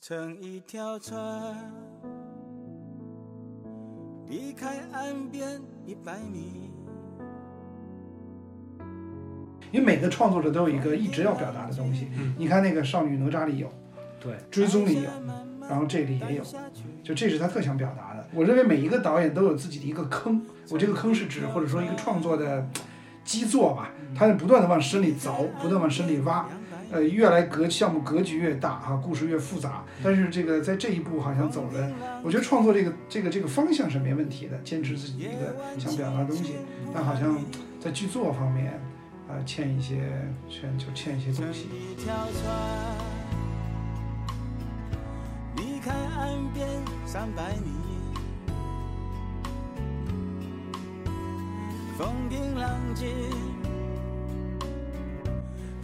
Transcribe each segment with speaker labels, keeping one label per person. Speaker 1: 乘一条船，离开岸边一百米。
Speaker 2: 因为每个创作者都有一个一直要表达的东西。
Speaker 3: 嗯
Speaker 2: 你看那个少女哪吒里有，
Speaker 3: 对，
Speaker 2: 追踪里有，然后这里也有，就这是他特想表达的。我认为每一个导演都有自己的一个坑，我这个坑是指或者说一个创作的基座吧，他是不断的往深里凿，不断往深里挖。呃，越来格项目格局越大哈、故事越复杂，但是这个在这一步好像走的，我觉得创作这个这个这个方向是没问题的，坚持自己一个想表达的东西，但好像在剧作方面啊、呃欠一些欠就欠一些东
Speaker 1: 乘
Speaker 2: 西。
Speaker 1: 一条船，离开岸边三百米。风平浪静。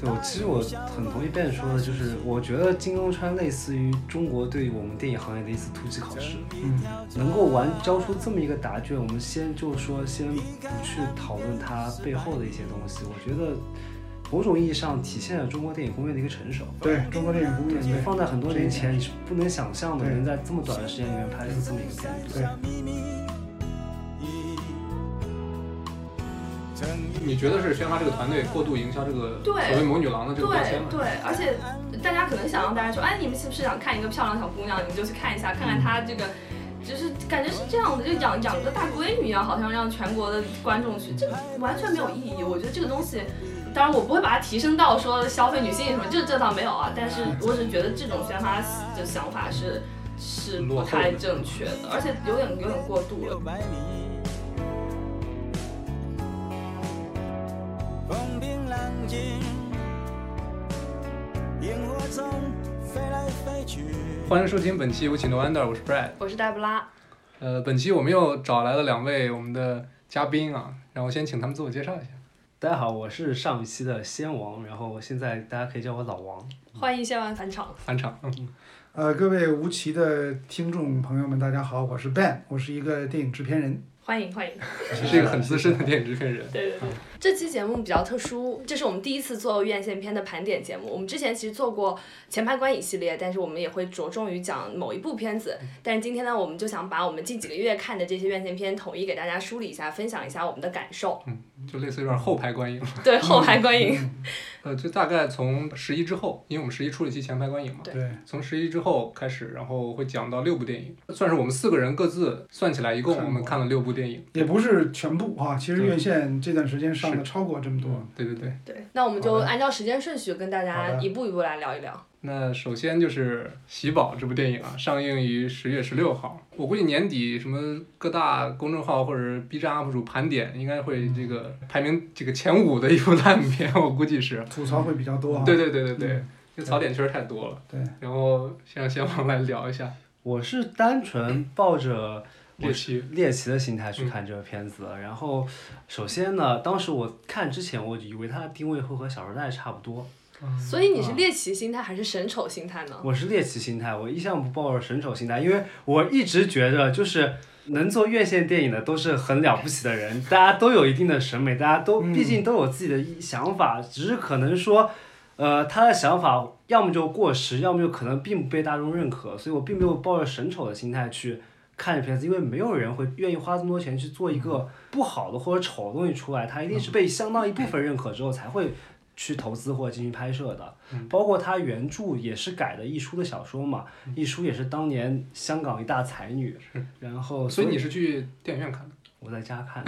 Speaker 3: 对我其实我很同意 Ben 说的，就是我觉得金庸川类似于中国对于我们电影行业的一次突击考试，
Speaker 2: 嗯，
Speaker 3: 能够完交出这么一个答卷，我们先就说先不去讨论它背后的一些东西，我觉得某种意义上体现了中国电影工业的一个成熟。
Speaker 2: 对中国电影工业
Speaker 3: 你
Speaker 2: 对
Speaker 3: 放在很多年前，你嗯是不能想象的，
Speaker 2: 对
Speaker 3: 能在这么短的时间里面拍出这么一个片子。
Speaker 2: 对。
Speaker 4: 你觉得是宣发这个团队过度营销这个所
Speaker 5: 对
Speaker 4: 谓“魔女郎”的这个标
Speaker 5: 对
Speaker 4: 签吗？
Speaker 5: 对，而且大家可能想让大家说，哎，你们是不是想看一个漂亮小姑娘，你们就去看一下，看看她这个。就是感觉是这样的，就养养个大闺女一样，好像让全国的观众去，这完全没有意义。我觉得这个东西，当然我不会把它提升到说消费女性什么，这这倒没有啊。但是我只是觉得这种宣发的想法是是不太正确的，而且有点有点过度了
Speaker 1: 六。百米。风平浪静，萤火虫飞来飞去。
Speaker 4: 欢迎收听本期《有请 No Wonder》，我是 Brad。
Speaker 5: 我是黛布拉，
Speaker 4: 呃，本期我们又找来了两位我们的嘉宾啊，然后先请他们自我介绍一下。
Speaker 3: 大家好，我是上一期的仙王，然后现在大家可以叫我老王。
Speaker 5: 欢迎谢万返场。
Speaker 4: 返场，嗯
Speaker 2: 呃，各位无奇的听众朋友们，大家好，我是 Ben，我是一个电影制片人。
Speaker 5: 欢迎欢迎，
Speaker 4: 你是一个很资深的电影制片人。
Speaker 5: 对对对，嗯这期节目比较特殊，这是我们第一次做院线片的盘点节目。我们之前其实做过前排观影系列，但是我们也会着重于讲某一部片子。
Speaker 2: 嗯
Speaker 5: 但是今天呢，我们就想把我们近几个月看的这些院线片统一给大家梳理一下，分享一下我们的感受。
Speaker 4: 就类似于有点后排观影，
Speaker 5: 对
Speaker 2: 嗯
Speaker 5: 后排观影，
Speaker 4: 呃，就大概从十一之后，因为我们十一出了一期前排观影嘛，
Speaker 5: 对
Speaker 2: 对，
Speaker 4: 从十一之后开始，然后会讲到六部电影，算是我们四个人各自算起来，一共
Speaker 2: 看
Speaker 4: 我们
Speaker 2: 过
Speaker 4: 看了六部电影。
Speaker 2: 也不是全部哈、其实
Speaker 4: 对
Speaker 2: 院线这段时间上的超过这么多。
Speaker 4: 对对对，
Speaker 5: 对，那我们就
Speaker 2: 好的
Speaker 5: 按照时间顺序跟大
Speaker 2: 好
Speaker 5: 家
Speaker 2: 的
Speaker 5: 一步一步来聊一聊。
Speaker 4: 那首先就是《喜宝》这部电影啊，上映于十月十六号。我估计年底什么各大公众号或者 B 站 UP 主盘点，应该会这个
Speaker 3: 嗯
Speaker 4: 排名这个前五的一部烂片，我估计是。
Speaker 2: 吐槽会比较
Speaker 3: 啊
Speaker 2: 多哈、
Speaker 4: 对对对对对
Speaker 2: 嗯，
Speaker 4: 这槽点确实太多了。
Speaker 2: 对，
Speaker 4: 然后先让先王来聊一下
Speaker 3: 我是单纯抱着我
Speaker 4: 猎奇。
Speaker 3: 猎奇的心态去看这个片子的。然后，首先呢，当时我看之前，我以为它的定位会和《小时代》差不多。
Speaker 2: 嗯
Speaker 5: 所以你是猎奇心态还是审丑心态呢？
Speaker 3: 我是猎奇心态，我一向不抱着审丑心态，因为我一直觉着就是能做院线电影的都是很了不起的人，大家都有一定的审美，大家都
Speaker 2: 嗯
Speaker 3: 毕竟都有自己的一想法，只是可能说，呃，他的想法要么就过时，要么就可能并不被大众认可，所以我并没有抱着审丑的心态去。看这片子，因为没有人会愿意花这么多钱去做一个不好的或者丑的东西出来，它一定
Speaker 4: 嗯
Speaker 3: 是被相当一部分认可之后才会去投资或者进行拍摄的。
Speaker 4: 嗯
Speaker 3: 包括它原著也是改的一书的小说嘛，
Speaker 4: 嗯
Speaker 3: 一书也是当年香港一大才女，然后
Speaker 4: 所以你是去电影院看的，
Speaker 3: 我在家 看，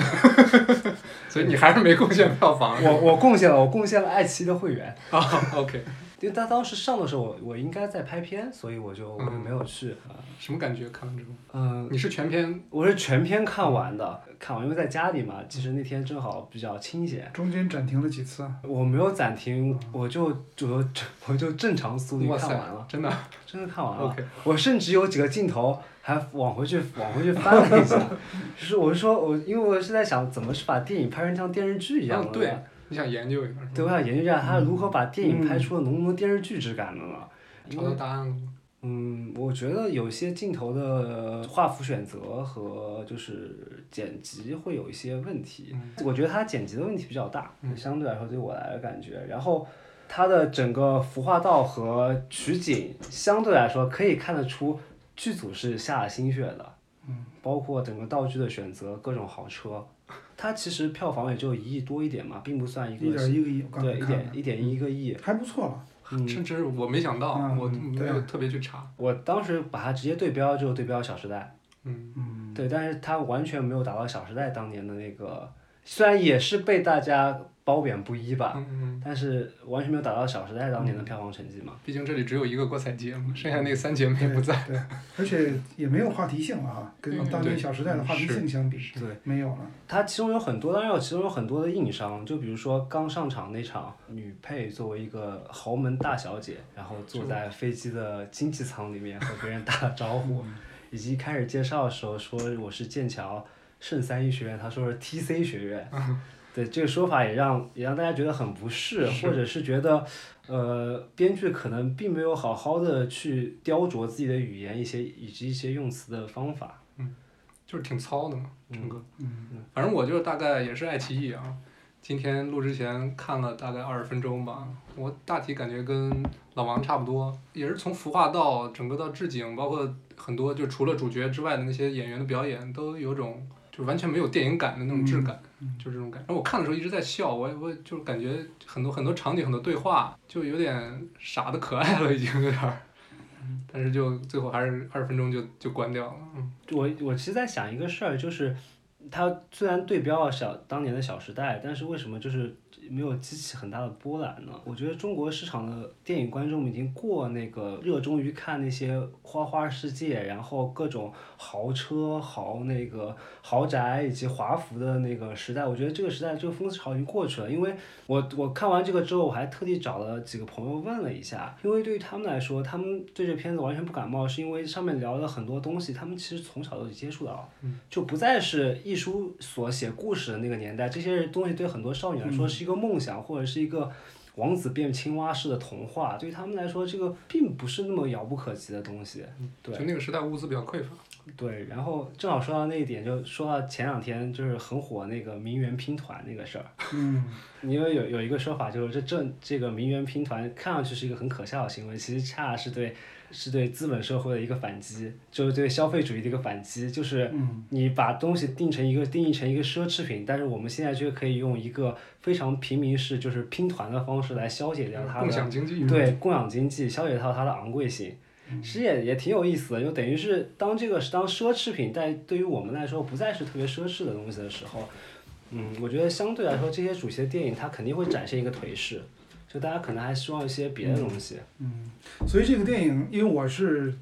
Speaker 4: 所以你还是没贡献票房。
Speaker 3: 我我贡献了，我贡献了爱奇艺的会员，
Speaker 4: 啊，OK，
Speaker 3: 因为它当时上的时候我我应该在拍片，所以我就我就
Speaker 4: 嗯
Speaker 3: 没有去，
Speaker 4: 什么感觉？看完之后，
Speaker 3: 嗯、
Speaker 4: 你是全篇
Speaker 3: 我是全篇看完的，看完因为在家里嘛，其实那天正好比较清闲。
Speaker 2: 中间暂停了几次，啊
Speaker 3: 我没有暂停，我就就 我就正常速率
Speaker 4: 哇
Speaker 3: 看
Speaker 4: 塞
Speaker 3: 完了，，
Speaker 4: 真的
Speaker 3: 真的看完了。
Speaker 4: OK，
Speaker 3: 我甚至有几个镜头还往回去 往回去翻了一下，就是我是说我因为我是在想怎么是把电影拍成像电视剧一样的、
Speaker 4: 嗯对，嗯你想研究一下，是吧
Speaker 3: 对，我想研究一下他如何把电影拍出了浓浓的电视剧质感的呢？因
Speaker 4: 找
Speaker 3: 为
Speaker 4: 到答案了吗。
Speaker 3: 嗯，我觉得有些镜头的画幅选择和就是剪辑会
Speaker 2: 嗯
Speaker 3: 有一些问题，我觉得它剪辑的问题比较大，
Speaker 4: 嗯
Speaker 3: 相对来说对我来的感觉。然后它的整个服化道和取景相对来说可以看得出剧组是下了心血的，
Speaker 2: 嗯，
Speaker 3: 包括整个道具的选择，各种豪车，它其实票房也就一亿多一点嘛，并不算一
Speaker 2: 一
Speaker 3: 个
Speaker 2: 点一个亿，我刚
Speaker 3: 对
Speaker 2: 才
Speaker 3: 一
Speaker 2: 看
Speaker 3: 点
Speaker 2: 了，嗯
Speaker 3: 一点一个亿，
Speaker 2: 还不错了。
Speaker 3: 嗯
Speaker 4: 这真是我没想到，
Speaker 2: 嗯
Speaker 4: 我
Speaker 2: 嗯
Speaker 4: 没
Speaker 2: 对
Speaker 4: 有特别去查。
Speaker 3: 我当时把它直接对标就对标《小时代
Speaker 4: 嗯，
Speaker 2: 嗯》，，
Speaker 3: 对，但是它完全没有达到《小时代》当年的那个，虽然也是被大家褒贬不一吧，
Speaker 4: 嗯嗯，
Speaker 3: 但是完全没有达到《小时代》当年的票房成绩嘛。
Speaker 4: 毕竟这里只有一个郭采洁嘛，剩下那三姐妹不在。
Speaker 2: 对，而且也没有话题性了啊，跟
Speaker 5: 嗯
Speaker 2: 当年《
Speaker 4: 对
Speaker 2: 小时代》的话题
Speaker 4: 是
Speaker 2: 性相比，
Speaker 3: 对，
Speaker 2: 没有了。
Speaker 3: 它其中有很多，当然有其中有很多的硬伤，就比如说刚上场那场，女配作为一个豪门大小姐，然后坐在飞机的经济舱里面和别人打了招呼，以及开始介绍的时候说我是剑桥圣三一学院，她说是 TC 学院，对这个说法也让也让大家觉得很不适，
Speaker 4: 是
Speaker 3: 或者是觉得，呃，编剧可能并没有好好的去雕琢自己的语言一些以及一些用词的方法，
Speaker 4: 就是挺糙的嘛，整个。
Speaker 2: 嗯
Speaker 4: 反正我就是大概也是爱奇艺啊，今天录之前看了大概二十分钟吧，我大体感觉跟老王差不多，也是从服化道整个到置景，包括很多就除了主角之外的那些演员的表演，都有种就完全没有电影感的那种质感，就这种感。然后我看的时候一直在笑，我我就是感觉很多很多场景很多对话就有点傻的可爱了，已经有点儿。但是就最后还是二十分钟就就关掉了，嗯，
Speaker 3: 我我其实在想一个事儿，就是它虽然对标了小当年的《小时代》，但是为什么就是没有激起很大的波澜呢？我觉得中国市场的电影观众已经过那个热衷于看那些花花世界，然后各种豪车、豪那个豪宅以及华服的那个时代。我觉得这个时代这个风潮已经过去了，因为我我看完这个之后，我还特地找了几个朋友问了一下，因为对于他们来说，他们对这片子完全不感冒，是因为上面聊了很多东西，他们其实从小都已经接触到，就不再是一书所写故事的那个年代，这些东西对很多少女来说是一个梦想，或者是一个。王子变青蛙式的童话，对于他们来说，这个并不是那么遥不可及的东西。对，
Speaker 4: 就那个时代物资比较匮乏，
Speaker 3: 对，然后正好说到那一点，就说到前两天就是很火那个名媛拼团那个事儿，
Speaker 2: 嗯，
Speaker 3: 因为有有一个说法就是这这这个名媛拼团看上去是一个很可笑的行为，其实恰恰是对是对资本社会的一个反击，就是对消费主义的一个反击，就是
Speaker 4: 嗯
Speaker 3: 你把东西定成一个定义成一个奢侈品，但是我们现在却可以用一个非常平民式就是拼团的方式来消解掉它的
Speaker 4: 共享经济，嗯
Speaker 3: 对供养经济，消解掉它的昂贵性，其实也也挺有意思的。就等于是当这个当奢侈品在对于我们来说不再是特别奢侈的东西的时候，嗯，我觉得相对来说这些主题的电影它肯定会展现一个颓势，就大家可能还希望一些别的东西。
Speaker 4: 嗯
Speaker 2: 嗯所以这个电影，因为我是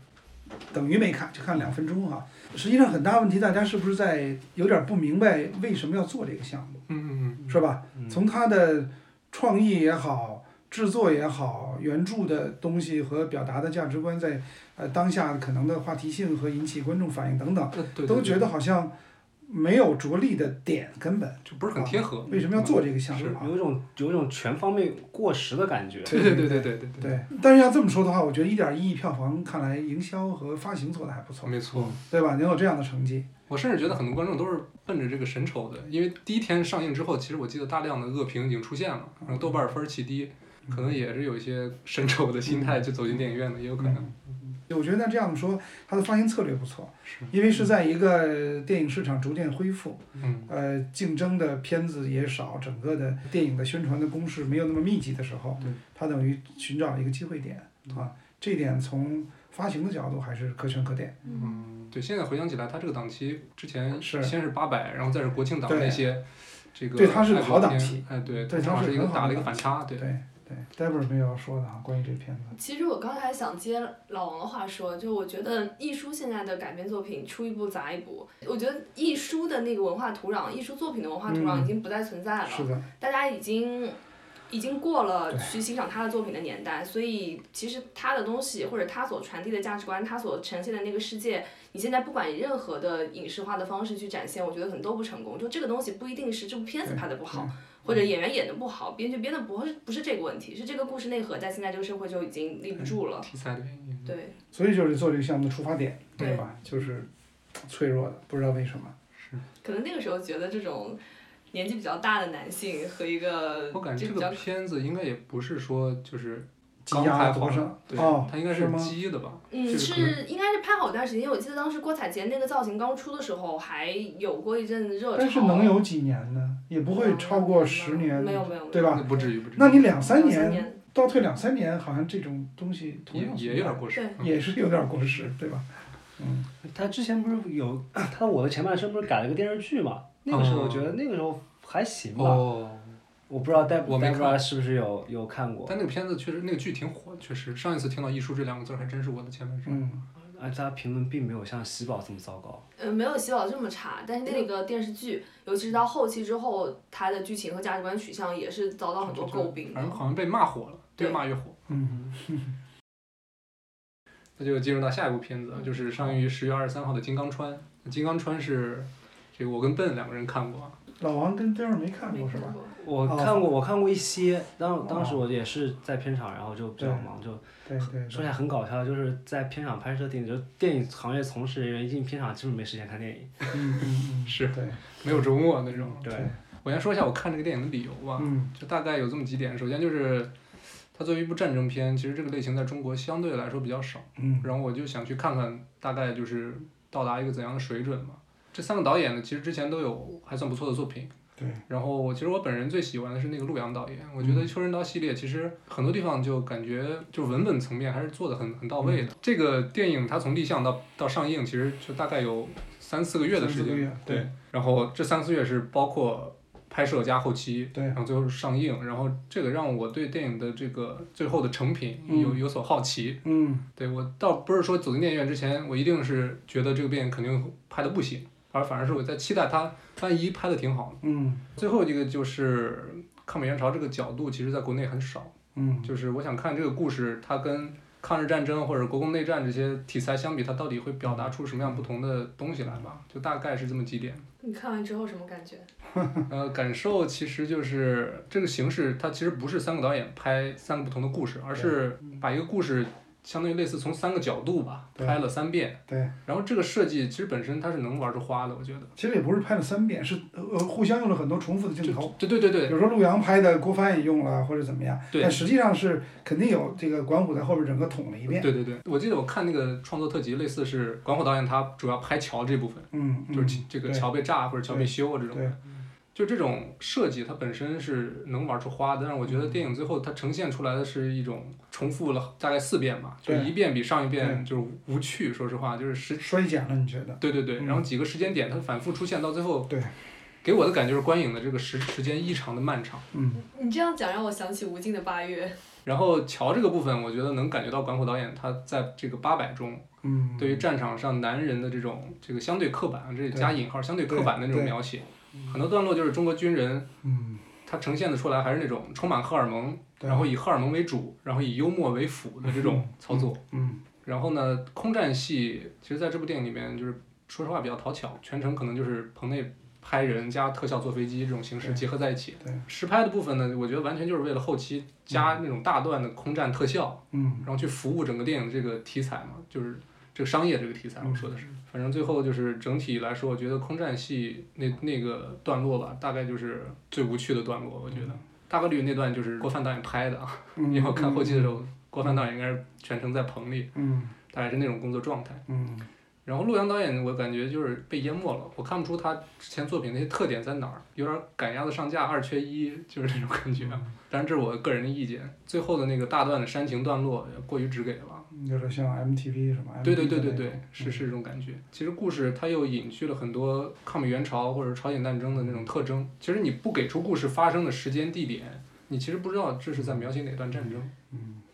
Speaker 2: 等于没看，就看两分钟啊。实际上很大问题，大家是不是在有点不明白为什么要做这个项目？
Speaker 4: 嗯嗯嗯。
Speaker 2: 是吧？从他的创意也好，制作也好，原著的东西和表达的价值观在，呃当下可能的话题性和引起观众反应等等，
Speaker 4: 呃对对
Speaker 2: 啊都
Speaker 4: 对
Speaker 2: 觉得好像没有着力的点，根本
Speaker 4: 就不是很贴合。
Speaker 2: 为什么要做这个项目啊？
Speaker 3: 有一种有一种全方面过时的感觉，
Speaker 4: 对对对对对对
Speaker 2: 对，但是要这么说的话，我觉得一点一亿票房，看来营销和发行做的还不错，嗯
Speaker 4: 没错。
Speaker 2: 对吧？能有这样的成绩，
Speaker 4: 我甚至觉得很多观众都是奔着这个神丑的，因为第一天上映之后，其实我记得大量的恶评已经出现了，然后豆瓣分儿奇低，可能也是有一些神丑的心态就走进电影院的，也有可能。
Speaker 2: 我觉得那这样说，它的发行策略不错
Speaker 4: 嗯是，
Speaker 2: 因为是在一个电影市场逐渐恢复，
Speaker 4: 嗯，
Speaker 2: 呃，竞争的片子也少，整个的电影的宣传的攻势没有那么密集的时候
Speaker 4: 对，嗯
Speaker 2: 它等于寻找一个机会点啊，这一点从发行的角度还是可圈可点。
Speaker 4: 对。现在回想起来，他这个档期之前
Speaker 2: 嗯是
Speaker 4: 先是八百，然后再是国庆档
Speaker 2: 对
Speaker 4: 那些，这个
Speaker 2: 对它是个
Speaker 4: 爱国
Speaker 2: 好档
Speaker 4: 片
Speaker 2: 期。
Speaker 4: 哎，对，
Speaker 2: 对它
Speaker 4: 正好
Speaker 2: 是
Speaker 4: 是一个
Speaker 2: 很好
Speaker 4: 打了
Speaker 2: 的
Speaker 4: 一个反
Speaker 2: 档
Speaker 4: 差，
Speaker 2: 对
Speaker 4: 对。
Speaker 2: 对，待会儿没有要说的啊，关于这片子，
Speaker 5: 其实我刚才想接老王的话说，就我觉得艺书现在的改编作品出一部砸一部，我觉得艺书的那个文化土壤，艺术作品的文化土壤
Speaker 2: 嗯
Speaker 5: 已经不再存在了，
Speaker 2: 是的，
Speaker 5: 大家已经已经过了去欣赏他的作品的年代，所以其实他的东西或者他所传递的价值观，他所呈现的那个世界，你现在不管以任何的影视化的方式去展现，我觉得可能都不成功。就这个东西不一定是这部片子拍的不好，或
Speaker 2: 嗯
Speaker 5: 者演员演的不好，编剧编的不是不是这个问题，是这个故事内核在现在这个社会就已经立不住了。
Speaker 4: 题材的原
Speaker 2: 嗯
Speaker 4: 因。
Speaker 5: 对，
Speaker 2: 所以就是做这个项目的出发点，
Speaker 5: 对
Speaker 2: 对吧？就是脆弱的，不知道为什么。
Speaker 5: 可能那个时候觉得这种。年纪比较大的男性和一个
Speaker 4: 我感觉
Speaker 5: 就
Speaker 4: 这
Speaker 5: 比较
Speaker 4: 个片子应该也不是说就是
Speaker 2: 积
Speaker 4: 刚
Speaker 2: 压
Speaker 4: 拍
Speaker 2: 了
Speaker 4: 好
Speaker 2: 多
Speaker 4: 的
Speaker 2: 少，？
Speaker 4: 对，
Speaker 2: 哦，
Speaker 4: 它应该
Speaker 2: 是吗？
Speaker 4: 积的吧？
Speaker 5: 嗯，
Speaker 4: 就是可能
Speaker 5: 是应该是拍好一段时间。我记得当时郭采洁那个造型刚出的时候，还有过一阵热潮。嗯
Speaker 2: 但是能有几年呢？也不会超过十年，
Speaker 5: 没有没有，没有
Speaker 2: 对吧？
Speaker 4: 不至于，不至于。
Speaker 2: 那你两三
Speaker 5: 两
Speaker 2: 年
Speaker 5: 年，
Speaker 2: 倒退两三年，好像这种东西同
Speaker 4: 也
Speaker 2: 样
Speaker 4: 也
Speaker 2: 存在
Speaker 4: 有点过时
Speaker 5: 对。
Speaker 4: 嗯
Speaker 2: 也是有点过时，对吧？嗯，
Speaker 3: 他之前不是有他的《我的前半生》不是改了个电视剧嘛？那个时候我觉得那个时候还行吧，
Speaker 4: 哦，
Speaker 3: 我不知道戴
Speaker 4: 我没
Speaker 3: 戴不
Speaker 4: 看
Speaker 3: 知道是不是有有看过。
Speaker 4: 但那个片子确实那个剧挺火的，确实上一次听到“艺术”这两个字儿还真是我的前半生。
Speaker 2: 嗯，
Speaker 3: 而且他评论并没有像喜宝这么糟
Speaker 4: 哦
Speaker 3: 糕。
Speaker 5: 呃，没有洗澡这么差，但是那个电视剧，尤其是到后期之后，它的剧情和价值观取向也是遭到很多诟病的
Speaker 4: 反。正好像被骂火了，
Speaker 5: 对
Speaker 4: 越骂越火。
Speaker 2: 嗯，
Speaker 4: 那就进入到下一部片
Speaker 5: 嗯
Speaker 4: 子，就是上映于十月二十三号的《金刚川》。《金刚川》是这个我跟笨两个人看过啊，
Speaker 2: 老王跟丁儿没看
Speaker 5: 没
Speaker 2: 过是
Speaker 5: 看
Speaker 2: 吧？
Speaker 5: 过
Speaker 3: 我
Speaker 2: 哦
Speaker 3: 看过，我看过一些，当当时
Speaker 2: 哦
Speaker 3: 我也是在片场，然后就比较
Speaker 2: 对
Speaker 3: 忙，就
Speaker 2: 对对
Speaker 3: 说
Speaker 2: 对，
Speaker 3: 起来很搞笑，就是在片场拍摄电影，就是电影行业从事人员一进片场，基本没时间看电影。
Speaker 2: 嗯嗯嗯，
Speaker 4: 是啊
Speaker 2: 对，
Speaker 4: 没有周末那种。
Speaker 3: 对，
Speaker 4: 我先说一下我看这个电影的理由吧，
Speaker 2: 嗯
Speaker 4: 就大概有这么几点。首先就是它作为一部战争片，其实这个类型在中国相对来说比较少。
Speaker 2: 嗯
Speaker 4: 然后我就想去看看大概就是到达一个怎样的水准嘛。这三个导演呢，其实之前都有还算不错的作品。
Speaker 2: 对。
Speaker 4: 然后，其实我本人最喜欢的是那个陆阳导演，我觉得《秋人刀》系列其实很多地方就感觉就文本层面还是做的很很到位的。
Speaker 2: 嗯
Speaker 4: 这个电影它从立项到到上映，其实就大概有三四个月的时
Speaker 2: 三四个
Speaker 4: 间
Speaker 2: 月。对。
Speaker 4: 然后这三四个月是包括拍摄加后期，
Speaker 2: 对
Speaker 4: 然，后最后上映，然后这个让我对电影的这个最后的成品有
Speaker 2: 嗯
Speaker 4: 有所好奇。
Speaker 2: 嗯
Speaker 4: 对我倒不是说走进电影院之前，我一定是觉得这个电影肯定拍的不行，而反而是我在期待它万一拍的挺好的。
Speaker 2: 嗯
Speaker 4: 最后一个就是抗美援朝这个角度，其实在国内很少。
Speaker 2: 嗯，
Speaker 4: 就是我想看这个故事，它跟抗日战争或者国共内战这些题材相比，它到底会表达出什么样不同的东西来吧？就大概是这么几点。
Speaker 5: 你看完之后什么感觉？
Speaker 4: 呃，感受其实就是这个形式，它其实不是三个导演拍三个不同的故事，而是把一个故事相当于类似从三个角度吧
Speaker 2: 对
Speaker 4: 拍了三遍。
Speaker 2: 对，
Speaker 4: 然后这个设计其实本身它是能玩出花的，我觉得。
Speaker 2: 其实也不是拍了三遍，是呃互相用了很多重复的镜头。
Speaker 4: 对对对对
Speaker 2: 比如说陆阳拍的，郭帆也用了，或者怎么样，
Speaker 4: 对
Speaker 2: 但实际上是肯定有这个管虎在后边整个捅了一遍，
Speaker 4: 对对对，我记得我看那个创作特辑，类似是管虎导演他主要拍桥这部分，
Speaker 2: 嗯，嗯
Speaker 4: 就是这个
Speaker 2: 对
Speaker 4: 桥被炸或者桥被修啊这种
Speaker 2: 对，
Speaker 4: 就这种设计它本身是能玩出花的，但是我觉得
Speaker 2: 嗯
Speaker 4: 电影最后它呈现出来的是一种重复了大概四遍吧，就
Speaker 2: 对
Speaker 4: 一遍比上一遍就是无趣，说实话就是时
Speaker 2: 衰减了，你觉得？
Speaker 4: 对对对，
Speaker 2: 嗯
Speaker 4: 然后几个时间点它反复出现，到最后
Speaker 2: 对，
Speaker 4: 给我的感觉是观影的这个时时间异常的漫长。
Speaker 2: 嗯，
Speaker 5: 你这样讲让我想起《无尽的八月》。
Speaker 4: 然后桥这个部分，我觉得能感觉到管虎导演他在这个八百中
Speaker 2: 嗯，
Speaker 4: 对于战场上男人的这种这个相对刻板，
Speaker 2: 对
Speaker 4: 这加引号相对刻板的那种
Speaker 2: 对对
Speaker 4: 描写，很多段落就是中国军人
Speaker 2: 嗯，
Speaker 4: 他呈现的出来还是那种充满荷尔蒙，
Speaker 2: 对
Speaker 4: 然后以荷尔蒙为主，然后以幽默为辅的这种操作。
Speaker 2: 嗯，
Speaker 4: 然后呢，空战戏其实在这部电影里面就是说实话比较讨巧，全程可能就是棚内拍人加特效坐飞机这种形式
Speaker 2: 对
Speaker 4: 结合在一起
Speaker 2: 对。
Speaker 4: 实拍的部分呢，我觉得完全就是为了后期加那种大段的空战特效，
Speaker 2: 嗯，
Speaker 4: 然后去服务整个电影这个题材嘛，就是这个商业这个题材，
Speaker 2: 嗯
Speaker 4: 我说的是。反正最后就是整体来说，我觉得空战戏那那个段落吧，大概就是最无趣的段落，我觉得。大概率那段就是郭帆导演拍的啊，
Speaker 2: 嗯，
Speaker 4: 因为我看后期的时
Speaker 2: 嗯，
Speaker 4: 候，郭帆导演应该是全程在棚里，
Speaker 2: 嗯
Speaker 4: 大概是那种工作状态。
Speaker 2: 嗯，
Speaker 4: 然后陆阳导演，我感觉就是被淹没了，我看不出他之前作品那些特点在哪儿，有点赶鸭子上架，二缺一，就是这种感觉。
Speaker 2: 嗯
Speaker 4: 当然这是我个人的意见。最后的那个大段的煽情段落也过于直给了，
Speaker 2: 嗯有点像 MTV 什么，
Speaker 4: 对对
Speaker 2: MTV
Speaker 4: 对对
Speaker 2: 的那
Speaker 4: 对
Speaker 2: 种，嗯
Speaker 4: 是是这种感觉。其实故事它又隐去了很多抗美援朝或者朝鲜战争的那种特征。其实你不给出故事发生的时间地点，你其实不知道这是在描写哪段战争。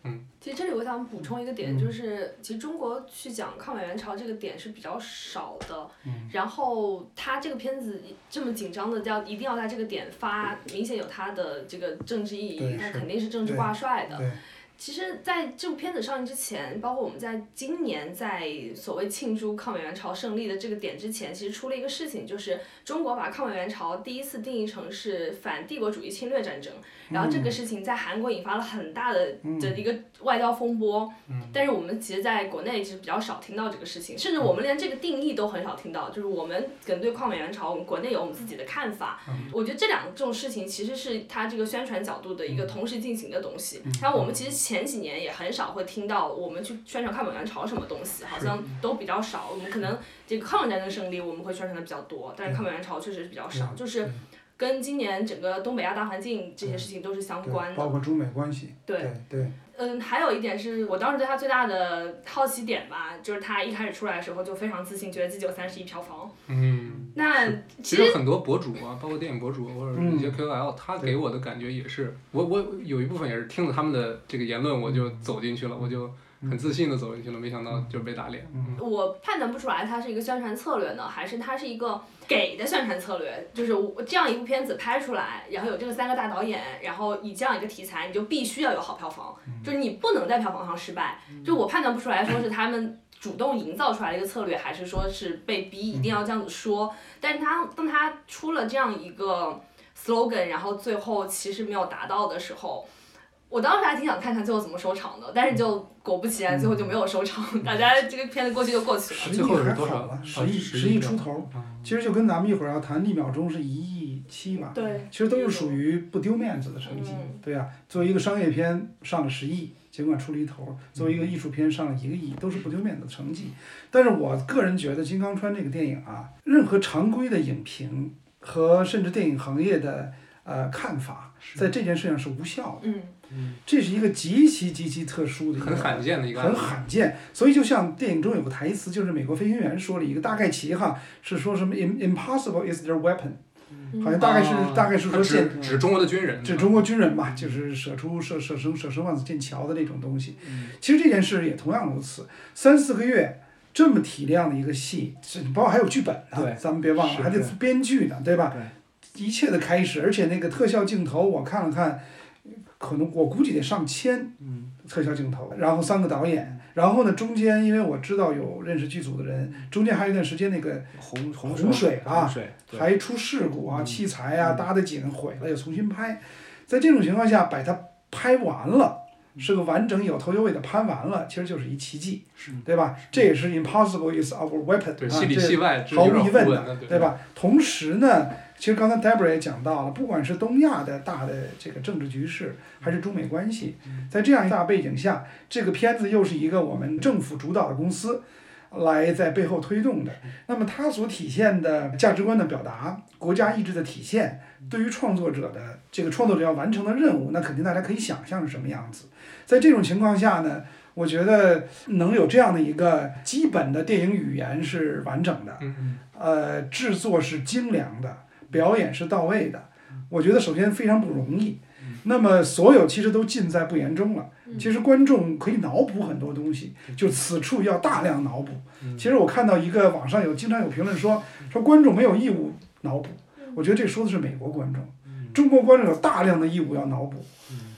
Speaker 2: 嗯，
Speaker 5: 其实这里我想补充一个点，
Speaker 2: 嗯
Speaker 5: 就是其实中国去讲抗美援朝这个点是比较少的，
Speaker 2: 嗯
Speaker 5: 然后他这个片子这么紧张的要一定要在这个点发，明显有它的这个政治意义
Speaker 2: 对，
Speaker 5: 它
Speaker 2: 是
Speaker 5: 肯定是政治
Speaker 2: 对
Speaker 5: 挂帅的。
Speaker 2: 对，
Speaker 5: 其实，在这部片子上映之前，包括我们在今年在所谓庆祝抗美援朝胜利的这个点之前，其实出了一个事情，就是中国把抗美援朝第一次定义成是反帝国主义侵略战争，然后这
Speaker 2: 嗯
Speaker 5: 个事情在韩国引发了很大的的一个外交风波。但是我们其实在国内是比较少听到这个事情，甚至我们连这个定义都很少听到，就是我们可能对抗美援朝，我们国内有我们自己的看法。我觉得这两种事情其实是它这个宣传角度的一个同时进行的东西。然后我们其实前几年也很少会听到我们去宣传抗美援朝什么东西，好像都比较少。我们可能这个抗日战争胜利我们会宣传的比较多，但是抗美援朝确实是比较少，就是。跟今年整个东北亚大环境这些事情都是相关
Speaker 2: 对，
Speaker 5: 的
Speaker 2: 包，括中美关系，
Speaker 5: 对
Speaker 2: 对对，
Speaker 5: 嗯，还有一点是我当时对他最大的好奇点吧，就是他一开始出来的时候就非常自信，觉得自己有三十亿票房。
Speaker 4: 嗯，
Speaker 5: 那
Speaker 4: 其
Speaker 5: 其
Speaker 4: 实
Speaker 5: 实
Speaker 4: 很多博主啊，包括电影博主或者一
Speaker 2: 嗯
Speaker 4: 些 KOL，他给我的感觉也是，我我有一部分也是听了他们的这个言论，我
Speaker 2: 嗯
Speaker 4: 就走进去了，我就很自信的走进去了，没想到就被打脸。
Speaker 5: 我判断不出来它是一个宣传策略呢，还是它是一个给的宣传策略。就是我这样一部片子拍出来，然后有这个三个大导演，然后以这样一个题材，你就必须要有好票房，就是你不能在票房上失败。就我判断不出来，说是他们。主动营造出来的一个策略，还是说是被逼一定要这样子说？但是他当他出了这样一个 slogan，然后最后其实没有达到的时候，我当时还挺想看看最后怎么收场的，但是就果不其然，最后就没有收场，大家这个片子过去就过去了。
Speaker 2: 十
Speaker 4: 最
Speaker 2: 亿
Speaker 4: 后
Speaker 2: 还
Speaker 4: 是多
Speaker 2: 好
Speaker 4: 少
Speaker 2: 了
Speaker 4: 啊，
Speaker 2: 十亿
Speaker 4: 十
Speaker 2: 十
Speaker 4: 亿
Speaker 2: 亿
Speaker 4: 票
Speaker 2: 出头嗯
Speaker 4: 啊，
Speaker 2: 其实就跟咱们一会儿要谈一秒钟是一亿七吧，
Speaker 5: 对，
Speaker 2: 其实都是属于不丢面子的成绩
Speaker 5: 嗯，
Speaker 2: 对呀、啊作为一个商业片上了十亿，尽管出了一头儿；作为一个艺术片上了一个亿，都是不丢面子的成绩。但是我个人觉得《金刚川》这个电影啊，任何常规的影评和甚至电影行业的呃看法，在这件事上是无效
Speaker 5: 嗯，
Speaker 2: 的。这是一个极其极其特殊的一个
Speaker 4: 很罕见的一个案
Speaker 2: 很
Speaker 4: 例，
Speaker 2: 罕见。所以就像电影中有个台词，就是美国飞行员说了一个大概其哈，是说什么 “im impossible is their weapon”，、好像大概是、
Speaker 3: 啊
Speaker 2: 大概是
Speaker 4: 嗯他
Speaker 2: 说
Speaker 4: 指
Speaker 2: 剑。
Speaker 4: 指中国的军人，
Speaker 2: 指中国军人吧，就是舍出舍舍生舍生万死剑桥的那种东西。其实这件事也同样如此，三四个月这么体量的一个戏，这包括还有剧本呢
Speaker 3: 对，
Speaker 2: 咱们别忘了
Speaker 3: 是
Speaker 2: 还得
Speaker 3: 对
Speaker 2: 编剧呢，对吧？
Speaker 3: 对
Speaker 2: 一切的开始，而且那个特效镜头，我看了看，可能我估计得上千，特效镜头，然后三个导演，然后呢中间因为我知道有认识剧组的人，中间还有一段时间那个
Speaker 3: 洪洪
Speaker 2: 洪水吧
Speaker 3: 洪水，对嗯
Speaker 2: 还出事故啊，器材啊搭的紧毁了，又重新拍。在这种情况下，把它拍完了，是个完整有头有尾的拍完了，其实就是一奇迹，对吧？这也是 impossible is our weapon，
Speaker 4: 对，
Speaker 2: 啊
Speaker 4: 戏里
Speaker 2: 这
Speaker 4: 戏外，这
Speaker 2: 毫
Speaker 4: 有
Speaker 2: 无
Speaker 4: 点
Speaker 2: 疑问
Speaker 4: 互文
Speaker 2: 的，
Speaker 4: 对
Speaker 2: 对？吧？同时呢，其实刚才 Debra 也讲到了，不管是东亚的大的这个政治局势，还是中美关系，
Speaker 4: 嗯
Speaker 2: 在这样一大背景下，这个片子又是一个我们政府主导的公司。来在背后推动的，那么它所体现的价值观的表达、国家意志的体现，
Speaker 4: 嗯
Speaker 2: 对于创作者的这个创作者要完成的任务，那肯定大家可以想象是什么样子。在这种情况下呢，我觉得能有这样的一个基本的电影语言是完整的，
Speaker 4: 嗯，
Speaker 2: 呃，制作是精良的，表演是到位的。我觉得首先非常不容易，那么所有其实都尽在不言中了。其实观众可以脑补很多东西，就此处要大量脑补。其实我看到一个网上有经常有评论说说观众没有义务脑补，我觉得这说的是美国观众，中国观众有大量的义务要脑补。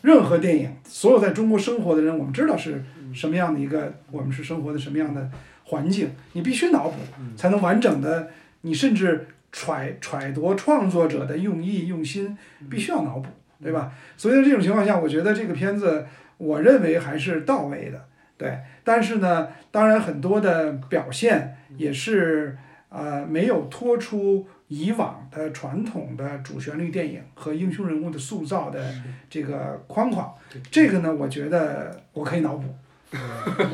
Speaker 2: 任何电影，所有在中国生活的人，我们知道是什么样的一个，我们是生活的什么样的环境，你必须脑补才能完整的，你甚至揣揣度创作者的用意用心，必须要脑补，对吧？所以在这种情况下，我觉得这个片子，我认为还是到位的，对。但是呢，当然很多的表现也是呃没有脱出。以往的传统的主旋律电影和英雄人物的塑造的这个框框，这个呢，我觉得我可以脑补，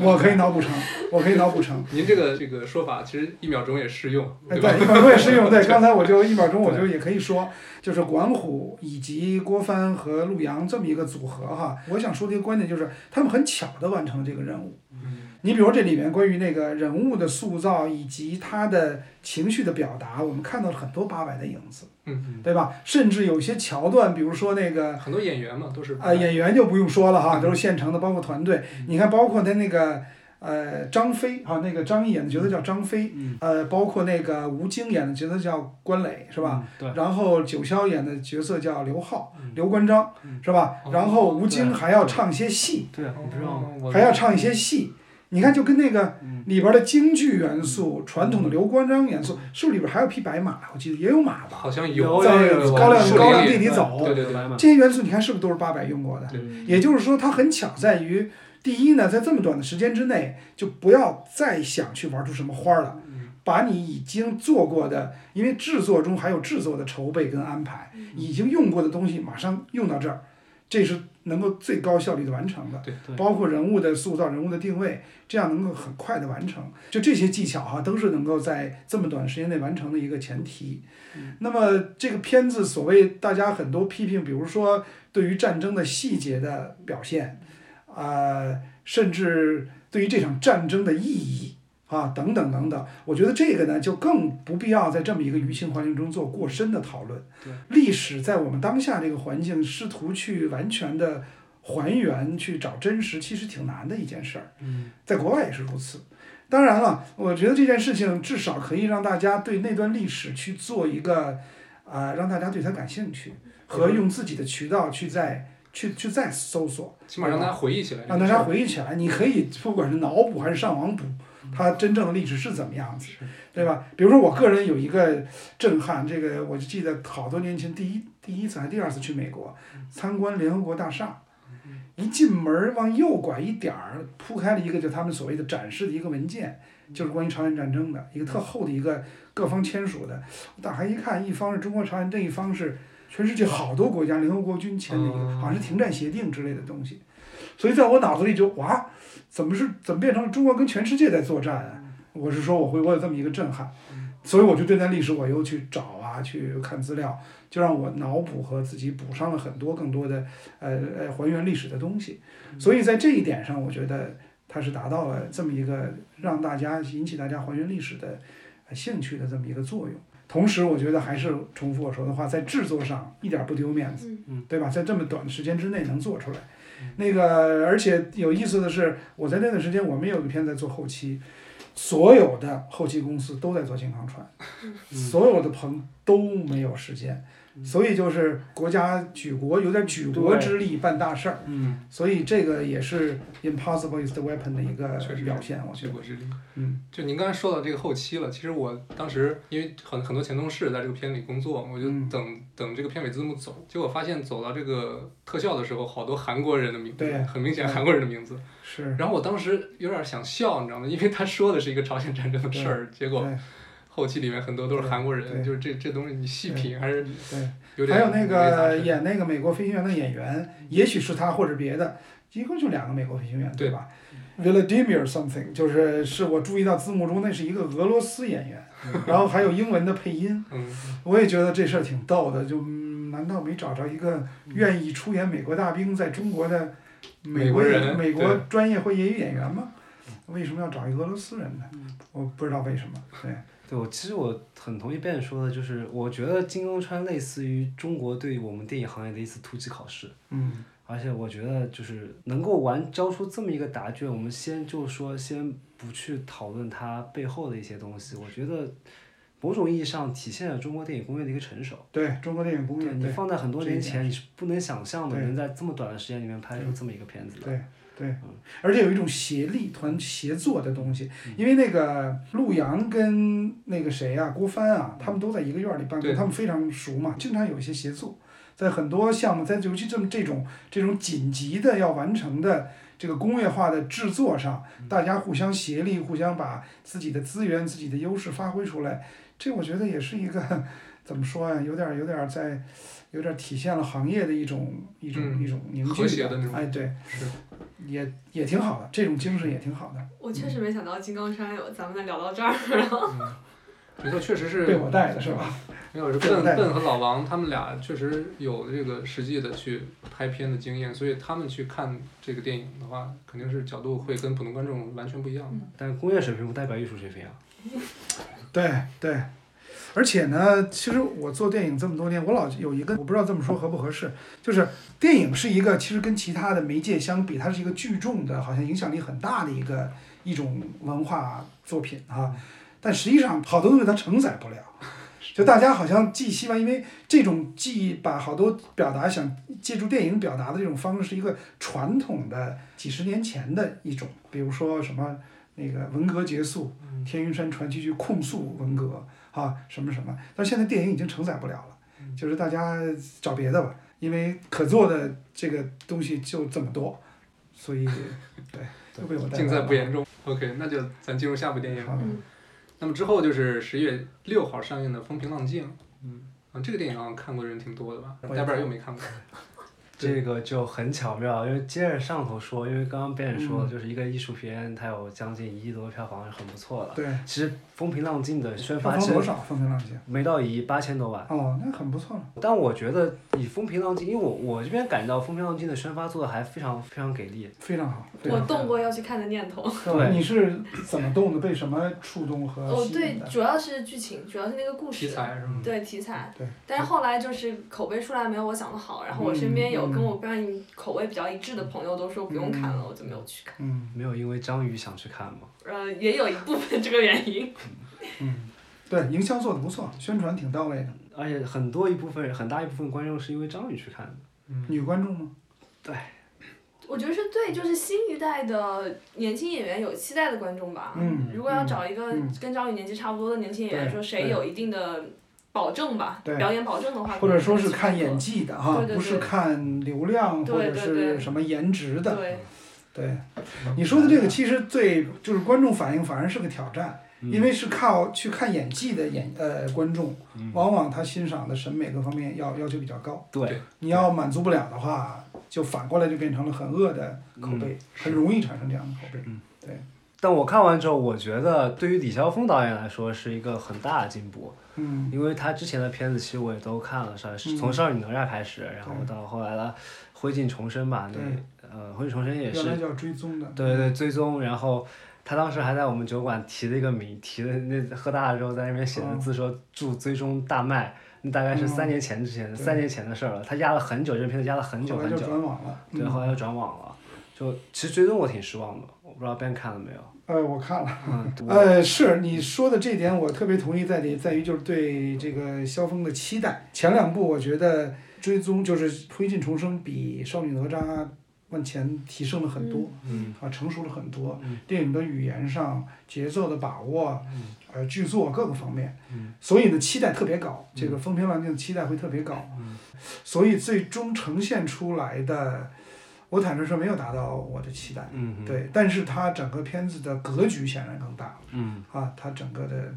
Speaker 2: 我可以脑补成，我可以脑补成。
Speaker 4: 您这个这个说法其实一秒钟也适用，
Speaker 2: 哎，
Speaker 4: 对吧？
Speaker 2: 对，一秒钟也适用。对，刚才我就一秒钟我就也可以说，就是管虎以及郭帆和陆阳这么一个组合哈。我想说的一个观点就是，他们很巧的完成了这个任务。
Speaker 4: 嗯
Speaker 2: 你比如这里面关于那个人物的塑造以及他的情绪的表达，我们看到了很多八佰的影子，
Speaker 4: 嗯，
Speaker 2: 对吧？甚至有些桥段，比如说那个
Speaker 4: 很多演员嘛都是
Speaker 2: 呃啊、
Speaker 3: 嗯
Speaker 2: 演员就不用说了哈，都是现成的，包括团队。你看，包括他那个呃，张飞啊，那个张译演的角色叫张飞，
Speaker 3: 嗯
Speaker 2: 呃，包括那个吴京演的角色叫关磊，是吧？？
Speaker 3: 对，
Speaker 2: 然后九霄演的角色叫刘浩、
Speaker 3: 嗯
Speaker 2: 刘关张，
Speaker 3: 嗯
Speaker 2: 是吧？
Speaker 4: 哦
Speaker 2: 然后吴京
Speaker 3: 对
Speaker 2: 还要唱些戏，
Speaker 3: 对啊，你不知道吗？
Speaker 4: 我
Speaker 2: 还要唱一些戏。你看，就跟那个
Speaker 3: 嗯
Speaker 2: 里边的京剧元素、传统的刘关张元素，是不是里边还有匹白马？我记得也有马吧。
Speaker 4: 好像
Speaker 3: 有
Speaker 2: 在
Speaker 4: 有有
Speaker 2: 高粱
Speaker 4: 树林
Speaker 2: 高粱
Speaker 4: 里
Speaker 2: 地里走
Speaker 4: 对对对，
Speaker 3: 白马，
Speaker 2: 这些元素你看是不是都是八百用过的？
Speaker 4: 对
Speaker 2: 也就是说，它很巧在于，第一呢，在这么短的时间之内，就不要再想去玩出什么花儿了，
Speaker 4: 嗯
Speaker 2: 把你已经做过的，因为制作中还有制作的筹备跟安排，
Speaker 4: 嗯
Speaker 2: 已经用过的东西马上用到这儿，这是能够最高效率的完成的。
Speaker 4: 对
Speaker 3: 对
Speaker 2: 包括人物的塑造、人物的定位，这样能够很快的完成。就这些技巧哈、都是能够在这么短时间内完成的一个前提。那么这个片子，所谓大家很多批评，比如说对于战争的细节的表现，呃，甚至对于这场战争的意义啊，等等等等，我觉得这个呢，就更不必要在这么一个舆情环境中做过深的讨论。历史在我们当下这个环境，试图去完全的还原、去找真实，其实挺难的一件事儿。
Speaker 4: 嗯，
Speaker 2: 在国外也是如此。当然了，我觉得这件事情至少可以让大家对那段历史去做一个，啊、让大家对它感兴趣，和用自己的渠道去再去去再搜索。
Speaker 4: 起码让大家回忆起来，
Speaker 2: 让大家回忆起来，你可以不管是脑补还是上网补，
Speaker 4: 嗯
Speaker 2: 它真正的历史是怎么样子，对吧？比如说我个人有一个震撼，这个我就记得好多年前第一第一次还第二次去美国
Speaker 4: 嗯
Speaker 2: 参观联合国大厦，一进门儿往右拐一点儿，铺开了一个就他们所谓的展示的一个文件，
Speaker 4: 嗯
Speaker 2: 就是关于朝鲜战争的一个特厚的一个各方签署的。我打开一看，一方是中国朝鲜，另一方是全世界好多国家联合国军签的一个，
Speaker 4: 哦
Speaker 2: 好像是停战协定之类的东西。所以在我脑子里就哇，怎么是怎么变成了中国跟全世界在作战啊？我是说我会我有这么一个震撼，所以我就对那历史我又去找啊，去看资料，就让我脑补和自己补上了很多更多的呃呃还原历史的东西。所以在这一点上，我觉得它是达到了这么一个让大家引起大家还原历史的呃兴趣的这么一个作用。同时，我觉得还是重复我说的话，在制作上一点儿不丢面子
Speaker 5: 嗯，
Speaker 3: 嗯
Speaker 2: 对吧？在这么短的时间之内能做出来，那个而且有意思的是，我在那段时间我们有一篇在做后期，所有的后期公司都在做金刚川，所有的棚都没有时间，所以就是国家举国有点举国
Speaker 3: 对
Speaker 2: 之力办大事儿，
Speaker 4: 嗯，
Speaker 2: 所以这个也是 impossible is the weapon 的一个
Speaker 4: 确实
Speaker 2: 呃表现，我觉
Speaker 4: 举
Speaker 2: 得
Speaker 4: 国之力。
Speaker 2: 嗯，
Speaker 4: 就您刚才说到这个后期了，其实我当时因为很很多前同事在这个片里工作，我就
Speaker 2: 嗯
Speaker 4: 等、等这个片尾字幕走，结果发现走到这个特效的时候，好多韩国人的名字，
Speaker 2: 对
Speaker 4: 很明显
Speaker 2: 对
Speaker 4: 韩国人的名字。
Speaker 2: 是。
Speaker 4: 然后我当时有点想笑，你知道吗？因为他说的是一个朝鲜战争的事儿，结果
Speaker 2: 对
Speaker 4: 后期里面很多都是韩国
Speaker 2: 对对
Speaker 4: 人，就是这这东西你细品还是
Speaker 2: 对
Speaker 4: 有点
Speaker 2: 还有那
Speaker 4: 没咋
Speaker 2: 个
Speaker 4: 事
Speaker 2: 演那个美国飞行员的演员，也许是他或者别的，一共就两个美国飞行员，对
Speaker 4: 对
Speaker 2: 吧？Vladimir something，就是是我注意到字幕中那是一个俄罗斯演员，然后还有英文的配音，
Speaker 4: 嗯，
Speaker 2: 我也觉得这事儿挺逗的，就、嗯难道没找着一个愿意出演美国大兵在中国的美
Speaker 4: 嗯美国
Speaker 2: 演
Speaker 4: 人
Speaker 2: 美国
Speaker 4: 对
Speaker 2: 专业会业余演员吗？为什么要找一个俄罗斯人呢？
Speaker 4: 嗯
Speaker 2: 我不知道为什么，对，
Speaker 3: 对，我其实我很同意 Ben 说的，就是我觉得金刚川类似于中国对于我们电影行业的一次突击考试，
Speaker 2: 嗯，
Speaker 3: 而且我觉得就是能够完交出这么一个答卷，我们先就说先不去讨论它背后的一些东西，我觉得某种意义上体现了中国电影工业的一个成熟。
Speaker 2: 对中国电影工业
Speaker 3: 对，你
Speaker 2: 对
Speaker 3: 放在很多
Speaker 2: 这一
Speaker 3: 年
Speaker 2: 点
Speaker 3: 前，你是不能想象的，
Speaker 2: 对
Speaker 3: 能在这么短的时间里面拍出这么一个片子的。
Speaker 2: 对对，而且有一种协力团协作的东西，因为那个陆阳跟那个谁啊，郭帆啊，他们都在一个院儿里办公，
Speaker 4: 对
Speaker 2: 他们非常熟嘛，经常有一些协作，在很多项目，在尤其这么这种这种紧急的要完成的。这个工业化的制作上，大家互相协力，互相把自己的资源、自己的优势发挥出来，这我觉得也是一个 怎么说啊呀、有点儿有点儿在，有点儿体现了行业的一种一种、
Speaker 4: 嗯
Speaker 2: 一种凝聚
Speaker 4: 和
Speaker 2: 力
Speaker 4: 谐
Speaker 2: 吧
Speaker 4: 的那种
Speaker 2: 哎，对，
Speaker 4: 是
Speaker 2: 也也挺好的，这种精神也挺好的，
Speaker 5: 我确实没想到金刚川有咱们能聊到这儿，
Speaker 4: 嗯没错，确实是
Speaker 2: 被我带的是吧？
Speaker 4: 没有，是
Speaker 2: 这个
Speaker 4: 笨
Speaker 2: 代表
Speaker 4: 笨和老王他们俩确实有这个实际的去拍片的经验，所以他们去看这个电影的话，肯定是角度会跟普通观众完全不一样的。
Speaker 3: 但工业水平不代表艺术水平啊。
Speaker 2: 对对，而且呢，其实我做电影这么多年，我老有一个我不知道这么说合不合适，就是电影是一个其实跟其他的媒介相比，它是一个聚众的，好像影响力很大的一个一种文化作品啊。但实际上，好多东西它承载不了。就大家好像寄希望，因为这种记忆把好多表达想借助电影表达的这种方式，是一个传统的几十年前的一种，比如说什么那个文革结束，
Speaker 4: 嗯
Speaker 2: 天云山传奇去控诉文革啊，什么什么，但现在电影已经承载不了了，
Speaker 4: 嗯
Speaker 2: 就是大家找别的吧，因为可做的这个东西就这么多，所以对，都被我带
Speaker 4: 竞
Speaker 2: 歪
Speaker 4: 赛
Speaker 2: 了
Speaker 4: 不严重。OK，那就咱进入下部电影。
Speaker 2: 好
Speaker 5: 嗯
Speaker 4: 那么之后就是十月六号上映的《风平浪静》。嗯，啊，这个电影好像看过的人挺多的吧？
Speaker 2: 我也
Speaker 4: 戴贝尔又没看过。
Speaker 3: 这个就很巧妙，因为接着上头说，因为刚刚别人
Speaker 2: 嗯
Speaker 3: 说，就是一个艺术片，它有将近一亿多的票房是很不错的。
Speaker 2: 对，
Speaker 3: 其实《风平浪静》的宣
Speaker 2: 票
Speaker 3: 发
Speaker 2: 房
Speaker 3: 是
Speaker 2: 多少？风平浪静。
Speaker 3: 没到一亿，八千多万。
Speaker 2: 哦，那很不错了。
Speaker 3: 但我觉得以《风平浪静》，因为我我这边感到《风平浪静》的宣发做的还非常非常给力。
Speaker 2: 非常好，对
Speaker 5: 我动过要去看的念头。
Speaker 3: 对
Speaker 2: 你是怎么动的？被什么触动和
Speaker 5: 哦，
Speaker 2: 吸
Speaker 5: 对
Speaker 2: 引，的？
Speaker 5: 主要是剧情，主要是那个故
Speaker 4: 题
Speaker 5: 事。
Speaker 4: 材是吗？
Speaker 5: 对题材，
Speaker 2: 对
Speaker 5: 但是后来就是口碑出来没有我想的好，然后我身边
Speaker 2: 嗯
Speaker 5: 有跟我观影口味比较一致的朋友都说不用看了，我就没有去看。
Speaker 2: 嗯
Speaker 3: 没有因为章鱼想去看吗？
Speaker 5: 呃，也有一部分这个原因。
Speaker 2: 嗯，对，营销做的不错，宣传挺到位的。
Speaker 3: 而且很多一部分很大一部分观众是因为章鱼去看的。
Speaker 2: 女观众
Speaker 5: 嗯
Speaker 2: 吗？
Speaker 5: 我觉得是对，就是新一代的年轻演员有期待的观众吧。
Speaker 2: 嗯
Speaker 5: 如果要找一个
Speaker 2: 嗯
Speaker 5: 跟张宇年纪差不多的年轻演员，
Speaker 2: 对
Speaker 5: 说谁有一定的保证吧，
Speaker 2: 对
Speaker 5: 表演保证的话，
Speaker 2: 或者说
Speaker 5: 可能
Speaker 2: 是看
Speaker 5: 去
Speaker 2: 演技的哈，
Speaker 5: 对对对
Speaker 2: 不是看流量
Speaker 5: 对
Speaker 2: 或者
Speaker 5: 对
Speaker 2: 是
Speaker 5: 对
Speaker 2: 什么颜值
Speaker 5: 看
Speaker 2: 的。
Speaker 5: 对，
Speaker 2: 对，你说的这个其实对，就是观众反应反而是个挑战，
Speaker 3: 嗯
Speaker 2: 因为是靠去看演技的演呃观众，
Speaker 3: 嗯
Speaker 2: 往往他欣赏的审美各方面要要求比较高。
Speaker 3: 对
Speaker 2: 你要满足不了的话，就反过来就变成了很恶的口
Speaker 3: 嗯
Speaker 2: 碑，很容易产生这样的口碑。
Speaker 3: 但我看完之后，我觉得对于李霄峰导演来说是一个很大的进步，
Speaker 2: 嗯，
Speaker 3: 因为他之前的片子其实我也都看了，少
Speaker 2: 嗯
Speaker 3: 从《少女哪吒》开始，然后到后来的《灰烬重生》吧，那呃《灰烬重生》也
Speaker 2: 原
Speaker 3: 是
Speaker 2: 来叫追踪的。嗯
Speaker 3: 对对，追踪，然后他当时还在我们酒馆提了一个名，提了那喝大了之后在那边写的
Speaker 2: 哦
Speaker 3: 字说祝追踪大卖，那大概是三年前之前、
Speaker 2: 对
Speaker 3: 三年前的事儿了。他压了很久，这片子压了很久
Speaker 2: 后来
Speaker 3: 很
Speaker 2: 就
Speaker 3: 久，
Speaker 2: 转网了。
Speaker 3: 对，
Speaker 2: 嗯
Speaker 3: 后来又转网了。就其实追踪我挺失望的，我不知道别人看了没有。
Speaker 2: 呃，我看了。
Speaker 3: 嗯，我
Speaker 2: 呃，是你说的这点，我特别同意在里，在于就是对这个萧峰的期待。前两部我觉得《追踪》就是《灰烬重生》比《少女哪吒》往前提升了很多，
Speaker 3: 嗯
Speaker 2: 啊，成熟了很多。
Speaker 3: 嗯
Speaker 2: 电影的语言上、节奏的把握，
Speaker 3: 嗯
Speaker 2: 呃，剧作各个方面，
Speaker 3: 嗯
Speaker 2: 所以呢，期待特别高，这个风平浪静的期待会特别高，
Speaker 3: 嗯
Speaker 2: 所以最终呈现出来的，我坦率说没有达到我的期待。
Speaker 3: 嗯，
Speaker 2: 对，但是它整个片子的格局显然更大
Speaker 3: 嗯
Speaker 2: 啊，它整个的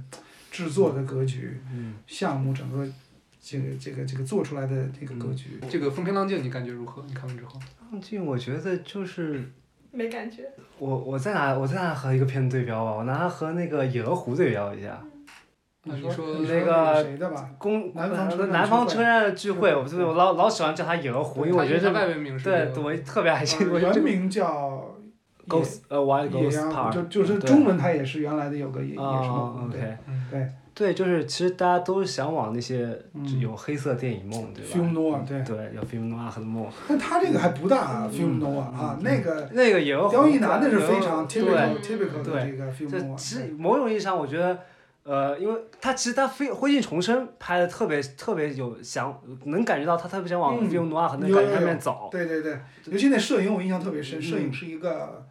Speaker 2: 制作的格局、
Speaker 3: 嗯，
Speaker 2: 项目整个这个这个这个做出来的这个
Speaker 3: 嗯
Speaker 2: 格局，
Speaker 4: 这个《风平浪静》你感觉如何？你看完之后，
Speaker 3: 浪静我觉得就是
Speaker 5: 没感觉。
Speaker 3: 我我再拿我再拿和一个片子对标吧，我拿它和那个野鹅湖对标一下。
Speaker 4: 那
Speaker 2: 你
Speaker 4: 你说
Speaker 2: 你
Speaker 3: 那
Speaker 2: 那
Speaker 3: 个
Speaker 2: 谁的吧？
Speaker 3: 公呃
Speaker 2: 南方车站
Speaker 3: 南方
Speaker 2: 聚
Speaker 3: 车
Speaker 2: 会
Speaker 3: 站的聚会，我就是我老老喜欢叫它野鹅湖，因为我觉得
Speaker 4: 它
Speaker 3: 这
Speaker 4: 外文名是
Speaker 3: 对
Speaker 4: 这，个
Speaker 3: 我特别爱听。
Speaker 2: 呃
Speaker 3: 我觉
Speaker 2: 原
Speaker 3: 得这
Speaker 2: 名叫野
Speaker 3: Ghost 呃 Wild
Speaker 2: 野
Speaker 3: Ghost
Speaker 2: 鸭，
Speaker 3: Park
Speaker 2: 就啊就是
Speaker 3: 对
Speaker 2: 中文它也是原来的有个野野
Speaker 3: 啊
Speaker 2: 兽，对，
Speaker 3: OK
Speaker 4: 嗯
Speaker 2: 对，
Speaker 3: 对，就是其实大家都向往那些
Speaker 2: 嗯
Speaker 3: 就有黑色电影梦，对
Speaker 2: film
Speaker 3: 吧？
Speaker 2: noir 对，
Speaker 3: 对，有 film noir 和梦。
Speaker 2: 但它这个还不大 film
Speaker 3: 嗯
Speaker 2: noir 啊，那个
Speaker 3: 那个也有
Speaker 2: 刁亦男的是
Speaker 3: 有
Speaker 2: 非常
Speaker 3: 对
Speaker 2: typical typical 的
Speaker 3: 对
Speaker 2: 这个 film
Speaker 3: 这其
Speaker 2: noir
Speaker 3: 实
Speaker 2: 对。
Speaker 3: 某种意义上，我觉得，呃，因为他其实他非《灰烬重生》拍的特别特别有想，能感觉到他特别想往
Speaker 2: 嗯
Speaker 3: film noir 和那
Speaker 2: 有
Speaker 3: 个感觉
Speaker 2: 有
Speaker 3: 上面
Speaker 2: 有
Speaker 3: 走。
Speaker 2: 对对对，尤其那摄影我印象特别深，
Speaker 3: 嗯
Speaker 2: 摄影是一个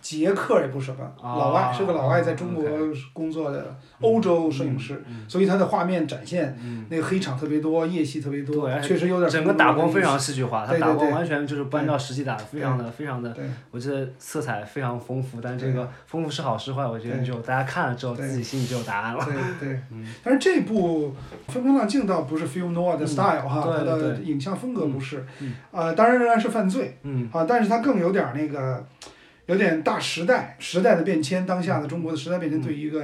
Speaker 2: 捷克也不是什么，
Speaker 3: 啊
Speaker 2: 老外是个老外在中国
Speaker 3: OK
Speaker 2: 工作的欧洲摄影师，
Speaker 3: 嗯
Speaker 2: 所以他的画面展现
Speaker 3: 嗯，
Speaker 2: 那个黑场特别多，夜戏特别多
Speaker 3: 对，
Speaker 2: 确实有点
Speaker 3: 整个打光非
Speaker 2: 意
Speaker 3: 常
Speaker 2: 思
Speaker 3: 戏剧化，他
Speaker 2: 对对
Speaker 3: 打光
Speaker 2: 对
Speaker 3: 完全就是不按照实际打的，非常的非常的
Speaker 2: 对
Speaker 3: 我觉得色彩非常丰富，但
Speaker 2: 对
Speaker 3: 这个丰富是好是坏，我觉得
Speaker 2: 对
Speaker 3: 就大家看了之后
Speaker 2: 对
Speaker 3: 自己心里就有答案了。
Speaker 2: 对对
Speaker 3: 嗯，
Speaker 2: 但是这部《风平浪静》倒不是 film noir 的
Speaker 3: 嗯
Speaker 2: style 哈，
Speaker 3: 对
Speaker 2: 它
Speaker 3: 对
Speaker 2: 的
Speaker 3: 对
Speaker 2: 影像风格不是
Speaker 3: 嗯，
Speaker 2: 啊，当然仍然是犯罪，
Speaker 3: 嗯
Speaker 2: 啊，但是它更有点儿那个，有点大时代时代的变迁，当下的中国的时代变迁
Speaker 3: 嗯
Speaker 2: 对于一个、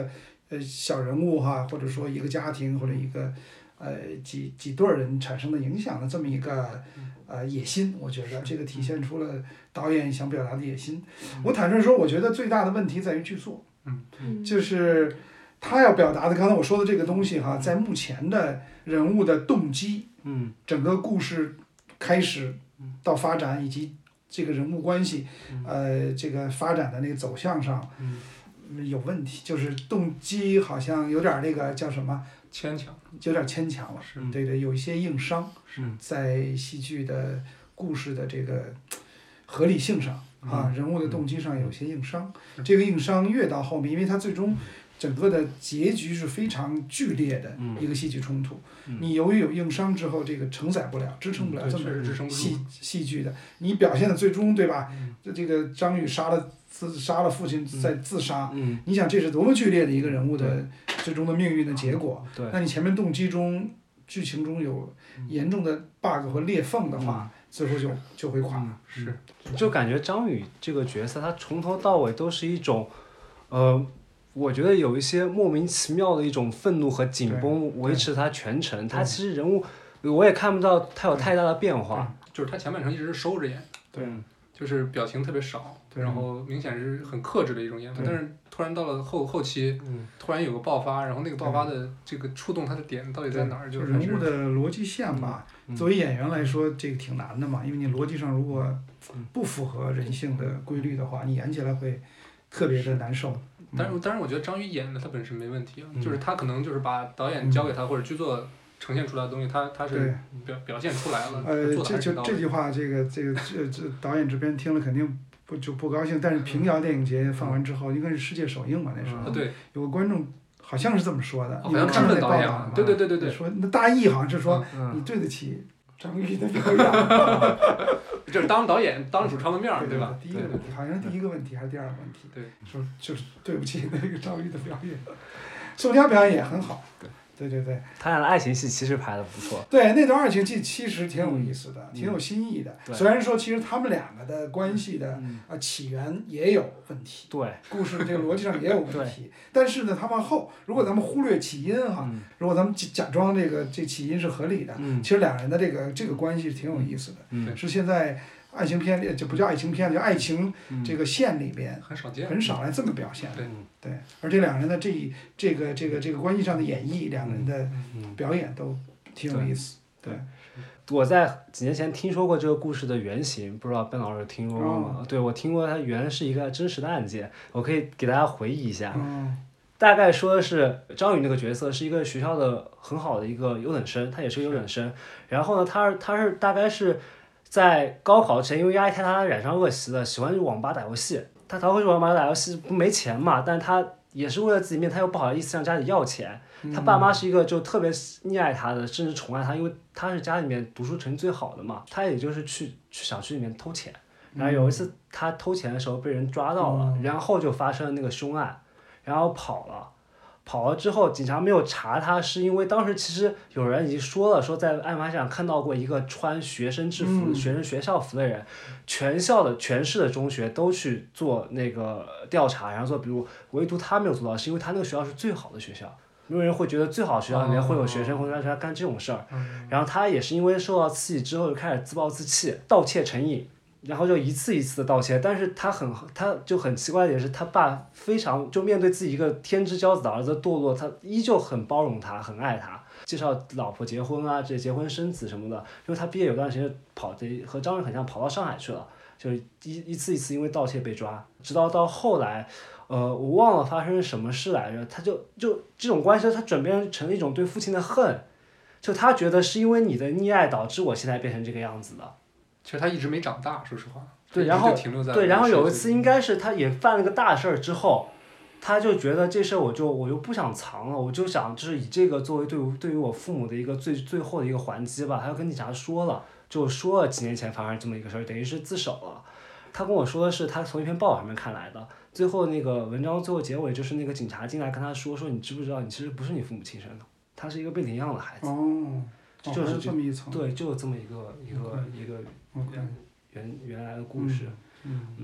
Speaker 2: 呃小人物哈，或者说一个家庭或者一个呃几几对儿人产生的影响的这么一个
Speaker 3: 嗯
Speaker 2: 呃野心，我觉得这个体现出了导演想表达的野心。
Speaker 3: 嗯
Speaker 2: 我坦率说，我觉得最大的问题在于剧作，
Speaker 5: 嗯，
Speaker 2: 就是他要表达的刚才我说的这个东西哈，在目前的人物的动机
Speaker 3: 嗯
Speaker 2: 整个故事开始到发展以及这个人物关系，呃，这个发展的那个走向上
Speaker 3: 嗯
Speaker 2: 有问题，就是动机好像有点儿那个叫什么，
Speaker 4: 牵强。
Speaker 2: 有点儿牵强了。
Speaker 3: 嗯
Speaker 4: 是
Speaker 2: 对对，有一些硬伤
Speaker 3: 是
Speaker 4: 嗯
Speaker 2: 在戏剧的故事的这个合理性上
Speaker 4: 嗯
Speaker 2: 啊，人物的动机上有些硬伤。这个硬伤越到后面，因为它最终整个的结局是非常剧烈的
Speaker 3: 嗯
Speaker 2: 一个戏剧冲突。
Speaker 3: 嗯
Speaker 2: 你由于有硬伤之后，这个承载不了、支撑不了
Speaker 4: 嗯对
Speaker 2: 这
Speaker 4: 确实支撑
Speaker 2: 么
Speaker 4: 不住
Speaker 2: 戏戏剧的，你表现的最终对吧
Speaker 4: 嗯？
Speaker 2: 这这个张宇杀了自杀了父亲，在自杀。
Speaker 3: 嗯，
Speaker 2: 你想这是多么剧烈的一个人物的最终的命运的结果，
Speaker 3: 对，
Speaker 2: 那你前面动机中、剧情中有严重的 bug 和裂缝的话，最后就就会垮。
Speaker 3: 嗯
Speaker 4: 是，
Speaker 3: 就感觉张宇这个角色，他从头到尾都是一种，呃，我觉得有一些莫名其妙的一种愤怒和紧绷维持他全程。他其实人物，我也看不到他有太大的变化。
Speaker 4: 就是他前半程一直是收着演，
Speaker 2: 对，
Speaker 4: 就是表情特别少，
Speaker 2: 对
Speaker 4: 然后明显是很克制的一种演法。
Speaker 2: 对
Speaker 4: 但是突然到了后后期，
Speaker 3: 嗯
Speaker 4: 突然有个爆发，然后那个爆发的这个触动他的点到底在哪儿？
Speaker 2: 就
Speaker 4: 就是是还
Speaker 2: 人物
Speaker 4: 是
Speaker 2: 的逻辑线吧。
Speaker 3: 嗯
Speaker 2: 作为演员来说，这个挺难的嘛，因为你逻辑上如果不符合人性的规律的话，你演起来会特别的难受。
Speaker 4: 但
Speaker 2: 嗯
Speaker 4: 是但是我觉得张宇演的他本身没问题啊，
Speaker 3: 嗯
Speaker 4: 就是他可能就是把导演交给他或者剧作呈现出来的东西，他他是
Speaker 2: 对，
Speaker 4: 表表现出来了，
Speaker 2: 呃，
Speaker 4: 做的
Speaker 2: 这
Speaker 4: 还是
Speaker 2: 就
Speaker 4: 挺到
Speaker 2: 这
Speaker 4: 位
Speaker 2: 句
Speaker 4: 的。
Speaker 2: 话，这个这个这这导演这边听了肯定不就不高兴。但是平遥电影节放完之后，应该是世界首映嘛，那时候
Speaker 4: 啊，对，
Speaker 2: 有个观众好像是这么说的，
Speaker 4: 好
Speaker 2: 你们
Speaker 4: 像
Speaker 2: 看
Speaker 4: 是
Speaker 2: 到
Speaker 4: 问
Speaker 2: 那
Speaker 4: 导
Speaker 2: 报
Speaker 4: 演
Speaker 2: 道了
Speaker 4: 啊
Speaker 2: 吗，
Speaker 4: 对对对对对，
Speaker 2: 说那大意好像是说、你
Speaker 3: 嗯，
Speaker 2: 对得起张宇的表演，
Speaker 4: 就是当导演当主创的面儿，
Speaker 2: 对
Speaker 4: 吧？
Speaker 2: 第一个问题，好像是第一个问题还是第二个问题，
Speaker 4: 对，
Speaker 2: 说就是对不起那个张宇的表演，宋佳表演也很好，对对对
Speaker 3: 他俩的爱情戏其实拍的不错。
Speaker 2: 对，那段爱情戏其实挺有意思的，挺有新意的。
Speaker 3: 对
Speaker 2: 虽然说其实他们两个的关系的啊、
Speaker 3: 嗯，
Speaker 2: 起源也有问题，
Speaker 3: 对，
Speaker 2: 故事这个逻辑上也有问题，但是呢，它往后如果咱们忽略起因哈、
Speaker 3: 嗯
Speaker 2: 如果咱们假假装这个这起因是合理的，
Speaker 3: 嗯
Speaker 2: 其实两人的这个这个关系是挺有意思的，
Speaker 3: 嗯
Speaker 2: 是现在爱情片里就不叫爱情片，就爱情
Speaker 3: 嗯
Speaker 2: 这个线里边
Speaker 4: 很少见。
Speaker 2: 很少来这么表现的。
Speaker 4: 对
Speaker 2: 对，而这两人的这一这个这个这个关系上的演绎，两人的
Speaker 3: 嗯，
Speaker 2: 表演都挺有意思。对
Speaker 3: 对，我在几年前听说过这个故事的原型，不知道Ben 老师听说过吗？对，我听过，它原来是一个真实的案件，我可以给大家回忆一下。
Speaker 2: 嗯，
Speaker 3: 大概说的是张宇那个角色是一个学校的很好的一个优等生，他也是个优等生。然后呢，他他是大概是在高考前，因为压力太大，他染上恶习了，喜欢去网吧打游戏。他逃回去网吧打游戏不没钱嘛，但他也是为了自己面子，他又不好意思向家里要钱。他爸妈是一个就特别溺爱他的，甚至宠爱他，因为他是家里面读书成绩最好的嘛。他也就是去去小区里面偷钱，然后有一次他偷钱的时候被人抓到了，然后就发生了那个凶案。然后跑了。跑了之后，警察没有查他，是因为当时其实有人已经说了，说在案发现场看到过一个穿学生制服、
Speaker 2: 嗯
Speaker 3: 学生学校服的人，全校的、全市的中学都去做那个调查，然后说，比如唯独他没有做到，是因为他那个学校是最好的学校，没有人会觉得最好的学校里面会有学生会在学校干这种事儿。然后他也是因为受到刺激之后，就开始自暴自弃，盗窃成瘾，然后就一次一次的道歉，但是他很他就很奇怪的也是，他爸非常就面对自己一个天之骄子的儿子堕落，他依旧很包容他，很爱他，介绍老婆结婚啊，这结婚生子什么的。因为他毕业有段时间跑的和张瑞很像，跑到上海去了，就是一一次一次因为盗窃被抓，直到到后来，呃，我忘了发生什么事来着，他就就这种关系，他转变成了一种对父亲的恨，就他觉得是因为你的溺爱导致我现在变成这个样子的。
Speaker 4: 其实他一直没长大，说实话。
Speaker 3: 对
Speaker 4: 一直
Speaker 3: 然后
Speaker 4: 就停留在
Speaker 3: 对，然后有一
Speaker 4: 10岁
Speaker 3: 次应该是他也犯了个大事儿之后，他就觉得这事儿我就我就不想藏了，我就想就是以这个作为对于对于我父母的一个最最后的一个还击吧。他就跟警察说了，就说了几年前发生这么一个事儿，等于是自首了。他跟我说的是他从一篇报道上面看来的，最后那个文章最后结尾就是那个警察进来跟他说说你知不知道你其实不是你父母亲生的，他是一个被领养的孩子。
Speaker 2: 哦，哦
Speaker 3: 就是
Speaker 2: 还有这么一层。
Speaker 3: 对，就有这么一个一个一个
Speaker 2: OK，
Speaker 3: 原原来的故事。
Speaker 2: 嗯，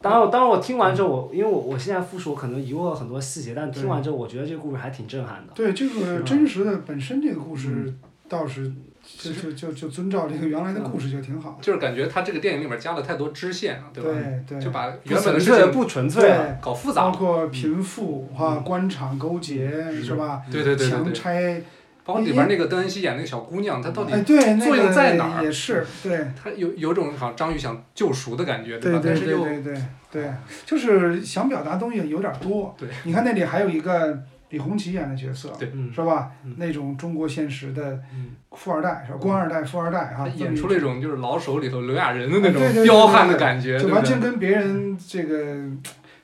Speaker 3: 当然我，当然，我听完之后，我因为我我现在复述，我可能遗忘了很多细节，但听完之后，我觉得这个故事还挺震撼的。
Speaker 2: 对这个
Speaker 3: 吧
Speaker 2: 真实的本身这个故事
Speaker 4: 嗯
Speaker 2: 倒是就就就就遵照这个原来的故事就挺好。
Speaker 4: 就是感觉他这个电影里面加了太多支线啊了，对吧？
Speaker 2: 对对，
Speaker 4: 就把
Speaker 3: 不
Speaker 4: 原本
Speaker 3: 纯
Speaker 4: 的事
Speaker 3: 粹
Speaker 4: 情
Speaker 3: 不纯粹啊了，
Speaker 2: 对，
Speaker 4: 搞复杂
Speaker 2: 包
Speaker 4: 了。
Speaker 2: 括
Speaker 4: 嗯
Speaker 2: 贫富啊、官场勾结是吧？
Speaker 4: 对对对对
Speaker 2: 强
Speaker 4: 对，
Speaker 2: 拆
Speaker 4: 包括里边那个邓恩熙演那个小姑娘，她到底
Speaker 2: 哎，对，那
Speaker 4: 作用
Speaker 2: 个
Speaker 4: 在哪儿嗯
Speaker 2: 也是对。
Speaker 4: 她有有种好像章鱼想救赎的感觉，
Speaker 2: 对
Speaker 4: 吧？
Speaker 2: 对
Speaker 4: 但是
Speaker 2: 对
Speaker 4: 又
Speaker 2: 对对对，就是想表达东西有点多。
Speaker 4: 对，
Speaker 2: 你看那里还有一个李红旗演的角色，
Speaker 4: 对
Speaker 3: 嗯
Speaker 2: 是吧
Speaker 3: 嗯？
Speaker 2: 那种中国现实的
Speaker 3: 嗯
Speaker 2: 富二代是吧？官二代、富二代啊
Speaker 4: 她
Speaker 2: 哈，
Speaker 4: 演出了一种就是老手里头刘亚仁的那
Speaker 2: 哎对对
Speaker 4: 种
Speaker 2: 对
Speaker 4: 彪悍的
Speaker 2: 对
Speaker 4: 感觉，
Speaker 2: 就
Speaker 4: 对不
Speaker 2: 完
Speaker 4: 对
Speaker 2: 全？跟别人这个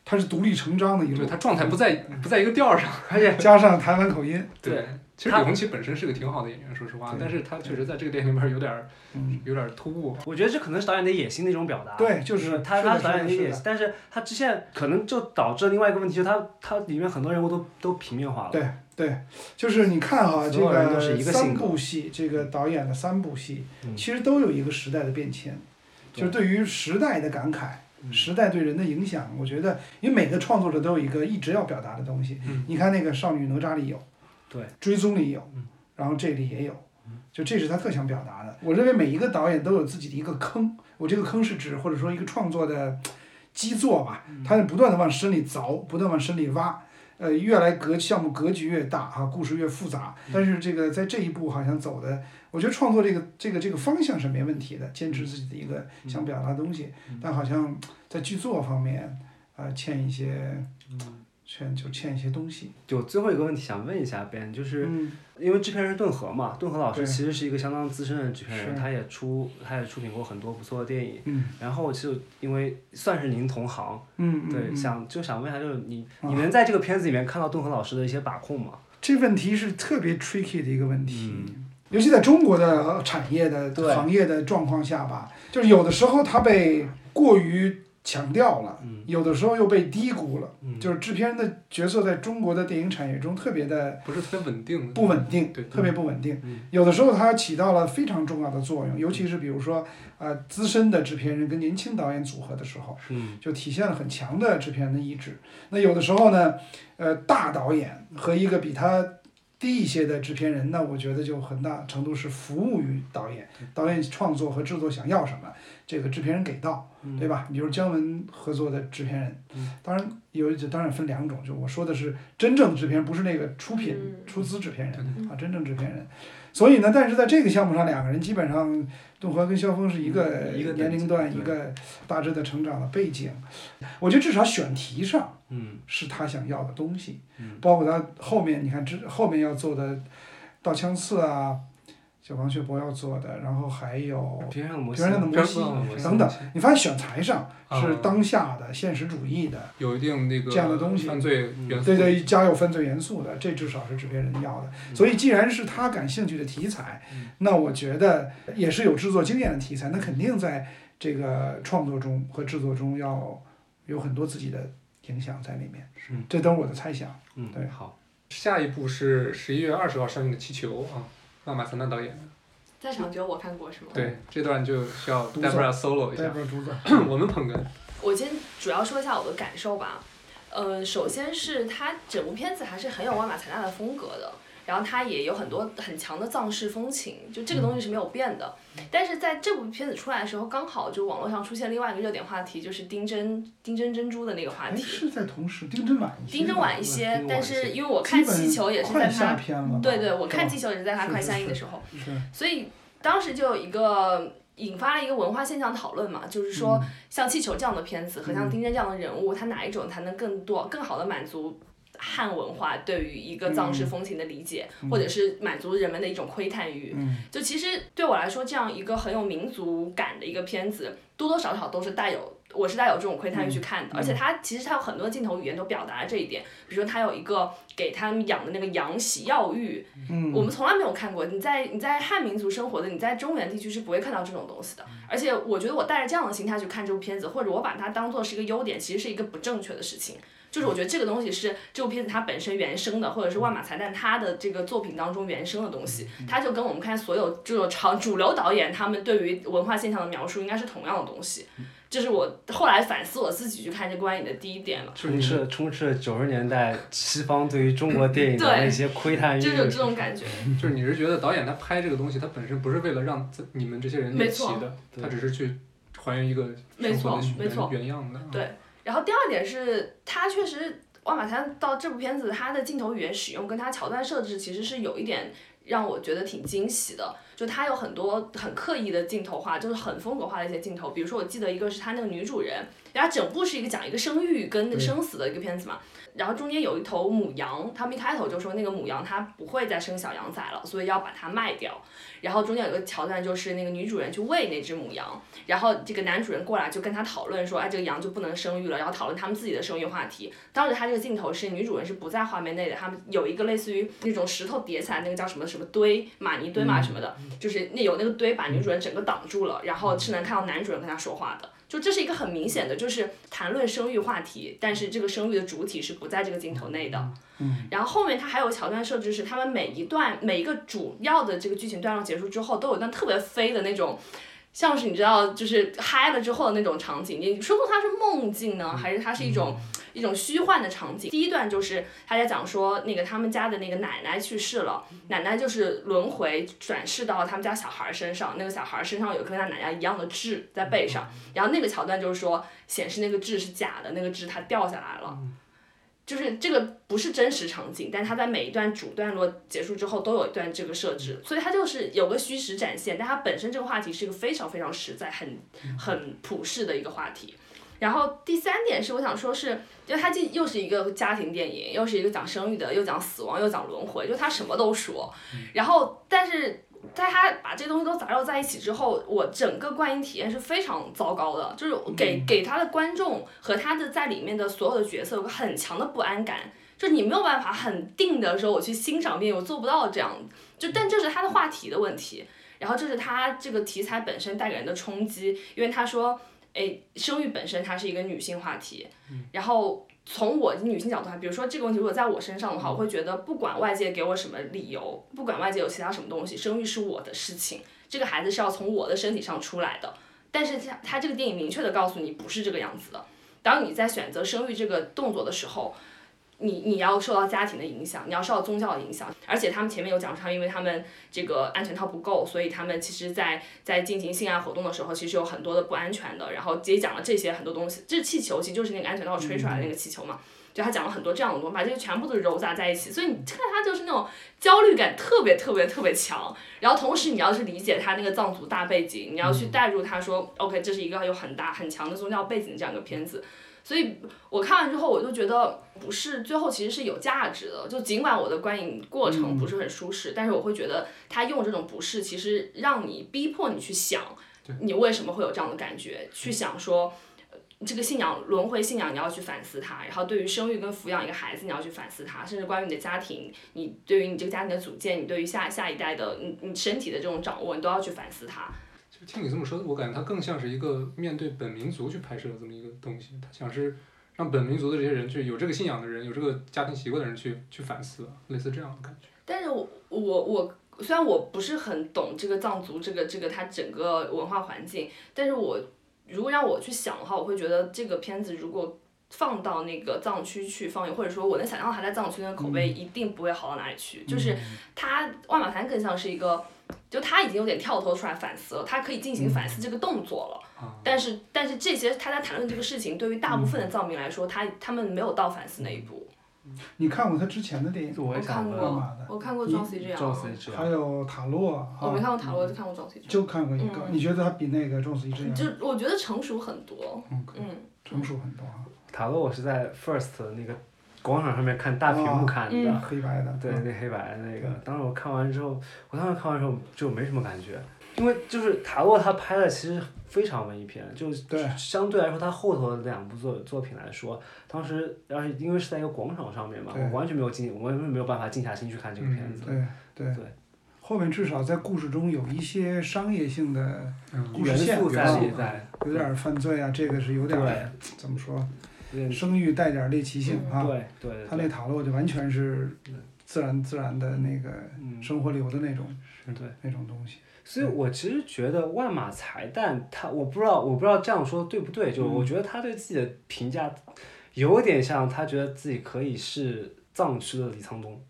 Speaker 2: 他是独立成章的一
Speaker 4: 对
Speaker 2: 路，
Speaker 4: 她状态不在
Speaker 2: 嗯
Speaker 4: 不在一个调 儿上。
Speaker 3: 而且
Speaker 2: 加上台湾口音，
Speaker 3: 对，
Speaker 4: 其实
Speaker 3: 她
Speaker 4: 李红旗本身是个挺好的演员，说实话
Speaker 2: 对，
Speaker 4: 但是她确实在这个电影里边有点儿
Speaker 2: 嗯，
Speaker 4: 有点儿突兀。
Speaker 3: 我觉得这可能是导演的野心的一种表达。
Speaker 2: 对，就
Speaker 3: 就是
Speaker 2: 是
Speaker 3: 他
Speaker 2: 是
Speaker 3: 他
Speaker 2: 的
Speaker 3: 导演的
Speaker 2: 是的
Speaker 3: 野
Speaker 2: 是
Speaker 3: 心，
Speaker 2: 的
Speaker 3: 但是他之前可能就导致另外一个问题，就是他他里面很多人物都都平面化了。
Speaker 2: 对就是你看哈，这
Speaker 3: 所有人都是
Speaker 2: 个
Speaker 3: 一个
Speaker 2: 三
Speaker 3: 性格
Speaker 2: 部戏，这个导演的三部戏，
Speaker 3: 嗯
Speaker 2: 其实都有一个时代的变迁，就是对于时代的感慨。
Speaker 3: 嗯
Speaker 2: 时代对人的影响，我觉得，因为每个创作者都有一个一直要表达的东西。
Speaker 4: 嗯
Speaker 2: 你看那个《少女哪吒》里有，
Speaker 3: 对，
Speaker 2: 《追踪》里有
Speaker 3: 嗯，
Speaker 2: 然后这里也有，就这是他特想表达的。我认为每一个导演都有自己的一个坑，我这个坑是指或者说一个创作的基座吧，
Speaker 3: 嗯
Speaker 2: 他是不断的往深里凿，不断往深里挖。呃，越来格项目格局越大哈、故事越复杂，但是这个在这一步好像走的，我觉得创作这个这个这个方向是没问题的，坚持自己的一个
Speaker 3: 嗯
Speaker 2: 想表达的东西，但好像在剧作方面，呃，欠一些，
Speaker 3: 嗯
Speaker 2: 欠就欠一些东西。
Speaker 3: 就最后一个问题想问一下 Ben，就是
Speaker 2: 嗯，
Speaker 3: 因为制片人是顿河嘛，顿河老
Speaker 2: 对
Speaker 3: 师其实是一个相当资深的制片
Speaker 2: 是
Speaker 3: 人，他也出他也出品过很多不错的电影。
Speaker 2: 嗯
Speaker 3: 然后就因为算是您同行，
Speaker 2: 嗯，
Speaker 3: 对，
Speaker 2: 嗯
Speaker 3: 想就想问一下，就是你
Speaker 2: 啊
Speaker 3: 你能在这个片子里面看到顿河老师的一些把控吗？
Speaker 2: 这问题是特别 tricky 的一个问题，尤其在中国的呃产业的
Speaker 3: 嗯对
Speaker 2: 行业的状况下吧，就是有的时候它被过于强调了，
Speaker 3: 嗯
Speaker 2: 有的时候又被低估了。
Speaker 3: 嗯，
Speaker 2: 就是制片人的角色在中国的电影产业中特别的
Speaker 4: 不是特别稳定的，
Speaker 2: 不稳定，
Speaker 4: 对
Speaker 2: 特别不稳定
Speaker 3: 嗯。
Speaker 2: 有的时候它起到了非常重要的作用，尤其是比如说，呃，资深的制片人跟年轻导演组合的时候，
Speaker 3: 嗯
Speaker 2: 就体现了很强的制片人的意志。那有的时候呢，呃，大导演和一个比他低一些的制片人呢，我觉得就很大程度是服务于导演，导演创作和制作想要什么，这个制片人给到，
Speaker 3: 嗯
Speaker 2: 对吧？你比如姜文合作的制片人，当然有一当然分两种，就我说的是真正的制片人，不是那个出品
Speaker 5: 嗯
Speaker 2: 出资制片人
Speaker 5: 嗯
Speaker 2: 啊，真正制片人。所以呢，但是在这个项目上，两个人基本上，董和跟肖峰是一个
Speaker 3: 嗯一个
Speaker 2: 年龄
Speaker 3: 等
Speaker 2: 段、
Speaker 3: 级
Speaker 2: 一
Speaker 3: 对
Speaker 2: 个大致的成长的背景。我觉得至少选题上
Speaker 3: 嗯
Speaker 2: 是他想要的东西，
Speaker 3: 嗯
Speaker 2: 包括他后面你看之后面要做的，刀枪刺啊，小王学博要做的，然后还有
Speaker 3: 平原上的摩西，
Speaker 2: 平原上的摩
Speaker 4: 西
Speaker 2: 等等，你发现选材上是
Speaker 4: 啊
Speaker 2: 当下的现实主义的，
Speaker 4: 有一定那个
Speaker 2: 这样的东西嗯
Speaker 4: 犯罪元素，嗯
Speaker 2: 对对，加有犯罪元素的，这至少是制片人要的。所以，既然是他感兴趣的题材，那我觉得也是有制作经验的题材，那肯定在这个创作中和制作中要有很多自己的影响在里面。
Speaker 3: 是
Speaker 2: 这都是我的猜想。
Speaker 3: 嗯
Speaker 2: 对
Speaker 3: 好，
Speaker 4: 下一部是十一月二十号上映的《气球》啊，让马三立导演的。
Speaker 5: 在场只有我看过是吗？
Speaker 4: 对，这段就需要
Speaker 2: 嗯独奏
Speaker 4: Debra solo 一
Speaker 2: 待
Speaker 4: 下，
Speaker 2: 会儿读个，
Speaker 4: 我们捧哏。
Speaker 5: 我先主要说一下我的感受吧。呃，首先是它整部片子还是很有万马才纳的风格的，然后它也有很多很强的藏式风情，就这个东西是没有变的。但是在这部片子出来的时候，刚好就网络上出现另外一个热点话题，就是丁真丁真珍珠的那个话
Speaker 2: 哎，
Speaker 5: 题。
Speaker 2: 是在同时丁真晚一些，
Speaker 5: 丁真晚一
Speaker 3: 丁
Speaker 5: 些
Speaker 3: 真晚，一些
Speaker 5: 但是因为我
Speaker 2: 我
Speaker 5: 看气球也是在
Speaker 2: 快下
Speaker 5: 它，
Speaker 2: 片了吧。
Speaker 5: 对对，我看
Speaker 2: 是
Speaker 5: 气球也是在它
Speaker 2: 是
Speaker 5: 快
Speaker 2: 是
Speaker 5: 下映的
Speaker 2: 是
Speaker 5: 时候，
Speaker 2: 吧是
Speaker 5: 所以当时就有一个引发了一个文化现象讨论嘛，就是说像气球这样的片子和像丁真这样的人物，他哪一种才能更多、更好的满足汉文化对于一个藏式风情的理解，或者是满足人们的一种窥探欲？
Speaker 2: 嗯
Speaker 5: 就其实对我来说，这样一个很有民族感的一个片子，多多少少都是带有。我是带有这种窥探欲去看的，而且它其实它有很多镜头语言都表达了这一点，比如说它有一个给他们养的那个羊洗药浴，我们从来没有看过。你在你在汉民族生活的，你在中原地区是不会看到这种东西的。而且我觉得我带着这样的心态去看这部片子，或者我把它当做是一个优点，其实是一个不正确的事情。就是我觉得这个东西是这部片子它本身原生的，或者是万马才旦他的这个作品当中原生的东西，它就跟我们看所有这种常主流导演他们对于文化现象的描述应该是同样的东西。这是我后来反思我自己去看这观影的第一点了。
Speaker 3: 充斥充斥九十年代西方对于中 国电影的
Speaker 5: 对
Speaker 3: 那些窥探欲，
Speaker 5: 哎就是有这种感觉，
Speaker 4: 就是你是觉得导演他拍这个东西，他本身不是为了让自你们这些人
Speaker 5: 没
Speaker 4: 猎奇
Speaker 5: 错
Speaker 4: 的，
Speaker 3: 对
Speaker 4: 他只是去还原一个
Speaker 5: 没
Speaker 4: 生活
Speaker 5: 错
Speaker 4: 的
Speaker 5: 没错
Speaker 4: 原原样的。
Speaker 5: 对然后第二点是，它确实《万马才旦》到这部片子，它的镜头语言使用跟它桥段设置其实是有一点让我觉得挺惊喜的。就它有很多很刻意的镜头化，就是很风格化的一些镜头。比如说，我记得一个是它那个女主人，它整部是一个讲一个生育跟那个生死的一个片子嘛。然后中间有一头母羊，他们一开头就说那个母羊它不会再生小羊崽了，所以要把它卖掉。然后中间有个桥段就是那个女主人去喂那只母羊，然后这个男主人过来就跟他讨论说，哎，这个羊就不能生育了，然后讨论他们自己的生育话题。当时他这个镜头是女主人是不在画面内的，他们有一个类似于那种石头叠起来那个叫什么什么堆马泥堆嘛什么的，就是那有那个堆把女主人整个挡住了，然后是能看到男主人跟他说话的。就这是一个很明显的，就是谈论生育话题，但是这个生育的主体是不在这个镜头内的。
Speaker 2: 嗯，
Speaker 5: 然后后面它还有桥段设置是，他们每一段每一个主要的这个剧情段落结束之后，都有一段特别飞的那种，像是你知道就是嗨了之后的那种场景。你说不它是梦境呢，还是它是一种一种虚幻的场景？第一段就是他在讲说那个他们家的那个奶奶去世了，奶奶就是轮回转世到他们家小孩身上，那个小孩身上有跟他奶奶一样的痣在背上，然后那个桥段就是说显示那个痣是假的，那个痣它掉下来了。就是这个不是真实场景，但它在每一段主段落结束之后都有一段这个设置，所以它就是有个虚实展现，但它本身这个话题是一个非常非常实在、很很普世的一个话题。然后第三点是，我想说是，因为它这又是一个家庭电影，又是一个讲生育的，又讲死亡，又讲轮回，就它什么都说。然后，但是在它把这些东西都杂糅在一起之后，我整个观影体验是非常糟糕的，就是给给他的观众和他的在里面的所有的角色有个很强的不安感，就是你没有办法很定的时候我去欣赏电影，我做不到这样。就但这是他的话题的问题，然后这是他这个题材本身带给人的冲击，因为他说。诶，生育本身它是一个女性话题，然后从我女性角度看，比如说这个问题如果在我身上的话，我会觉得不管外界给我什么理由，不管外界有其他什么东西，生育是我的事情，这个孩子是要从我的身体上出来的。但是它它这个电影明确的告诉你不是这个样子的。当你在选择生育这个动作的时候，你你要受到家庭的影响，你要受到宗教的影响，而且他们前面有讲上，因为他们这个安全套不够，所以他们其实在在进行性爱活动的时候，其实有很多的不安全的。然后也讲了这些很多东西，这气球其实就是那个安全套吹出来的那个气球嘛，就他讲了很多这样的东西，把这些全部都揉杂在一起，所以你看他就是那种焦虑感特别特别特别强。然后同时你要去理解他那个藏族大背景，你要去带入他说、o k 这是一个有很大很强的宗教背景的这样一个片子。所以我看完之后，我就觉得不是最后其实是有价值的。就尽管我的观影过程不是很舒适，但是我会觉得他用这种不适，其实让你逼迫你去想，你为什么会有这样的感觉，去想说。呃这个信仰轮回信仰，你要去反思它。然后对于生育跟抚养一个孩子，你要去反思它，甚至关于你的家庭，你对于你这个家庭的组建，你对于下下一代的你你身体的这种掌握，你都要去反思它。
Speaker 4: 就听你这么说，我感觉它更像是一个面对本民族去拍摄的这么一个东西，它想是让本民族的这些人去有这个信仰的人，有这个家庭习惯的人去去反思，类似这样的感觉。
Speaker 5: 但是我我我虽然我不是很懂这个藏族这个这个它整个文化环境，但是我如果让我去想的话，我会觉得这个片子如果放到那个藏区去放映，或者说我能想象它在藏区的口碑一定不会好到哪里去。就是它万马滩更像是一个，就它已经有点跳脱出来反思了，它可以进行反思这个动作了。
Speaker 4: 啊
Speaker 5: 但是但是这些他在谈论这个事情，对于大部分的藏民来说，他他们没有到反思那一步。
Speaker 2: 你看过他之前的电影，
Speaker 3: 我也
Speaker 5: 我
Speaker 3: 想
Speaker 5: 看
Speaker 3: 问
Speaker 2: 干
Speaker 5: 过
Speaker 2: 嘛的，
Speaker 5: 我看过《
Speaker 2: 你
Speaker 5: 撞死一只羊》。
Speaker 3: 撞死一只
Speaker 2: 还
Speaker 3: 羊，
Speaker 2: 有塔洛
Speaker 5: 啊我没
Speaker 2: 啊，
Speaker 5: 看过塔罗，就看过撞死一只
Speaker 2: 就看过一个。你觉得他比那个《撞死一只
Speaker 5: 羊，
Speaker 2: 羊》
Speaker 5: 就我觉得成熟很多。
Speaker 2: 嗯
Speaker 5: 嗯，
Speaker 2: 成熟很多啊？
Speaker 3: 塔罗我是在 First 的那个广场上面看大屏
Speaker 2: 啊
Speaker 3: 幕看的。
Speaker 5: 嗯
Speaker 2: 黑白的，
Speaker 3: 对，
Speaker 2: 嗯
Speaker 3: 那黑白的那个，当时我看完之后，我当时看完之后就没什么感觉，因为就是塔洛他拍的其实非常文艺片，就
Speaker 2: 对
Speaker 3: 相对来说他后头的两部作作品来说，当时要是因为是在一个广场上面嘛，
Speaker 2: 对
Speaker 3: 我完全没有静，我完全没有办法静下心去看这个片子。
Speaker 2: 对对
Speaker 3: 对
Speaker 2: 后面至少在故事中有一些商业性的嗯故
Speaker 3: 嗯元
Speaker 2: 事线
Speaker 3: 素在里
Speaker 2: 啊
Speaker 3: 在，
Speaker 2: 有点儿犯罪啊，这个是有点儿怎么说，
Speaker 3: 有点
Speaker 2: 生育带点儿猎奇性啊。
Speaker 3: 对对
Speaker 2: 他
Speaker 3: 对
Speaker 2: 那塔洛就完全是自然自然的那个
Speaker 3: 嗯
Speaker 2: 生活流的那种
Speaker 3: 对。
Speaker 2: 那种东西。
Speaker 3: 所以，我其实觉得万马才旦他，我不知道，我不知道这样说对不对？就
Speaker 2: 嗯
Speaker 3: 我觉得他对自己的评价，有点像他觉得自己可以是藏区的李沧东。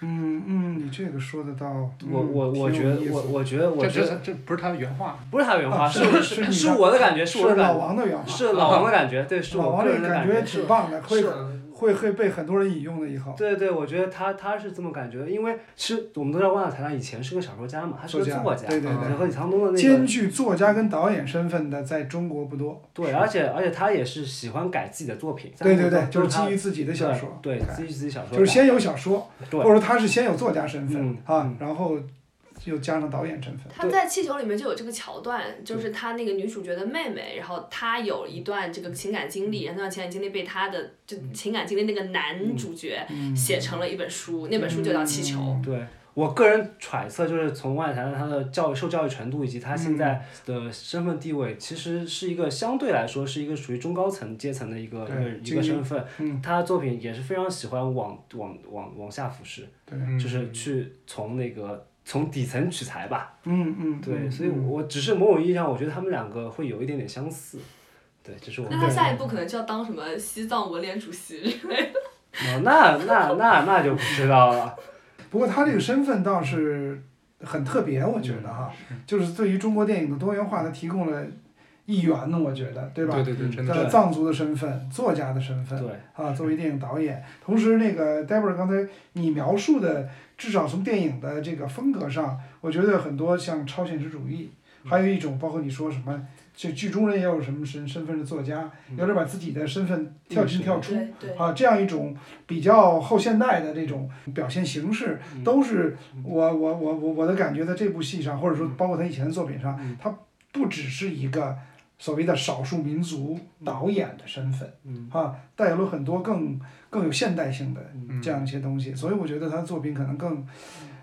Speaker 2: 嗯嗯，你这个说的倒，嗯
Speaker 3: 我我我觉
Speaker 2: 挺有
Speaker 3: 得
Speaker 2: 意思
Speaker 3: 我我觉得我
Speaker 4: 这
Speaker 3: 觉
Speaker 4: 这
Speaker 3: 得
Speaker 4: 这不是他原话，
Speaker 3: 不是他原话，
Speaker 2: 啊
Speaker 3: 是
Speaker 2: 是
Speaker 3: 我
Speaker 2: 是
Speaker 3: 是
Speaker 2: 你
Speaker 3: 是
Speaker 2: 的
Speaker 3: 我的感觉，是我
Speaker 2: 是
Speaker 3: 的
Speaker 2: 老
Speaker 3: 感觉，
Speaker 2: 王的原话，啊
Speaker 3: 是老王的感觉，对，是
Speaker 2: 老
Speaker 3: 我
Speaker 2: 王
Speaker 3: 个
Speaker 2: 这
Speaker 3: 人
Speaker 2: 个
Speaker 3: 的
Speaker 2: 感
Speaker 3: 觉，
Speaker 4: 啊
Speaker 2: 觉挺棒的，会会会被很多人引用的一号。
Speaker 3: 对对，我觉得他他是这么感觉的，因为其实我们都知道万晓台长以前是个小说家嘛，他是个
Speaker 2: 作家
Speaker 3: 作家，啊
Speaker 2: 对对
Speaker 4: 对
Speaker 3: 和李沧东的那
Speaker 2: 兼
Speaker 3: 个
Speaker 2: 具作家跟导演身份的，在中国不多。
Speaker 3: 对，而且而且他也是喜欢改自己的作品，
Speaker 2: 对对对，就
Speaker 3: 就
Speaker 2: 是
Speaker 3: 他
Speaker 2: 基于自己的小说，
Speaker 3: 对
Speaker 2: 改
Speaker 3: 自己自己小说改，
Speaker 2: 就是先有小说，
Speaker 3: 对
Speaker 2: 或者说他是先有作家身份
Speaker 3: 嗯
Speaker 2: 啊
Speaker 3: 嗯，
Speaker 2: 然后又加上导演身份。
Speaker 5: 他在《气球》里面就有这个桥段，就是他那个女主角的妹妹，然后她有一段这个情感经历，然后那段情感经历被她的就情感经历那个男主角
Speaker 2: 嗯，
Speaker 5: 写成了一本书，那本书就叫《气球》。
Speaker 3: 对我个人揣测，就是从万晓台他的教育受教育程度以及他
Speaker 2: 嗯
Speaker 3: 现在的身份地位，其实是一个相对来说是一个属于中高层阶层的一个一个
Speaker 2: 对
Speaker 3: 一
Speaker 2: 精
Speaker 3: 个
Speaker 2: 英
Speaker 3: 身份。
Speaker 2: 嗯
Speaker 3: 他的作品也是非常喜欢往往往往下俯视，
Speaker 2: 对，
Speaker 4: 嗯
Speaker 3: 就是去从那个从底层取材吧。
Speaker 2: 嗯嗯，
Speaker 3: 对，
Speaker 2: 嗯
Speaker 3: 所以我只是某种意义上，我觉得他们两个会有一点点相似。对，这是我
Speaker 5: 那
Speaker 3: 们个
Speaker 5: 他
Speaker 3: 人。
Speaker 5: 下一步可能就要当什么西藏文联主席？
Speaker 3: 哦那那那那就不知道 了。
Speaker 2: 不过他这个身份倒是很特别，我觉得哈，
Speaker 3: 嗯
Speaker 2: 就是对于中国电影的多元化，它提供了一员呢，我觉得，对吧？
Speaker 4: 对对对，真
Speaker 2: 呃，
Speaker 4: 的，
Speaker 2: 藏族的身份，作家的身份，
Speaker 3: 对，
Speaker 2: 啊，作为电影导演，同时那个 Deborah 刚才你描述的，至少从电影的这个风格上，我觉得很多像超现实主义，还有一种包括你说什么，这剧中人也有什么身身份的作家，
Speaker 4: 嗯
Speaker 2: 有点把自己的身份跳进跳出，
Speaker 5: 对对，
Speaker 2: 啊，这样一种比较后现代的这种表现形式，都是我我我我我的感觉，在这部戏上，或者说包括他以前的作品上，他不只是一个所谓的少数民族导演的身份，啊，带有了很多更更有现代性的
Speaker 4: 嗯
Speaker 2: 这样一些东西，所以我觉得他的作品可能更。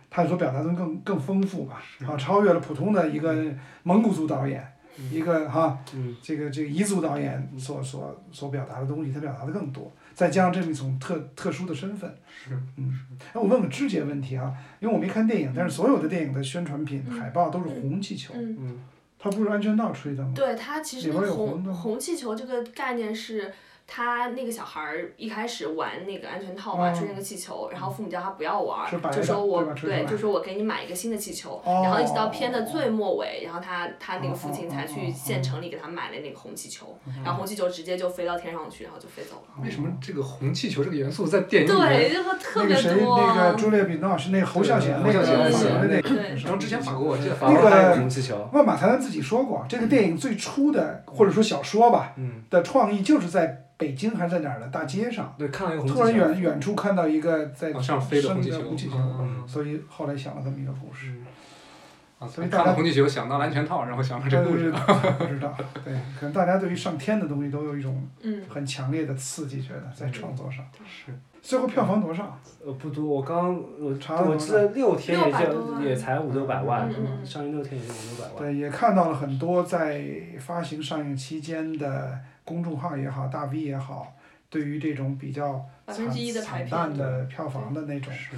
Speaker 2: 他所表达的更更丰富吧，啊，超越了普通的一个蒙古族导演，一个哈、
Speaker 3: 嗯
Speaker 2: 这个这个彝族导演所所所表达的东西，他表达的更多，再加上这么一种特特殊的身份。
Speaker 4: 是，
Speaker 2: 嗯。那我问个肢节问题啊，因为我没看电影，但是所有的电影的宣传品海报都是红气球，
Speaker 5: 嗯，
Speaker 3: 嗯，
Speaker 2: 它不是安全套吹的吗？
Speaker 5: 对它其
Speaker 2: 嗯
Speaker 5: 实
Speaker 2: 里
Speaker 5: 那
Speaker 2: 边有
Speaker 5: 个红
Speaker 2: 红的吗
Speaker 5: 红气球这个概念是。他那个小孩儿一开始玩那个安全套嘛，
Speaker 2: 哦
Speaker 5: 吹那个气球，然后父母叫他不要玩
Speaker 2: 是白
Speaker 5: 儿，
Speaker 2: 的
Speaker 5: 就说我
Speaker 2: 对吧吹出
Speaker 5: 对，
Speaker 2: 来
Speaker 5: 就说我给你买一个新的气球，
Speaker 2: 哦啊
Speaker 5: 然后一直到片的最末尾，然后他他那个父亲才
Speaker 2: 哦哦哦
Speaker 5: 去
Speaker 2: 哦
Speaker 5: 县城里给他买了那个红气球，
Speaker 2: 嗯
Speaker 5: 然后红气球直接就飞到天上去，然后就飞走了。
Speaker 4: 为什么这个红气球这个元素在电影里面？
Speaker 5: 对，这个特
Speaker 2: 那
Speaker 5: 别
Speaker 2: 个谁，
Speaker 5: 多。
Speaker 2: 那个朱丽叶·比诺是那个侯孝贤那个
Speaker 4: 侯孝
Speaker 5: 贤
Speaker 2: 法国的那
Speaker 5: 对
Speaker 2: 个，
Speaker 4: 然后之前法国，我记得法
Speaker 2: 那个
Speaker 4: 国
Speaker 3: 还有红气球。
Speaker 2: 万马才旦自己说过，这个电影最初的或者说小说吧
Speaker 3: 嗯
Speaker 2: 的创意就是在北京还是在哪儿的大街上，
Speaker 3: 对，看了一个红气
Speaker 2: 突
Speaker 3: 球。
Speaker 2: 然远远处看到一个在
Speaker 4: 往上飞的红气
Speaker 2: 升
Speaker 4: 球，
Speaker 2: 的红气球，
Speaker 4: 嗯
Speaker 2: 所以后来想了这么一个故事。
Speaker 4: 啊，
Speaker 2: 所以大家
Speaker 4: 看了红气球想到了安全套，然后想到啊这
Speaker 2: 对
Speaker 4: 个故事，
Speaker 2: 不知道，对，可能大家对于上天的东西都有一种
Speaker 5: 嗯，
Speaker 2: 很强烈的刺激，觉得在创作上。
Speaker 4: 是
Speaker 2: 最后票房多少？
Speaker 3: 呃，不多，我刚我
Speaker 2: 查了
Speaker 3: 我
Speaker 2: 多
Speaker 3: 记
Speaker 2: 少
Speaker 3: 得六天也
Speaker 5: 600多
Speaker 3: 就
Speaker 5: 万
Speaker 3: 也才五六百万，
Speaker 5: 嗯嗯嗯
Speaker 3: 上映六天也就五六百万。
Speaker 2: 对，也看到了很多在发行上映期间的公众号也好，大 V 也好，对于这种比较
Speaker 5: 百分
Speaker 2: 惨
Speaker 5: 之一的
Speaker 2: 惨
Speaker 5: 排片
Speaker 2: 淡。的票房的那种。
Speaker 4: 是，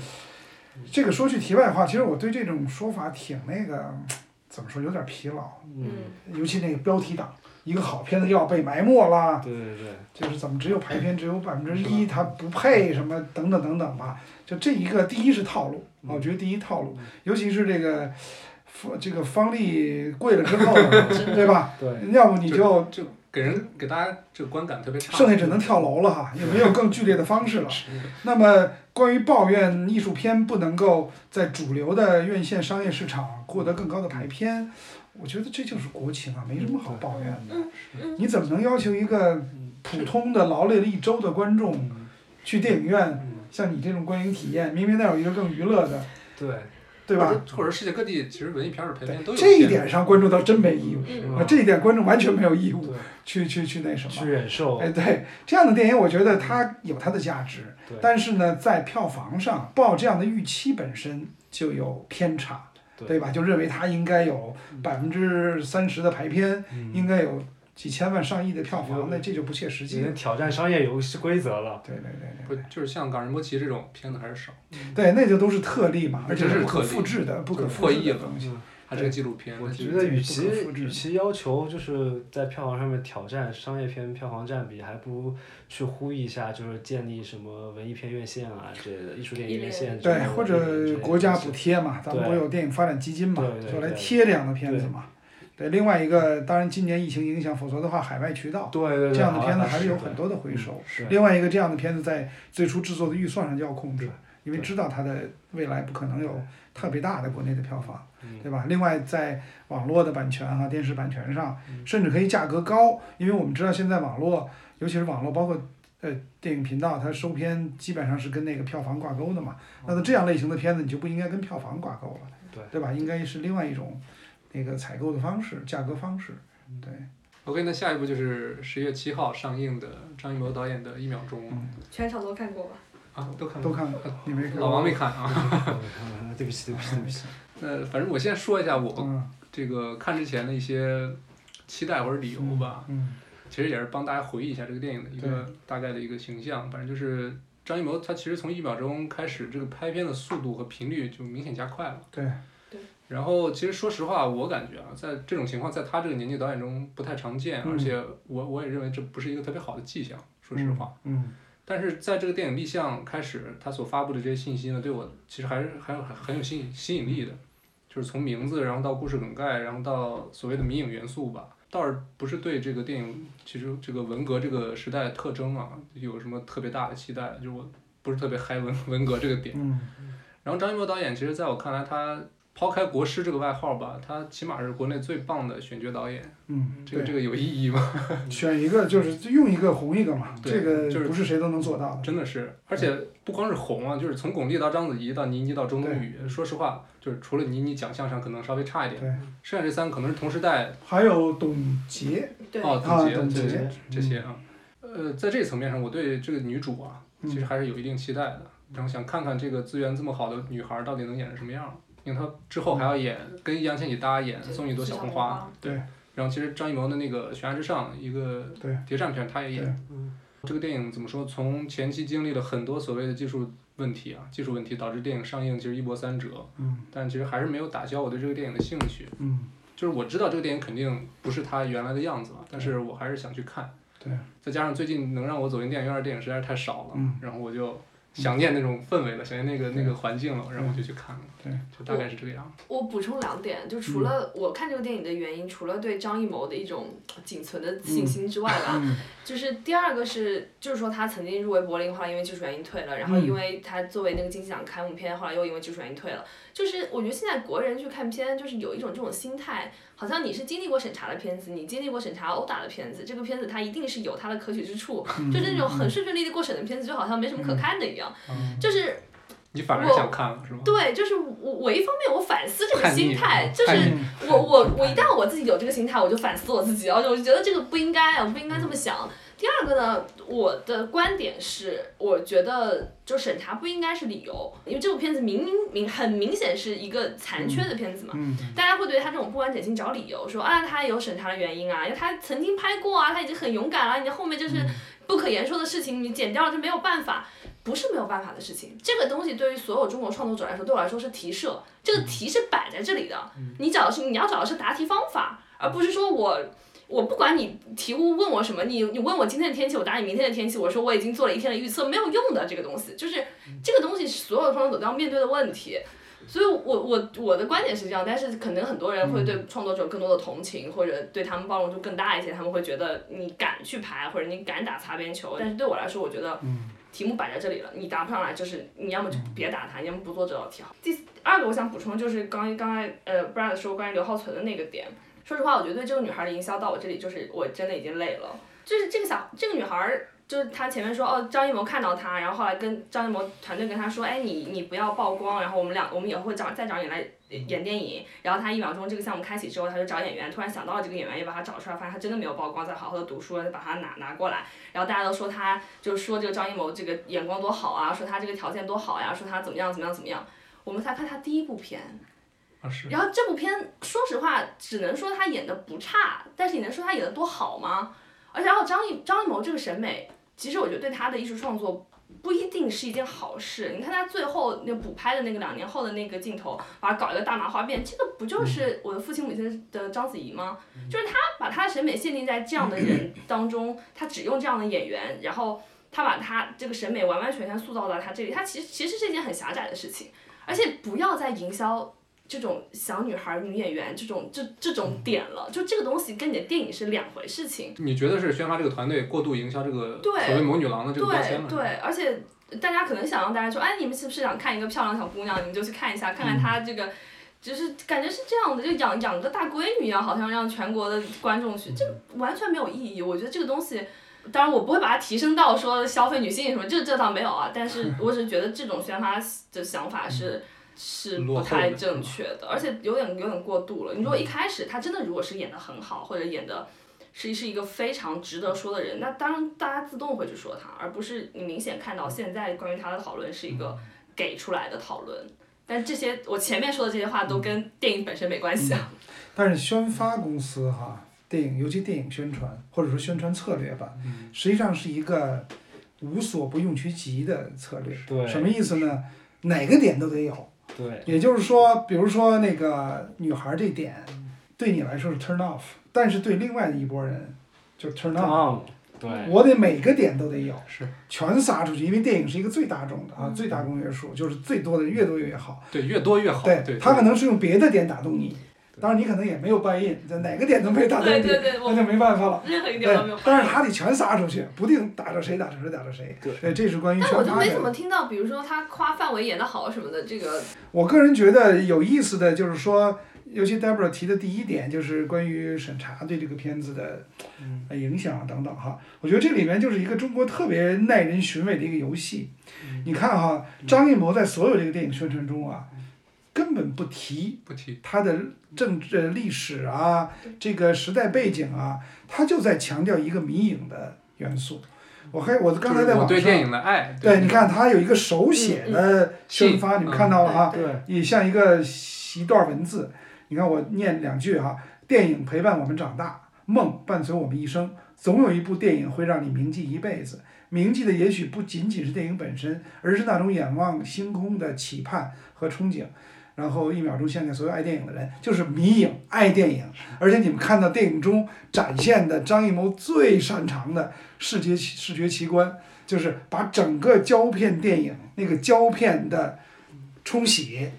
Speaker 2: 这个说句题外话，其实我对这种说法挺那个，怎么说，有点疲劳。
Speaker 3: 嗯，
Speaker 5: 嗯，
Speaker 2: 尤其那个标题党，一个好片子又要被埋没啦，
Speaker 3: 对对对，
Speaker 2: 就是怎么只有排片只有百分之
Speaker 4: 是
Speaker 2: 一，它不配什么等等等等吧。就这一个，第一是套路，
Speaker 3: 嗯
Speaker 2: 我觉得第一套路
Speaker 3: 嗯，
Speaker 2: 尤其是这个方这个方力跪了之 后，对吧？
Speaker 3: 对，
Speaker 2: 要不你就
Speaker 4: 就给人给大家这个观感特别 差，
Speaker 2: 剩下只能跳楼了哈，也没有更剧烈的方式了。那么，关于抱怨艺术片不能够在主流的院线商业市场获得更高的排片，我觉得这就是国情啊，没什么好抱怨的。你怎么能要求一个普通的劳累了一周的观众去电影院，像你这种观影体验，明明那有一个更娱乐的，
Speaker 3: 对，
Speaker 5: 嗯
Speaker 2: 对吧？？
Speaker 4: 或者世界各地其实文艺片儿的排片都有
Speaker 2: 这一点上观众倒真没义务
Speaker 5: 嗯
Speaker 2: 啊，这一点观众完全没有义务
Speaker 3: 对
Speaker 2: 去去去那什么
Speaker 3: 去。忍受，
Speaker 2: 哎，对，这样的电影，我觉得它有它的价值，
Speaker 3: 嗯对
Speaker 2: 但是呢，在票房上抱这样的预期本身就有偏差，
Speaker 3: 对嗯
Speaker 2: 吧？就认为它应该有百分之三十的排片，应该有几千万上亿的票房，那这就不切实
Speaker 3: 已
Speaker 2: 际了
Speaker 3: 经。挑战商业游戏规则了。
Speaker 2: 对对对
Speaker 4: 不就是像冈仁波齐这种片子还是少，
Speaker 2: 对，对，那就都是特例嘛，而且
Speaker 4: 这
Speaker 2: 是
Speaker 4: 是
Speaker 2: 不可
Speaker 4: 特例
Speaker 2: 复制的、不可
Speaker 4: 就是
Speaker 2: 复制
Speaker 4: 破亿
Speaker 2: 的
Speaker 4: 了
Speaker 2: 东西。
Speaker 4: 它是个纪录片，
Speaker 3: 我
Speaker 4: 它
Speaker 3: 觉
Speaker 4: 是
Speaker 3: 得与
Speaker 2: 这
Speaker 3: 其
Speaker 2: 个不可复制
Speaker 3: 与其要求就是在票房上面挑战商业片票房占比，还不如去呼吁一下，就是建立什么文艺片院线啊之类的，艺术电影院线之类
Speaker 2: 对
Speaker 3: 的，，
Speaker 2: 或
Speaker 3: 这种之类
Speaker 2: 者
Speaker 3: 的
Speaker 2: 国家
Speaker 3: 东西
Speaker 2: 补贴嘛，咱们不
Speaker 3: 对
Speaker 2: 有电影发展基金嘛
Speaker 3: 对，对
Speaker 2: 就来
Speaker 3: 对
Speaker 2: 贴这样的片子嘛。对，另外一个当然今年疫情影响，否则的话海外渠道
Speaker 3: 对对对，
Speaker 2: 这样的片子
Speaker 3: 好像
Speaker 2: 还是有
Speaker 3: 的 嗯
Speaker 2: 很多的回收。
Speaker 3: 是
Speaker 2: 另外一个这样的片子在最初制作的预算上就要控制
Speaker 3: 对，
Speaker 2: 因为
Speaker 3: 对
Speaker 2: 知道它的未来不可能有特别大的国内的票房
Speaker 3: 嗯，
Speaker 2: 对吧？另外在网络的版权啊、电视版权上
Speaker 3: 嗯，
Speaker 2: 甚至可以价格高，因为我们知道现在网络，尤其是网络包括。呃，电影频道它收片基本上是跟那个票房挂钩的嘛，那么这样类型的片子你就不应该跟票房挂钩了，
Speaker 3: 嗯对
Speaker 2: 对吧？应该是另外一种那个采购的方式、价格方式。
Speaker 4: OK，那下一部就是十月七号上映的张艺谋导演的《一秒钟
Speaker 2: 嗯》
Speaker 5: 全场都看过吧？
Speaker 4: 啊，都看
Speaker 2: 都
Speaker 4: 过，
Speaker 2: 看过，你没
Speaker 3: 哦
Speaker 2: 看？
Speaker 4: 老王没。看啊。
Speaker 3: 嗯对不起对不起对不起，
Speaker 4: 那反正我先说一下我
Speaker 2: 嗯
Speaker 4: 这个看之前的一些期待或者理由吧，
Speaker 2: 嗯
Speaker 4: 其实也是帮大家回忆一下这个电影的一个大概的一个形象。反正就是张艺谋他其实从《一秒钟》开始，这个拍片的速度和频率就明显加快了。
Speaker 2: 对。
Speaker 4: 然后，其实说实话，我感觉啊，在这种情况，在他这个年纪导演中不太常见，
Speaker 2: 嗯
Speaker 4: 而且我我也认为这不是一个特别好的迹象。说实话，
Speaker 2: 嗯，
Speaker 4: 但是在这个电影立项开始，他所发布的这些信息呢，对我其实还是还有很有吸引吸引力的，就是从名字，然后到故事梗概，然后到所谓的迷影元素吧，倒是不是对这个电影其实这个文革这个时代的特征啊有什么特别大的期待，就是我不是特别嗨文文革这个点。
Speaker 2: 嗯
Speaker 4: 然后张艺谋导演，其实在我看来，他抛开国师这个外号吧，他起码是国内最棒的选角导演，
Speaker 2: 嗯，
Speaker 4: 这个这
Speaker 2: 对，
Speaker 4: 个有意义吗？
Speaker 2: 选一个就是用一个红一个嘛，
Speaker 4: 对
Speaker 2: 这个
Speaker 4: 就是
Speaker 2: 不是谁都能做到的。
Speaker 4: 真的是，而且不光是红啊，就是从巩俐到章子怡到倪妮到周冬雨，说实话，就是除了倪妮奖项上可能稍微差一点，
Speaker 2: 对，
Speaker 4: 剩下这三可能是同时代
Speaker 2: 还有董洁
Speaker 5: 对，
Speaker 4: 哦，
Speaker 2: 啊，
Speaker 4: 董
Speaker 2: 董
Speaker 4: 洁这
Speaker 2: 洁，
Speaker 4: 这些啊，呃，在这层面上，我对这个女主啊，
Speaker 2: 嗯
Speaker 4: 其实还是有一定期待的，然后想看看这个资源这么好的女孩到底能演成什么样，因为她之后还要演跟易烊千玺搭演《送你一朵小红花》，
Speaker 2: 对，
Speaker 4: 然后其实张艺谋的那个《悬崖之上》一个
Speaker 2: 对
Speaker 4: 谍战片，他也
Speaker 2: 对嗯
Speaker 4: 演。这个电影怎么说？从前期经历了很多所谓的技术问题啊，技术问题导致电影上映其实一波三折，
Speaker 2: 嗯
Speaker 4: 但其实还是没有打消我对这个电影的兴趣。
Speaker 2: 嗯，
Speaker 4: 就是我知道这个电影肯定不是它原来的样子了，但是我还是想去看。
Speaker 2: 对，
Speaker 4: 再加上最近能让我走进电影院的电影实在是太少了，
Speaker 2: 嗯
Speaker 4: 然后我就想念那种氛围了，想念那个
Speaker 2: 对
Speaker 4: 那个环境了，然后我就去看了。
Speaker 2: 对，
Speaker 4: 就大概是这个样子。
Speaker 5: 我补充两点，就除了我看这个电影的原因，除了对张艺谋的一种仅存的信心之外吧，
Speaker 2: 嗯
Speaker 5: 就是第二个是，就是说他曾经入围柏林，后来因为技术原因退了，然后
Speaker 2: 嗯
Speaker 5: 因为他作为那个金像奖开幕片，后来又因为技术原因退了。就是我觉得现在国人去看片，就是有一种这种心态，好像你是经历过审查的片子，你经历过审查殴打的片子，这个片子它一定是有它的可取之处，就是那种很顺顺利利过审的片子，就好像没什么可看的一样。就是
Speaker 4: 你反而
Speaker 5: 我
Speaker 4: 想看了是吧？
Speaker 5: 对，就是我我一方面我反思这个
Speaker 4: 哦叛逆哦
Speaker 5: 心态，就
Speaker 4: 叛
Speaker 5: 是
Speaker 4: 逆
Speaker 2: 嗯
Speaker 5: 我我我一旦我自己有这个心态，我就反思我自己，而且我就觉得这个不应该，啊我不应该这么想。第二个呢，我的观点是，我觉得就审查不应该是理由，因为这部片子明明明很明显是一个残缺的片子嘛，
Speaker 2: 嗯
Speaker 5: 大家会对他这种不完整性找理由，说啊，他有审查的原因啊，因为他曾经拍过啊，他已经很勇敢了，你后面就是
Speaker 2: 嗯
Speaker 5: 不可言说的事情，你剪掉了就没有办法，不是没有办法的事情。这个东西对于所有中国创作者来说，对我来说是题设，这个题是摆在这里的，你找的是你要找的是答题方法，而不是说我。我不管你题目问我什么，你你问我今天的天气，我答你明天的天气。我说我已经做了一天的预测，没有用的。这个东西就是这个东西，是所有创作者都要面对的问题。所以我，我我的观点是这样，但是可能很多人会对创作者有更多的同情，或者对他们包容度更大一些，他们会觉得你敢去拍，或者你敢打擦边球。但是对我来说，我觉得题目摆在这里了，你答不上来就是你要么就别打它，你要么不做这道题好。第二个我想补充就是刚刚才呃 Brad 说关于刘浩存的那个点，说实话，我觉得对这个女孩的营销到我这里就是我真的已经累了，就是这个小这个女孩儿就是他前面说哦，张艺谋看到他，然后后来跟张艺谋团队跟他说，哎，你你不要曝光，然后我们俩我们也会找再找你来演电影。然后他一秒钟这个项目开启之后，他就找演员，突然想到了这个演员，也把他找出来，发现他真的没有曝光，再好好的读书，再把他拿拿过来。然后大家都说他就是说这个张艺谋这个眼光多好啊，说他这个条件多好呀、说他怎么样怎么样怎么样。我们才看他第一部片，
Speaker 4: 啊是。
Speaker 5: 然后这部片，说实话，只能说他演的不差，但是你能说他演的多好吗？而且，然后张艺张艺谋这个审美，其实我觉得对他的艺术创作不一定是一件好事。你看他最后那补拍的那个两年后的那个镜头，把他搞一个大麻花辫，这个不就是我的父亲母亲的章子怡吗？就是他把他的审美限定在这样的人当中，他只用这样的演员，然后他把他这个审美完完全全塑造到他这里，他其实其实是一件很狭窄的事情。而且不要再营销这种小女孩女演员这种这这种点了，就这个东西跟你的电影是两回事情。
Speaker 4: 你觉得是宣发这个团队过度营销这个
Speaker 5: 对
Speaker 4: 所谓魔女郎的这
Speaker 5: 对
Speaker 4: 个标签吗？
Speaker 5: 对，而且大家可能想让大家说，哎，你们是不是想看一个漂亮小姑娘，你们就去看一下，看
Speaker 4: 嗯
Speaker 5: 看她这个。就是感觉是这样的，就养养个大闺女一样，好像让全国的观众去，这完全没有意义。我觉得这个东西，当然我不会把它提升到说消费女性什么，这这倒没有啊。但是我只是觉得这种宣发的想法是是
Speaker 4: 落后
Speaker 5: 不
Speaker 4: 的
Speaker 5: 太
Speaker 4: 是吧
Speaker 5: 正确的，而且有点有点过度了。你如果一开始她真的如果是演的很好，或者演的是是一个非常值得说的人，那当然大家自动会去说他，而不是你明显看到现在关于他的讨论是一个给出来的讨论。但这些我前面说的这些话都跟电影本身没关系啊。
Speaker 2: 但是宣发公司哈，电影尤其电影宣传或者说宣传策略吧，
Speaker 4: 嗯
Speaker 2: 实际上是一个无所不用其极的策略。
Speaker 3: 对
Speaker 2: 什么意思呢？哪个点都得有。
Speaker 3: 对
Speaker 2: 也就是说，比如说那个女孩这点，对你来说是 turn off，但是对另外的一拨人就是 turn on。
Speaker 3: ，on，对
Speaker 5: 哎
Speaker 2: 我得每个点都得有，
Speaker 4: 是
Speaker 2: 全撒出去，因为电影是一个最大众的
Speaker 5: 嗯
Speaker 2: 啊，最大公约数，就是最多的人越多越好。
Speaker 4: 对，越多越好。
Speaker 2: 对，
Speaker 4: 对，
Speaker 2: 他可
Speaker 4: 对
Speaker 2: 能是用别的点打动你，当然你可能也没有 buy in，在哪个点都没打动
Speaker 5: 对
Speaker 2: 你，
Speaker 5: 对对，
Speaker 2: 那
Speaker 5: 我
Speaker 2: 就没办法了。
Speaker 5: 任何一
Speaker 2: 啊对
Speaker 5: 点都没有，。
Speaker 2: 但是他得全撒出去，不定打着谁打着谁打着谁。
Speaker 3: 对
Speaker 2: 对，这是关于
Speaker 5: 但我
Speaker 2: 宣
Speaker 5: 就
Speaker 2: 发
Speaker 5: 没怎么
Speaker 2: 的。
Speaker 5: 听到，比如说他夸范伟演的好什么的，这个
Speaker 2: 我个人觉得有意思的就是说，尤其 Deborah 提的第一点，就是关于审查对这个片子的
Speaker 4: 嗯
Speaker 2: 呃影响等等哈。我觉得这里面就是一个中国特别耐人寻味的一个游戏。
Speaker 4: 嗯
Speaker 2: 你看哈，张艺谋在所有这个电影宣传中啊，
Speaker 4: 嗯
Speaker 2: 根本不提
Speaker 4: 不提，
Speaker 2: 他的政治呃历史啊，这个时代背景啊，他就在强调一个迷影的元素。我还我刚才
Speaker 4: 就是
Speaker 2: 在
Speaker 4: 我
Speaker 2: 网
Speaker 4: 对电
Speaker 2: 上，
Speaker 4: 影的爱。
Speaker 2: 对，你看他有一个手写的宣发，
Speaker 4: 嗯
Speaker 2: 你们看到了哈，
Speaker 3: 对，
Speaker 2: 也像一个一段文字。你看我念两句哈，电影陪伴我们长大，梦伴随我们一生，总有一部电影会让你铭记一辈子。铭记的也许不仅仅是电影本身，而是那种眼望星空的期盼和憧憬。然后一秒钟献给所有爱电影的人，就是迷影爱电影。而且你们看到电影中展现的张艺谋最擅长的视觉视觉奇观，就是把整个胶片电影那个胶片的冲洗、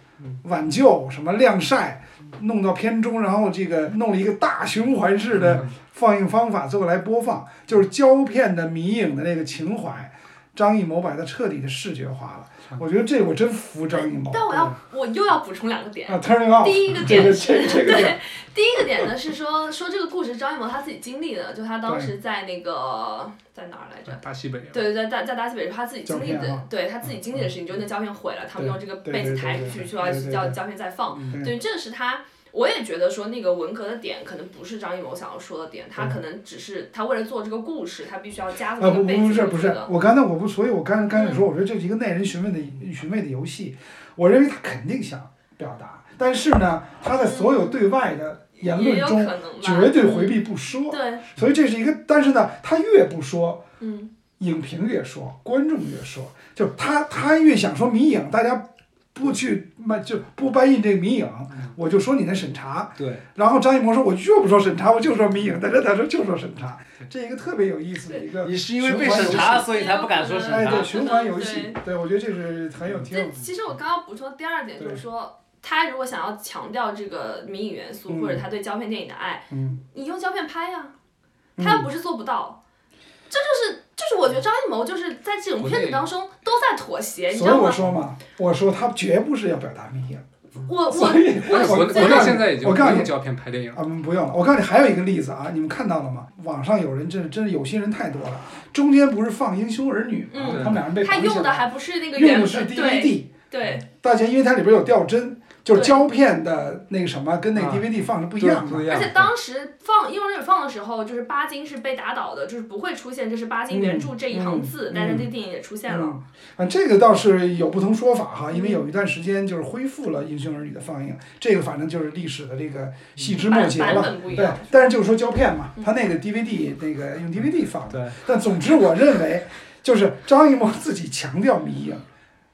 Speaker 2: 挽救、什么晾晒，弄到片中，然后这个弄了一个大循环式的放映方法，最后来播放，就是胶片的迷影的那个情怀。张艺谋把它彻底的视觉化了，我觉得这我真服张艺谋。
Speaker 5: 但我要我又要补充两个点。
Speaker 2: 啊，turning off，
Speaker 5: 第一个
Speaker 2: 这个
Speaker 5: 点是
Speaker 2: 这个这个 点，
Speaker 5: 第一个点呢是说说这个故事张艺谋他自己经历的，就他当时在那个在哪儿来着？
Speaker 4: 大西北。
Speaker 5: 对，在大在大西北是他自己经历
Speaker 2: 胶片
Speaker 5: 的
Speaker 2: 啊，
Speaker 5: 对他自己经历的事情，就那胶片毁了，他们
Speaker 2: 嗯对
Speaker 5: 用这个
Speaker 2: 对
Speaker 5: 被子
Speaker 2: 对
Speaker 5: 抬
Speaker 2: 对
Speaker 5: 出去，
Speaker 2: 对
Speaker 5: 说要
Speaker 2: 对对
Speaker 5: 要
Speaker 2: 对
Speaker 5: 胶片再放。
Speaker 4: 嗯
Speaker 5: 对，这个是他，我也觉得说那个文革的点可能不是张艺谋想要说的点，他
Speaker 2: 对
Speaker 5: 可能只是他为了做这个故事，他必须要加入
Speaker 2: 啊
Speaker 5: 这
Speaker 2: 不
Speaker 5: 个背景
Speaker 2: 不是
Speaker 5: 进
Speaker 2: 不
Speaker 5: 去
Speaker 2: 是
Speaker 5: 的，。
Speaker 2: 我刚才我不，所以我刚
Speaker 5: 嗯
Speaker 2: 刚才说，我说这是一个耐人寻味的寻味的游戏，我认为他肯定想表达，但是呢，他在所有对外的言
Speaker 5: 也
Speaker 2: 论
Speaker 5: 有可
Speaker 2: 中
Speaker 5: 能吧。嗯
Speaker 2: 绝对回避不说，
Speaker 5: 对，
Speaker 2: 所以这是一个，但是呢，他越不说，
Speaker 5: 嗯，
Speaker 2: 影评越说，观众越说，就他他越想说迷影，大家不去卖就不搬印这个迷影，我就说你那审查，
Speaker 4: 啊
Speaker 3: 对，
Speaker 2: 然后张艺谋说：“我就不说审查，我就说迷影。”但是他说就说审查，这一个特别有意思的一个
Speaker 3: 你是因为被审查，所以才不敢说审
Speaker 2: 哎，对
Speaker 3: 查。
Speaker 2: 循环游戏，对我觉得这是很有挺有
Speaker 5: 对，其实我刚刚补充第二点就是说，他如果想要强调这个迷影元素，
Speaker 2: 嗯
Speaker 5: 或者他对胶片电影的爱，
Speaker 2: 嗯
Speaker 5: 你用胶片拍呀、
Speaker 2: 嗯
Speaker 5: 他又不是做不到。这就是就是我觉得张艺谋就是在这种片子当中都在妥协，你知
Speaker 2: 所以
Speaker 5: 道
Speaker 2: 我
Speaker 5: 吗？
Speaker 2: 说嘛，我说他绝不是要表达迷影，
Speaker 5: 我我
Speaker 2: 所以
Speaker 4: 但是
Speaker 2: 我
Speaker 4: 国
Speaker 2: 我
Speaker 4: 内国内
Speaker 2: 告诉
Speaker 4: 现
Speaker 2: 你
Speaker 4: 在已经
Speaker 2: 我
Speaker 4: 不
Speaker 2: 告诉你
Speaker 4: 用胶片拍电影了。
Speaker 2: 啊，嗯不用了。我告诉你，还有一个例子啊，你们看到了吗？网上有人真是真是有心人太多了。中间不是放《英雄儿女》吗？他
Speaker 5: 嗯
Speaker 2: 们俩人被
Speaker 5: 他
Speaker 2: 绑起来
Speaker 5: 用的还不是那个
Speaker 2: 用
Speaker 5: 原
Speaker 2: 的是
Speaker 5: 本对
Speaker 2: DVD，
Speaker 5: 对
Speaker 2: 大家因为它里边有吊针，就是
Speaker 5: 对
Speaker 2: 胶片的那个什么跟那个
Speaker 3: 啊
Speaker 2: DVD 放是不
Speaker 3: 不
Speaker 2: 一样的。
Speaker 3: 不一
Speaker 5: 而
Speaker 3: 样
Speaker 5: 且。当时放英文日语放的时候，就是巴金是被打倒的，就是不会出现这是巴金原著这一行字，
Speaker 2: 嗯
Speaker 5: 但是
Speaker 2: 嗯
Speaker 5: 这电影也出现了。嗯
Speaker 2: 嗯，啊，这个倒是有不同说法哈，因为有一段时间就是恢复了《英雄儿女》的放映，这个反正就是历史的这个细枝末
Speaker 5: 版
Speaker 2: 节
Speaker 5: 嗯版
Speaker 2: 了。
Speaker 5: 本不一
Speaker 2: 对
Speaker 5: 样，，
Speaker 2: 但是就是说胶片嘛
Speaker 5: 嗯，
Speaker 2: 他那个 DVD 那个用 DVD 放的。
Speaker 3: 对，
Speaker 2: 但总之，我认为就是张艺谋自己强调迷影，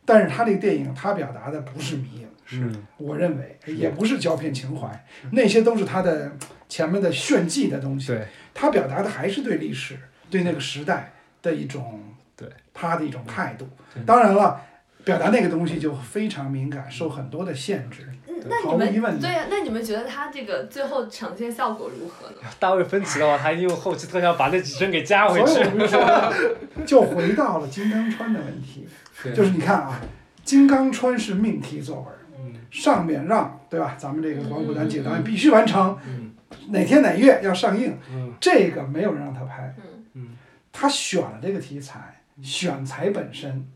Speaker 2: 但是他这个电影他表达的不是迷影，
Speaker 3: 是
Speaker 2: 我认为也不是胶片情怀，那些都是他的前面的炫技的东西。
Speaker 3: 对，
Speaker 2: 他表达的还是对历史、对那个时代的一种
Speaker 3: 对
Speaker 2: 他的一种态度
Speaker 3: 对。
Speaker 2: 当然了，表达那个东西就非常敏感，受很多的限制。
Speaker 5: 嗯那
Speaker 2: 毫
Speaker 5: 你
Speaker 2: 无疑问
Speaker 5: 们
Speaker 2: 的
Speaker 5: 对呀，那你们觉得它这个最后呈现效果如何呢？
Speaker 3: 大卫芬奇的话，他一定用后期特效把那几帧给加
Speaker 2: 所
Speaker 3: 回
Speaker 2: 以
Speaker 3: 去。
Speaker 2: 我们说，就回到了金刚川的问题，
Speaker 4: 对
Speaker 2: 就是你看啊，金刚川是命题作文，
Speaker 4: 嗯
Speaker 2: 上面让对吧？咱们这个广古难解
Speaker 5: 嗯
Speaker 2: 导演必须完成，
Speaker 4: 嗯
Speaker 2: 哪天哪月要上映，
Speaker 3: 嗯
Speaker 2: 这个没有人让他拍，
Speaker 5: 嗯
Speaker 2: 他选了这个题材，选材本身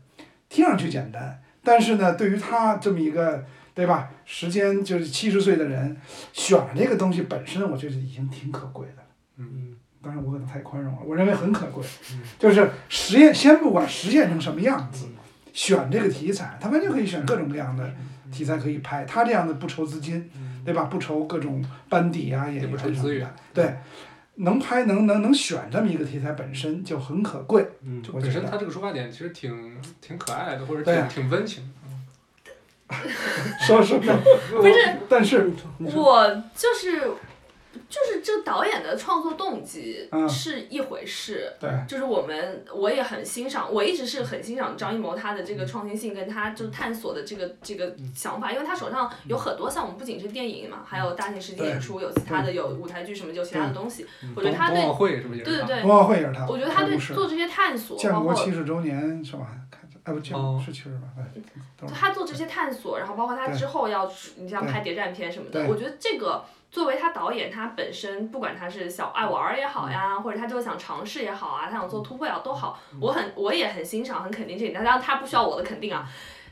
Speaker 2: 听上去简单，但是呢，对于他这么一个对吧，时间就是七十岁的人，选了这个东西本身，我觉得已经挺可贵的了。
Speaker 4: 嗯
Speaker 2: 当然，我可能太宽容了，我认为很可贵，就是实验，先不管实验成什么样子，选这个题材，他完全可以选各种各样的
Speaker 4: 嗯
Speaker 2: 题材可以拍。他这样的不愁资金，对吧？不愁各种班底啊，演
Speaker 4: 也
Speaker 2: 员
Speaker 4: 不愁
Speaker 2: 什么
Speaker 4: 资
Speaker 2: 的
Speaker 4: 源
Speaker 2: 对，能拍能能能选这么一个题材本身就很可贵。
Speaker 3: 嗯，
Speaker 4: 就
Speaker 2: 我
Speaker 4: 本
Speaker 2: 觉
Speaker 4: 身
Speaker 2: 得
Speaker 4: 他这个出发点其实挺挺可爱的，或者
Speaker 2: 对啊
Speaker 4: 挺挺温情的。
Speaker 2: 说说，
Speaker 5: 不是，
Speaker 2: 但是
Speaker 5: 我就是就是这个导演的创作动机
Speaker 2: 嗯
Speaker 5: 是一回事。
Speaker 2: 对
Speaker 5: 就是我们，我也很欣赏，我一直是很欣赏张艺谋他的这个创新性，跟他就探索的这个这个想
Speaker 2: 嗯
Speaker 5: 法，因为他手上有很多项目，不仅是电影嘛，还有大型实体演出，有其他的，有舞台剧什么，有其他的东西。
Speaker 2: 嗯
Speaker 5: 我觉得
Speaker 4: 冬
Speaker 5: 他
Speaker 4: 冬
Speaker 5: 对
Speaker 4: 奥会是不是也
Speaker 5: 对
Speaker 4: 是
Speaker 5: 对
Speaker 4: 他？
Speaker 5: 对，
Speaker 2: 冬奥会也是他，
Speaker 5: 我觉得他对
Speaker 2: 不是
Speaker 5: 做这些探索，
Speaker 2: 建
Speaker 5: 包
Speaker 2: 国
Speaker 5: 括
Speaker 2: 七十周年是吧？看哎不，建国
Speaker 4: 哦
Speaker 2: 是七十吧？哎，等
Speaker 5: 就
Speaker 2: 会儿
Speaker 5: 他做这些探索，然后包括他
Speaker 2: 对
Speaker 5: 之后要出，你像
Speaker 2: 对
Speaker 5: 拍谍战片什么的，
Speaker 2: 对
Speaker 5: 我觉得这个作为他导演，他本身不管他是想爱玩儿也好呀，或者他就想尝试也好啊，他想做突破也好都好，
Speaker 2: 嗯
Speaker 5: 我很我也很欣赏，很肯定这一点，当然他不需要我的肯定啊，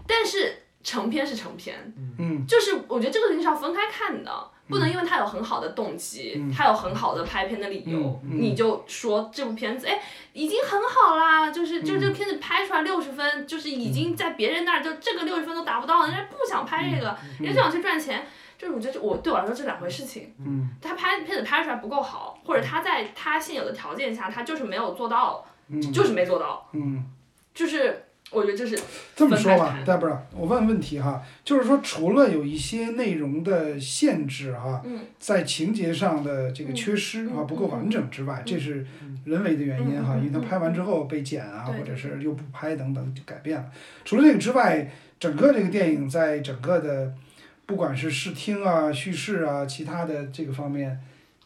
Speaker 5: 但是成片是成片，
Speaker 2: 嗯，
Speaker 5: 就是我觉得这个东西是要分开看的。不能因为他有很好的动机，
Speaker 2: 嗯
Speaker 5: 他有很好的拍片的理由，
Speaker 2: 嗯嗯
Speaker 5: 你就说这部片子，哎，已经很好啦，就是就是
Speaker 2: 嗯
Speaker 5: 这个片子拍出来六十分，就是已经在别人那儿就这个六十分都达不到了，人家不想拍这个，
Speaker 2: 嗯
Speaker 5: 人家就想去赚钱。就是我觉得我对我来说这两回事情，
Speaker 2: 嗯，
Speaker 5: 他拍片子拍出来不够好，或者他在他现有的条件下，他就是没有做到，
Speaker 2: 嗯
Speaker 5: 就是没做到，
Speaker 2: 嗯。
Speaker 5: 就是我觉得这是
Speaker 2: 这么说
Speaker 5: 分
Speaker 2: 吧
Speaker 5: 开
Speaker 2: ，Debra，我问问题哈，就是说除了有一些内容的限制哈，
Speaker 5: 嗯
Speaker 2: 在情节上的这个缺失啊、
Speaker 5: 嗯嗯嗯
Speaker 2: 不够完整之外，这是人为的原因哈，
Speaker 5: 嗯嗯嗯
Speaker 2: 因为它拍完之后被剪啊，
Speaker 5: 对
Speaker 2: 或者是又不拍等等就改变了。除了这个之外，整个这个电影在整个的不管是视听啊、叙事啊、其他的这个方面，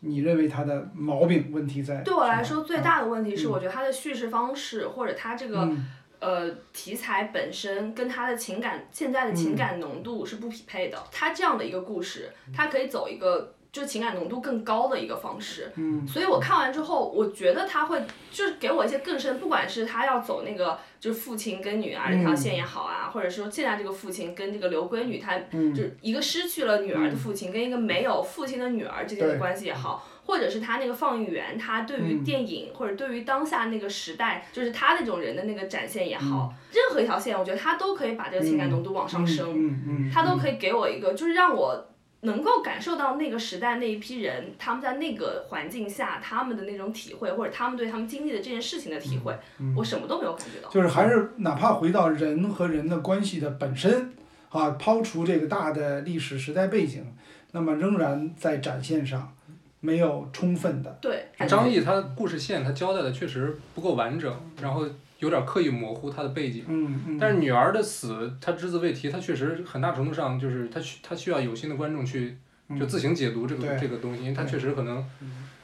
Speaker 2: 你认为它的毛病问题在？
Speaker 5: 对我来说最大的问题是，
Speaker 2: 嗯
Speaker 5: 我觉得他的叙事方式或者他这个
Speaker 2: 嗯
Speaker 5: 呃题材本身跟他的情感现在的
Speaker 2: 嗯
Speaker 5: 情感浓度是不匹配的。他这样的一个故事，他可以走一个就情感浓度更高的一个方式。
Speaker 2: 嗯
Speaker 5: 所以我看完之后，我觉得他会就是给我一些更深，不管是他要走那个就是父亲跟女儿这条线也好啊，或者说现在这个父亲跟这个刘闺女，他
Speaker 2: 嗯
Speaker 5: 就是一个失去了女儿的父亲跟一个没有父亲的女儿之间的
Speaker 2: 对
Speaker 5: 关系也好，或者是他那个放映员他对
Speaker 2: 嗯
Speaker 5: 于电影、或者对于当下那个时代，就是他那种人的那个展现也好，任何一条线，我觉得他都可以把这个情感浓度往上升。
Speaker 2: 嗯嗯嗯，
Speaker 5: 他都
Speaker 2: 以。
Speaker 5: 可以给我一个，就是让我能够感受到那个时代那一批人，他们在那个环境下他们的那种体会，或者他们对他们经历的这件事情的体会，
Speaker 2: 嗯
Speaker 5: 我什么都没有感觉到。
Speaker 2: 就是还是哪怕回到人和人的关系的本身啊，抛除这个大的历史时代背景，那么仍然在展现上没有充分的。
Speaker 5: 对，
Speaker 4: 张译他故事线他交代的确实不够完整，然后有点刻意模糊他的背景。
Speaker 2: 嗯嗯。
Speaker 4: 但是女儿的死，她只字未提，她确实很大程度上就是她需她需要有心的观众去就自行解读这个、
Speaker 2: 嗯对
Speaker 4: 这个东西，因为她
Speaker 2: 对嗯
Speaker 4: 确实可能，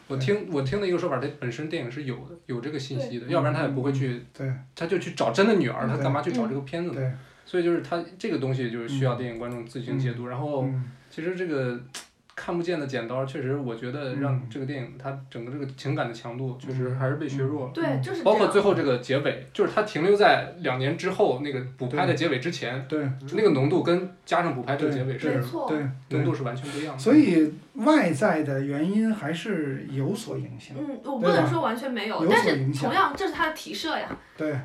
Speaker 4: 我听我听的一个说法，它本身电影是有的有这个信息的，
Speaker 2: 对
Speaker 4: 要不然她也不会去，
Speaker 2: 对
Speaker 4: 她就去找真的女儿，
Speaker 2: 嗯
Speaker 4: 她
Speaker 2: 对
Speaker 4: 干嘛去找这个片子呢？
Speaker 2: 对，
Speaker 4: 所以就是她这个东西就是需要电影观众自行解读，然后
Speaker 2: 嗯
Speaker 4: 其实这个看不见的剪刀，确实我觉得
Speaker 2: 嗯
Speaker 4: 让这个电影它整个这个情感的强度确实还是被削弱了。
Speaker 5: 对，就是这
Speaker 4: 包括
Speaker 5: 样。
Speaker 4: 最后这个结尾，就是它停留在两年之后那个补拍的结尾之前，
Speaker 2: 对
Speaker 4: 那个浓度跟加上补拍这个结尾
Speaker 5: 没
Speaker 4: 是
Speaker 5: 错，
Speaker 2: 嗯对
Speaker 4: 浓
Speaker 2: 对。
Speaker 4: 度是完全不一样的。
Speaker 2: 所以外在的原因还是有所影响，
Speaker 5: 嗯，我不
Speaker 2: 对吧
Speaker 5: 能说完全没有，
Speaker 2: 有所
Speaker 5: 但是
Speaker 2: 影响
Speaker 5: 同样这是他的提设呀，
Speaker 2: 对。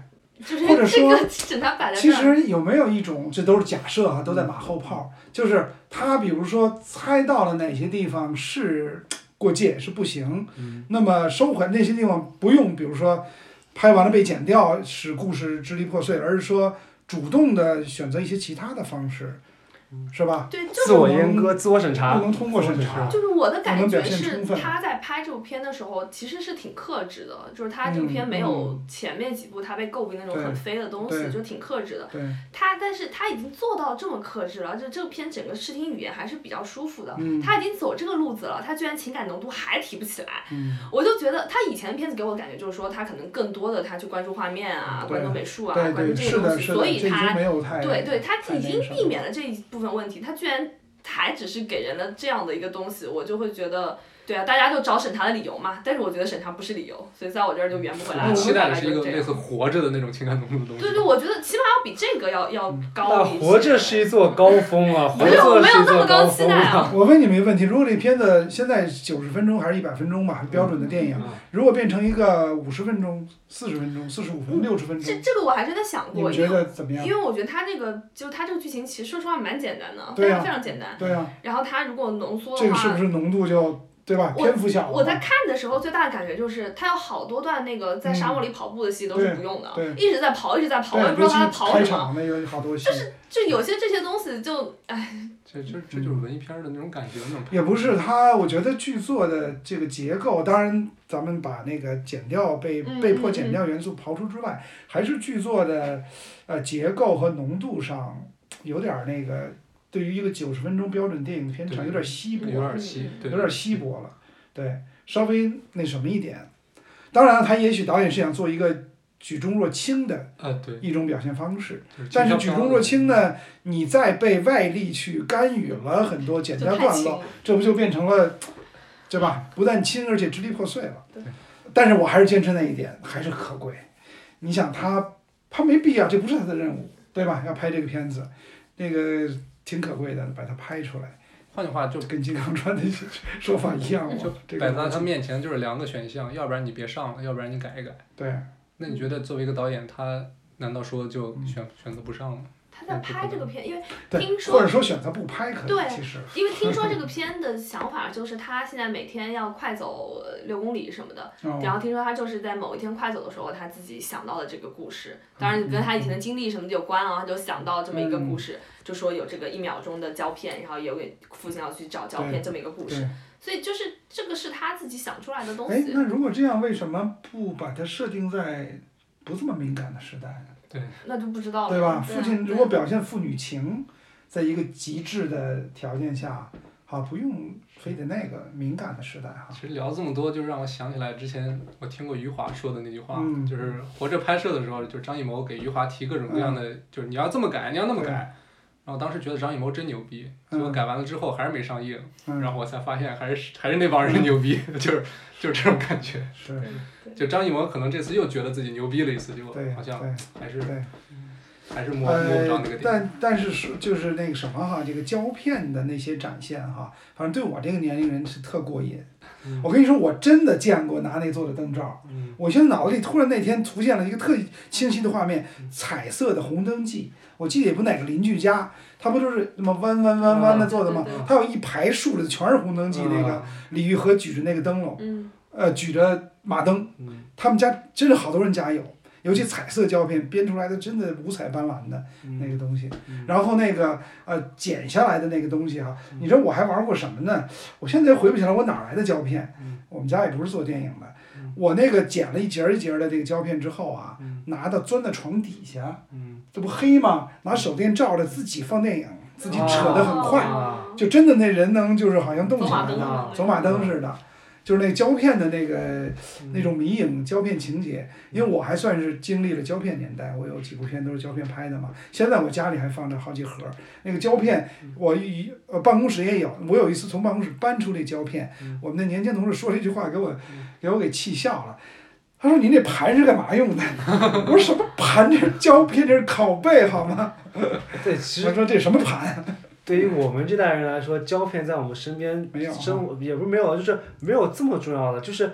Speaker 5: 就是
Speaker 2: 或者
Speaker 5: 这
Speaker 2: 说
Speaker 5: 个审查摆在
Speaker 2: 其
Speaker 5: 这儿。
Speaker 2: 实有没有一种，这都是假设啊，都在马后炮，就是他比如说猜到了哪些地方是过界是不行，那么收回那些地方不用，比如说拍完了被剪掉，使故事支离破碎，而是说主动的选择一些其他的方式是吧？
Speaker 5: 对，就
Speaker 3: 自我阉割、自我审
Speaker 2: 不
Speaker 3: 查，
Speaker 2: 能通过审查。
Speaker 5: 就是我的
Speaker 2: 我
Speaker 5: 感
Speaker 2: 们
Speaker 5: 觉
Speaker 2: 表现
Speaker 5: 是
Speaker 2: 充，分
Speaker 5: 他在拍这部片的时候其实是挺克制的，就是他这部片没有前面几部他被诟病那种
Speaker 2: 嗯对
Speaker 5: 很飞的东
Speaker 2: 对
Speaker 5: 西，就挺克制的。
Speaker 2: 对，
Speaker 5: 他但是他已经做到这么克制了，就这部片整个视听语言还是比较舒服的。
Speaker 2: 嗯
Speaker 5: 他已经走这个路子了，他居然情感浓度还提不起来，
Speaker 2: 嗯，
Speaker 5: 我就觉得他以前的片子给我的感觉就是说，他可能更多的他去关注画面啊，
Speaker 2: 对
Speaker 5: 关注美术啊，
Speaker 2: 对
Speaker 5: 关
Speaker 2: 对，
Speaker 5: 注这
Speaker 2: 是
Speaker 5: 个
Speaker 2: 的，
Speaker 5: 东西，
Speaker 2: 是
Speaker 5: 所
Speaker 2: 的，
Speaker 5: 以
Speaker 2: 这已经
Speaker 5: 他
Speaker 2: 没有太
Speaker 5: 对对，他
Speaker 2: 太
Speaker 5: 已
Speaker 2: 那
Speaker 5: 经
Speaker 2: 个什
Speaker 5: 避
Speaker 2: 么
Speaker 5: 免了这一部分问题，他居然还只是给人了这样的一个东西，我就会觉得，对啊，大家就找审查的理由嘛，但是我觉得审查不是理由，所以在我这儿就圆不回来了。
Speaker 4: 我嗯期待
Speaker 5: 我
Speaker 4: 的
Speaker 5: 本来
Speaker 4: 是一个
Speaker 5: 就这
Speaker 4: 类
Speaker 5: 样
Speaker 4: 似活着的那种情感浓度的东西。
Speaker 5: 对对，我觉得起码要比这个要要
Speaker 2: 嗯
Speaker 3: 那
Speaker 5: 高一些。
Speaker 3: 活着是一座高峰啊，活
Speaker 5: 没有
Speaker 3: 着
Speaker 5: 没
Speaker 3: 是
Speaker 5: 有
Speaker 3: 一
Speaker 5: 那
Speaker 3: 座
Speaker 5: 么
Speaker 3: 高
Speaker 5: 高期
Speaker 3: 峰
Speaker 5: 待
Speaker 3: 啊。
Speaker 5: 啊，
Speaker 2: 我问你们一个问题：如果这片子现在九十分钟还是一百分钟吧，标准的电影，如果变成一个五十分钟、四十分钟、四十五分钟、六十分
Speaker 5: 这
Speaker 2: 钟，
Speaker 5: 这个我还真的想
Speaker 2: 你
Speaker 5: 过，
Speaker 2: 们
Speaker 5: 因
Speaker 2: 觉
Speaker 5: 为
Speaker 2: 得怎么样
Speaker 5: 因？为我觉得他这个就他这个剧情其实说实话蛮简单的，
Speaker 2: 对
Speaker 5: 非
Speaker 2: 啊
Speaker 5: 常非常简单。
Speaker 2: 对啊，
Speaker 5: 然后他如果浓缩
Speaker 2: 这
Speaker 5: 的
Speaker 2: 个是不
Speaker 5: 话。
Speaker 2: 是浓度就对吧？
Speaker 5: 我
Speaker 2: 篇幅小了嘛。
Speaker 5: 我在看的时候，最大的感觉就是，他有好多段那个在沙漠里跑步的戏都是不用的，
Speaker 2: 嗯对
Speaker 5: 一直在跑，一直在跑，我也
Speaker 2: 对，
Speaker 5: 不知
Speaker 2: 尤
Speaker 5: 道
Speaker 2: 其
Speaker 5: 他在跑
Speaker 2: 开
Speaker 5: 什么。
Speaker 2: 场那有好多戏，
Speaker 5: 就有些这些东西就，哎，
Speaker 4: 这这这就是文艺片儿的那种感觉，那种
Speaker 2: 也不是它，我觉得剧作的这个结构，当然咱们把那个剪掉被
Speaker 5: 嗯
Speaker 2: 被迫剪掉元素刨出之外，还是剧作的呃结构和浓度上有点儿那个，对于一个九十分钟标准电影的片长
Speaker 4: 对
Speaker 2: 有点稀薄，
Speaker 4: 有点稀，
Speaker 5: 嗯
Speaker 4: 对，
Speaker 2: 有点稀薄了，对，稍微那什么一点。当然了，他也许导演是想做一个举重若轻的
Speaker 4: 啊，对。
Speaker 2: 一种表现方式。
Speaker 4: 就
Speaker 2: 但是
Speaker 4: 轻
Speaker 2: 举
Speaker 4: 飘
Speaker 2: 重
Speaker 4: 飘
Speaker 2: 若
Speaker 4: 的
Speaker 2: 轻呢，你再被外力去干预了很多简
Speaker 5: 就
Speaker 2: 单
Speaker 5: 太
Speaker 2: 段
Speaker 5: 轻
Speaker 2: 落，
Speaker 5: 了。
Speaker 2: 这不就变成了，对吧？不但轻，而且支离破碎了
Speaker 5: 对。
Speaker 2: 但是我还是坚持那一点，还是可贵。你想他，他没必要，这不是他的任务，对吧？要拍这个片子，那个挺可贵的，把它拍出来，
Speaker 4: 换句话就
Speaker 2: 跟金刚川的 说法一样嘛
Speaker 4: 就。
Speaker 2: 这个
Speaker 4: 摆在
Speaker 2: 逻辑
Speaker 4: 他面前就是两个选项，要不然你别上了，要不然你改一改。
Speaker 2: 对，
Speaker 4: 那你觉得作为一个导演，他难道说就选选择不上吗？
Speaker 5: 他在拍这个片，因为
Speaker 2: 对
Speaker 5: 听，说
Speaker 2: 或者说选择不拍可
Speaker 5: 对
Speaker 2: 以，其实
Speaker 5: 因为听说这个片的想法就是他现在每天要快走呃六公里什么的，然
Speaker 2: 哦，
Speaker 5: 后听说他就是在某一天快走的时候，他自己想到了这个故事，
Speaker 2: 嗯
Speaker 5: 当然跟他以前的经历什么的有关啊，他就想到这么一个故事，就说有这个一秒钟的胶片，然后有给父亲要去找胶
Speaker 2: 对
Speaker 5: 片这么一个故
Speaker 2: 对
Speaker 5: 事，。所以就是这个是他自己想出来的东
Speaker 2: 哎，
Speaker 5: 西。
Speaker 2: 那如果这样，为什么不把它设定在不这么敏感的时代呢？
Speaker 5: 那就不知道了，
Speaker 2: 对吧？
Speaker 5: 啊
Speaker 2: 父亲如果表现父女情，在一个极致的条件下，啊，不用非得那个敏感的时代哈。
Speaker 4: 其实聊这么多，就让我想起来之前我听过余华说的那句话，
Speaker 2: 嗯
Speaker 4: 就是《活着》拍摄的时候，就张艺谋给余华提各种各样的，就是你要这么改，你要那么
Speaker 2: 对
Speaker 4: 改。然后当时觉得张艺谋真牛逼，
Speaker 2: 嗯
Speaker 4: 结果改完了之后还是没上映，
Speaker 2: 嗯，
Speaker 4: 然后我才发现还是还是那帮人牛逼，就是就是这种感觉。
Speaker 2: 是，
Speaker 4: 就张艺谋可能这次又觉得自己牛逼了一次，结果
Speaker 2: 对，
Speaker 4: 好像
Speaker 2: 对，
Speaker 4: 还是
Speaker 2: 对，
Speaker 4: 还是摸摸不着
Speaker 2: 呃
Speaker 4: 那个，点。
Speaker 2: 但但是说就是那个什么哈，这个胶片的那些展现哈，反正对我这个年龄人是特过瘾。我跟你说，我真的见过拿那做的灯罩儿。
Speaker 4: 嗯
Speaker 2: 我现在脑子里突然那天出现了一个特清晰的画面，
Speaker 4: 嗯
Speaker 2: 彩色的红灯记。我记得也不哪个邻居家，他不就是那么弯弯弯弯的做的吗
Speaker 5: 对对？
Speaker 2: 他有一排竖着的全是红灯记，那个
Speaker 4: 啊
Speaker 2: 李玉和举着那个灯笼，
Speaker 5: 嗯，
Speaker 2: 呃，举着马灯，
Speaker 4: 嗯
Speaker 2: 他们家真的好多人家有，尤其彩色胶片编出来的真的五彩斑斓的那个东西
Speaker 4: 嗯，
Speaker 2: 然后那个呃剪下来的那个东西哈、你知道我还玩过什么呢？我现在回不起来我哪儿来的胶片
Speaker 4: 嗯，
Speaker 2: 我们家也不是做电影的
Speaker 4: 嗯，
Speaker 2: 我那个剪了一节儿一节儿的这个胶片之后啊
Speaker 4: 嗯，
Speaker 2: 拿到钻到床底下，
Speaker 4: 嗯，
Speaker 2: 这不黑吗？拿手电照着自己放电影，自己扯得很快，
Speaker 3: 啊
Speaker 5: 哦
Speaker 2: 就真的那人能就是好像动
Speaker 5: 走
Speaker 2: 起
Speaker 5: 马
Speaker 2: 来
Speaker 5: 灯
Speaker 2: 了。
Speaker 3: 哦
Speaker 4: 啊
Speaker 2: 走马灯似的，就是那胶片的那个
Speaker 3: 嗯
Speaker 2: 那种迷影胶片情节。因为我还算是经历了胶片年代，我有几部片都是胶片拍的嘛。现在我家里还放着好几盒儿那个胶片，
Speaker 3: 嗯
Speaker 2: 我一呃办公室也有。我有一次从办公室搬出那胶片
Speaker 4: 嗯，
Speaker 2: 我们的年轻同事说了一句话，给我
Speaker 3: 嗯
Speaker 2: 给我给气笑了。他说：“你那盘是干嘛用的？” 我说：“什么盘？这是胶片，这是拷贝好吗
Speaker 3: 对，？”其
Speaker 2: 我
Speaker 3: 实
Speaker 2: 说：“这什么盘
Speaker 3: 对于我们这代人来说，胶片在我们身边
Speaker 2: 没有啊
Speaker 3: 生活也不是没有，就是没有这么重要的。就是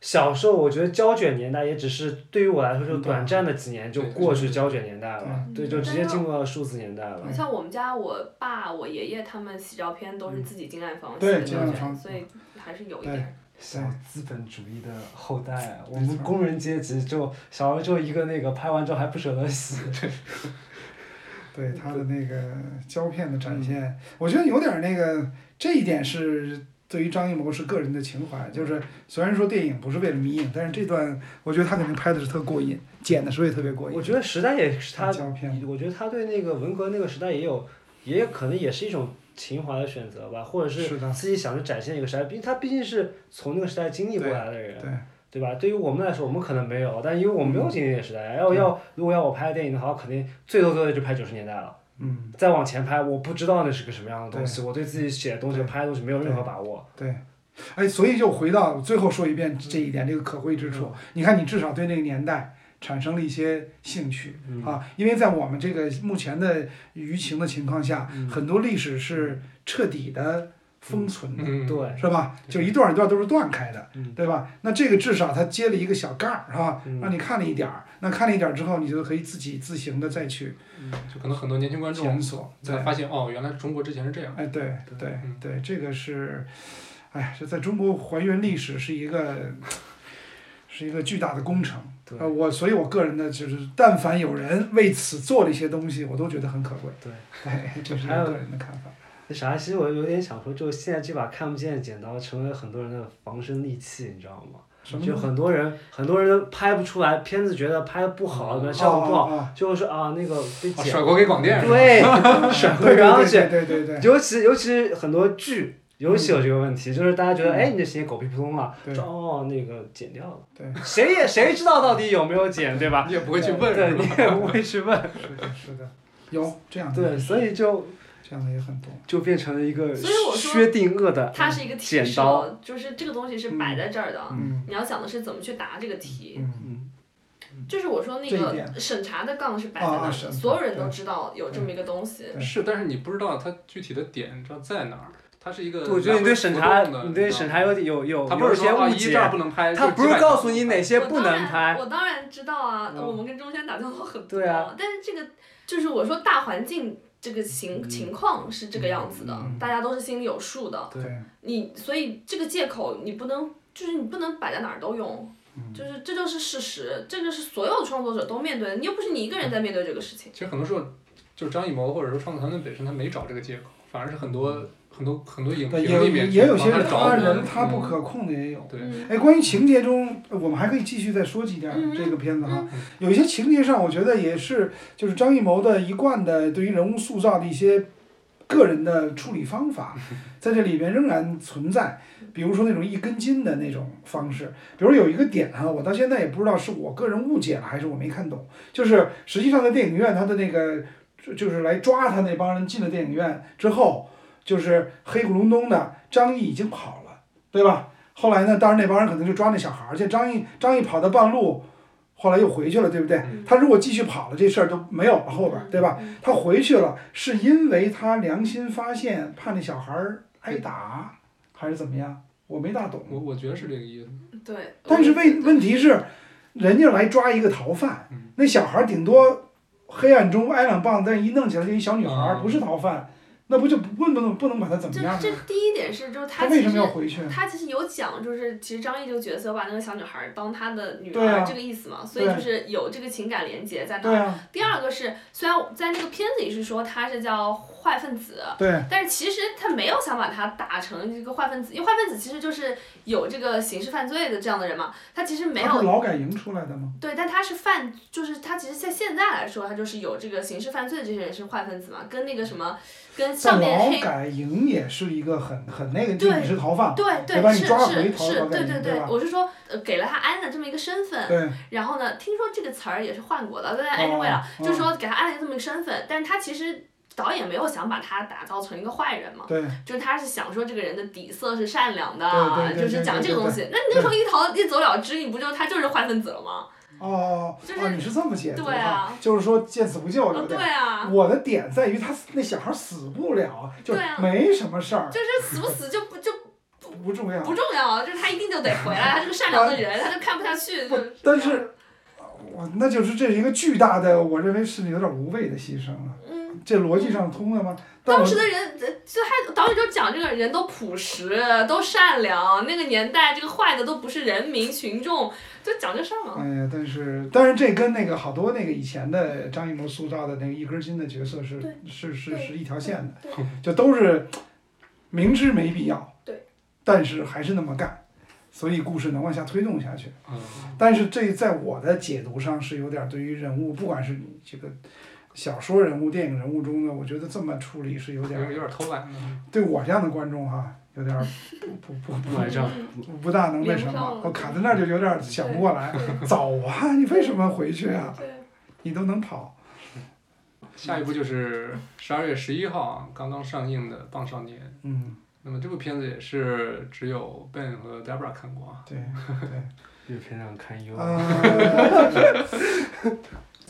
Speaker 3: 小时候，我觉得胶卷年代也只是对于我来说就短暂的几年嗯就过去胶卷年代了，对，
Speaker 5: 对
Speaker 3: 就直接进入到数字年代了。
Speaker 5: 像我们家我爸、我爷爷他们洗照片都是自己进暗房洗
Speaker 2: 嗯对
Speaker 5: 的
Speaker 2: 进
Speaker 5: 那
Speaker 2: 暗
Speaker 5: 种，
Speaker 2: 房
Speaker 5: 所以还是有一点。
Speaker 3: 小资本主义的后代，啊我们工人阶级就小时候就一个那个拍完之后还不舍得洗，？”
Speaker 2: 对他的那个胶片的
Speaker 3: 嗯
Speaker 2: 展现，我觉得有点那个，这一点是对于张艺谋是个人的情怀，就是虽然说电影不是为了迷影，但是这段我觉得他肯定拍的是特过瘾，剪的时候也特别过瘾。
Speaker 3: 我觉得时代也是他
Speaker 2: 胶片，
Speaker 3: 我觉得他对那个文革那个时代也有，也可能也是一种情怀的选择吧，或者
Speaker 2: 是的
Speaker 3: 自己想去展现一个时代，毕竟他毕竟是从那个时代经历过来的人，
Speaker 2: 对，嗯
Speaker 3: 对吧？对于我们来说，我们可能没有，但因为我们没有经历那个时代，要
Speaker 2: 对
Speaker 3: 要如果要我拍电影的话，我肯定最多最多就拍九十年代了。
Speaker 2: 嗯，
Speaker 3: 再往前拍，我不知道那是个什么样的东西，我对自己写的东西、
Speaker 2: 对
Speaker 3: 拍的东西没有任何把握。
Speaker 2: 对。哎，所以就回到最后说一遍这一点，这个可贵之
Speaker 3: 嗯
Speaker 2: 处。你看，你至少对那个年代产生了一些兴趣
Speaker 3: 嗯
Speaker 2: 啊，因为在我们这个目前的舆情的情况下，
Speaker 3: 嗯
Speaker 2: 很多历史是彻底的封存的，
Speaker 4: 嗯，
Speaker 3: 对，
Speaker 2: 是吧？
Speaker 3: 对
Speaker 2: 就一段一段都是断开的
Speaker 3: 嗯，
Speaker 2: 对吧？那这个至少它接了一个小盖儿，啊，
Speaker 3: 嗯
Speaker 2: 让你看了一点儿。那看了一点儿之后，你就可以自己自行的再去
Speaker 4: 就可能很多年轻观众
Speaker 2: 检索，对
Speaker 4: 才，发现哦，原来中国之前是这样。
Speaker 2: 哎，对对
Speaker 4: 嗯
Speaker 2: 对，这个是，哎呀，这在中国还原历史是一个，是一个巨大的工程。
Speaker 3: 对
Speaker 2: 呃，我所以，我个人呢，就是但凡有人为此做了一些东西，我都觉得很可贵。
Speaker 3: 对，
Speaker 2: 哎，这是
Speaker 3: 还有
Speaker 2: 我个人的看法。
Speaker 3: 那啥，其实我有点想说，就现在这把看不见的剪刀成为很多人的防身利器，你知道吗？
Speaker 2: 什么
Speaker 3: 就很多人，很多人拍不出来，片子觉得拍得不好，
Speaker 4: 哦
Speaker 3: 效果不好，
Speaker 2: 哦哦
Speaker 3: 就会说啊那个被
Speaker 4: 哦
Speaker 3: 剪
Speaker 4: 甩锅给广电
Speaker 3: 啊
Speaker 4: 是吧？
Speaker 3: 对，甩锅
Speaker 2: 对
Speaker 3: 然后
Speaker 2: 对对
Speaker 3: 剪，
Speaker 2: 对对对对
Speaker 3: 尤其尤其是很多剧。尤其有这个问题，就是大家觉得，
Speaker 2: 嗯
Speaker 3: 哎，你这写狗屁不通了，
Speaker 2: 对
Speaker 3: 说哦，那个剪掉了，
Speaker 2: 对，
Speaker 3: 谁也谁知道到底有没有剪，对 吧？
Speaker 4: 你也不会去问
Speaker 3: 对，
Speaker 4: 是吧？
Speaker 3: 你也不会去问，
Speaker 2: 是的，是的，有这样的，
Speaker 3: 对，所以就
Speaker 2: 这样的也很多。
Speaker 3: 就变成了一个
Speaker 5: 所以我说
Speaker 3: 薛定谔的
Speaker 5: 它是一个提
Speaker 3: 剪
Speaker 5: 示
Speaker 3: 刀
Speaker 5: 哦，就是这个东西是摆在这儿的。
Speaker 2: 嗯
Speaker 5: 你要讲的是怎么去答这个题，
Speaker 2: 嗯，
Speaker 5: 就是我说那
Speaker 2: 这一
Speaker 5: 个
Speaker 2: 点
Speaker 5: 审查的杠是摆在
Speaker 2: 啊
Speaker 5: 那
Speaker 2: 啊
Speaker 5: 儿
Speaker 2: 审
Speaker 5: 的，
Speaker 2: 查
Speaker 5: 所有人都
Speaker 2: 对嗯
Speaker 5: 知道有这么一个东西。
Speaker 4: 是，但是你不知道它具体的点知道在哪儿，它是一个
Speaker 3: 嗯我觉得你对审查
Speaker 4: 来回浮动，的
Speaker 3: 你对审查有有有
Speaker 4: 它不
Speaker 3: 有
Speaker 4: 是
Speaker 3: 一些
Speaker 4: 说
Speaker 3: 误
Speaker 4: 啊一这儿
Speaker 3: 解，
Speaker 4: 不能拍，
Speaker 3: 他
Speaker 4: 就
Speaker 3: 不是
Speaker 4: 几百
Speaker 3: 告诉你哪些
Speaker 5: 我
Speaker 3: 不
Speaker 5: 当
Speaker 3: 能
Speaker 5: 然，
Speaker 3: 拍，
Speaker 5: 我当然知道啊，
Speaker 3: 嗯
Speaker 5: 我们跟中间打交道很多。
Speaker 3: 对啊
Speaker 5: 但是这个就是我说大环境这个情情况是这个样子的，
Speaker 2: 嗯
Speaker 5: 大家都是心里有数的。
Speaker 3: 对
Speaker 2: 对，
Speaker 5: 你所以这个借口你不能，就是你不能摆在哪儿都用。
Speaker 2: 嗯
Speaker 5: 就是这就是事实，这个是所有创作者都面对的，你又不是你一个人在面对这个事情。
Speaker 4: 其实很多时候，就是张艺谋或者说创作团队本身他没找这个借口，反而是很
Speaker 3: 嗯
Speaker 4: 多很多很多影
Speaker 2: 对，
Speaker 4: 评
Speaker 2: 也有
Speaker 4: 里面
Speaker 2: 也有
Speaker 4: 往
Speaker 2: 些
Speaker 4: 他找
Speaker 2: 他
Speaker 4: 补
Speaker 2: 人他不
Speaker 4: 嗯
Speaker 2: 可控的也有。
Speaker 4: 对
Speaker 5: 嗯，
Speaker 2: 哎，关于情节中，呃我们还可以继续再说几点儿
Speaker 5: 嗯
Speaker 2: 这个片子哈
Speaker 5: 嗯。
Speaker 2: 有一些情节上，我觉得也是就是张艺谋的一贯的对于人物塑造的一些个人的处理方 法，在这里边仍然存在。比如说那种一根筋的那种方式，比如有一个点哈、我到现在也不知道是我个人误解了还是我没看懂，就是实际上在电影院他的那个就就是来抓他那帮人进了电影院之后，就是黑咕隆咚的张译已经跑了，对吧？后来呢，当然那帮人可能就抓那小孩儿去，张译张译跑到半路，后来又回去了，对不对？他如果继续跑了，这事儿都没有了后边儿，对吧？他回去了，是因为他良心发现，怕那小孩儿挨打，还是怎么样？我没大懂。
Speaker 4: 我我觉得是这个意思。
Speaker 5: 对。
Speaker 2: 但是问问题是，人家来抓一个逃犯
Speaker 4: 嗯，
Speaker 2: 那小孩儿顶多黑暗中挨两棒，但一弄起来就一小女孩儿，
Speaker 4: 嗯
Speaker 2: 不是逃犯，那不就不不能不能把他怎
Speaker 5: 这
Speaker 2: 么样
Speaker 5: 这
Speaker 2: 呢？
Speaker 5: 第一点是，就是
Speaker 2: 他
Speaker 5: 他
Speaker 2: 为
Speaker 5: 其
Speaker 2: 什么
Speaker 5: 实
Speaker 2: 要回去？
Speaker 5: 他其实有讲，就是其实张译这个角色把那个小女孩儿当他的女
Speaker 2: 对啊
Speaker 5: 儿这个意思嘛，所以
Speaker 2: 对
Speaker 5: 就是有这个情感连接在那
Speaker 2: 对
Speaker 5: 儿。
Speaker 2: 啊，
Speaker 5: 第二个是，虽然我在那个片子里是说他是叫坏分子，
Speaker 2: 对
Speaker 5: 但是其实他没有想把他打成一个坏分子，因为坏分子其实就是有这个刑事犯罪的这样的人嘛，他其实没
Speaker 2: 他
Speaker 5: 有
Speaker 2: 是劳改营出来的吗？
Speaker 5: 对，但他是犯，就是他其实在现在来说，他就是有这个刑事犯罪的这些人是坏分子嘛，跟那个什么，跟上
Speaker 2: 但
Speaker 5: 面
Speaker 2: 劳
Speaker 5: 黑
Speaker 2: 改营也是一个很很那个，就
Speaker 5: 对
Speaker 2: 你是逃犯，
Speaker 5: 对
Speaker 2: 对吧
Speaker 5: 对
Speaker 2: 你
Speaker 5: 是
Speaker 2: 抓回
Speaker 5: 是
Speaker 2: 头
Speaker 5: 是
Speaker 2: 劳，改
Speaker 5: 对
Speaker 2: 营
Speaker 5: 对
Speaker 2: 对吧
Speaker 5: 我是说，呃，给了他安了这么一个身份，
Speaker 2: 对，
Speaker 5: 然后呢，听说这个词儿也是换过的，但 anyway 了，
Speaker 2: 哦
Speaker 5: 就是说给他安了这么一个身份，但是他其实导演没有想把他打造成一个坏人嘛，
Speaker 2: 对哦
Speaker 5: 就是他是想说这个人的底色是善良的啊
Speaker 2: 对对，对
Speaker 5: 就是讲这个东西。那你那时候一逃一走了之，你不就他就是坏分子了吗？
Speaker 2: 哦
Speaker 5: 就
Speaker 2: 哦，
Speaker 5: 是
Speaker 2: 你是这么解读
Speaker 5: 对
Speaker 2: 哈
Speaker 5: 啊，
Speaker 2: 就是说见死不救，对
Speaker 5: 啊
Speaker 2: 不
Speaker 5: 对？啊，
Speaker 2: 我的点在于他那小孩死不了，就
Speaker 5: 对啊
Speaker 2: 没什么事儿，
Speaker 5: 就是死不死就不就
Speaker 2: 不重要。
Speaker 5: 不重要，就是他一定就得回来，他是个善良的人，他就看不下去，就
Speaker 2: 啊不但是哇，那就是这是一个巨大的，我认为是有点无谓的牺牲了。
Speaker 5: 嗯，
Speaker 2: 这逻辑上通了吗？但
Speaker 5: 当
Speaker 2: 我
Speaker 5: 时的人，呃就还导演就讲这个人都朴实，都善良，那个年代这个坏的都不是人民群众，就讲这事儿嘛。
Speaker 2: 哎呀，但是但是这跟那个好多那个以前的张艺谋塑造的那个一根筋的角色是
Speaker 5: 对
Speaker 2: 是是
Speaker 5: 对
Speaker 2: 是一条线的，
Speaker 5: 对
Speaker 2: 就都是明知没必要，
Speaker 5: 对，
Speaker 2: 但是还是那么干，所以故事能往下推动下去。
Speaker 4: 嗯
Speaker 2: 但是这在我的解读上是有点对于人物，不管是你这个小说人物、电影人物中的，我觉得这么处理是有点
Speaker 4: 有有点偷懒了。
Speaker 2: 对我这样的观众哈、有点儿不不不
Speaker 3: 不买账，
Speaker 2: 不不大能那什
Speaker 5: 连不上
Speaker 2: 么
Speaker 5: 了，
Speaker 2: 我卡在那儿就有点想不过来。走啊，你为什么回去啊？
Speaker 5: 对，
Speaker 2: 你都能跑，
Speaker 4: 下一部就是十二月十一号啊刚刚上映的《棒少年》。
Speaker 2: 嗯，
Speaker 4: 那么这部片子也是只有 Ben 和 Debra 看过啊。
Speaker 2: 对对，
Speaker 3: 阅片量堪忧。
Speaker 2: 啊，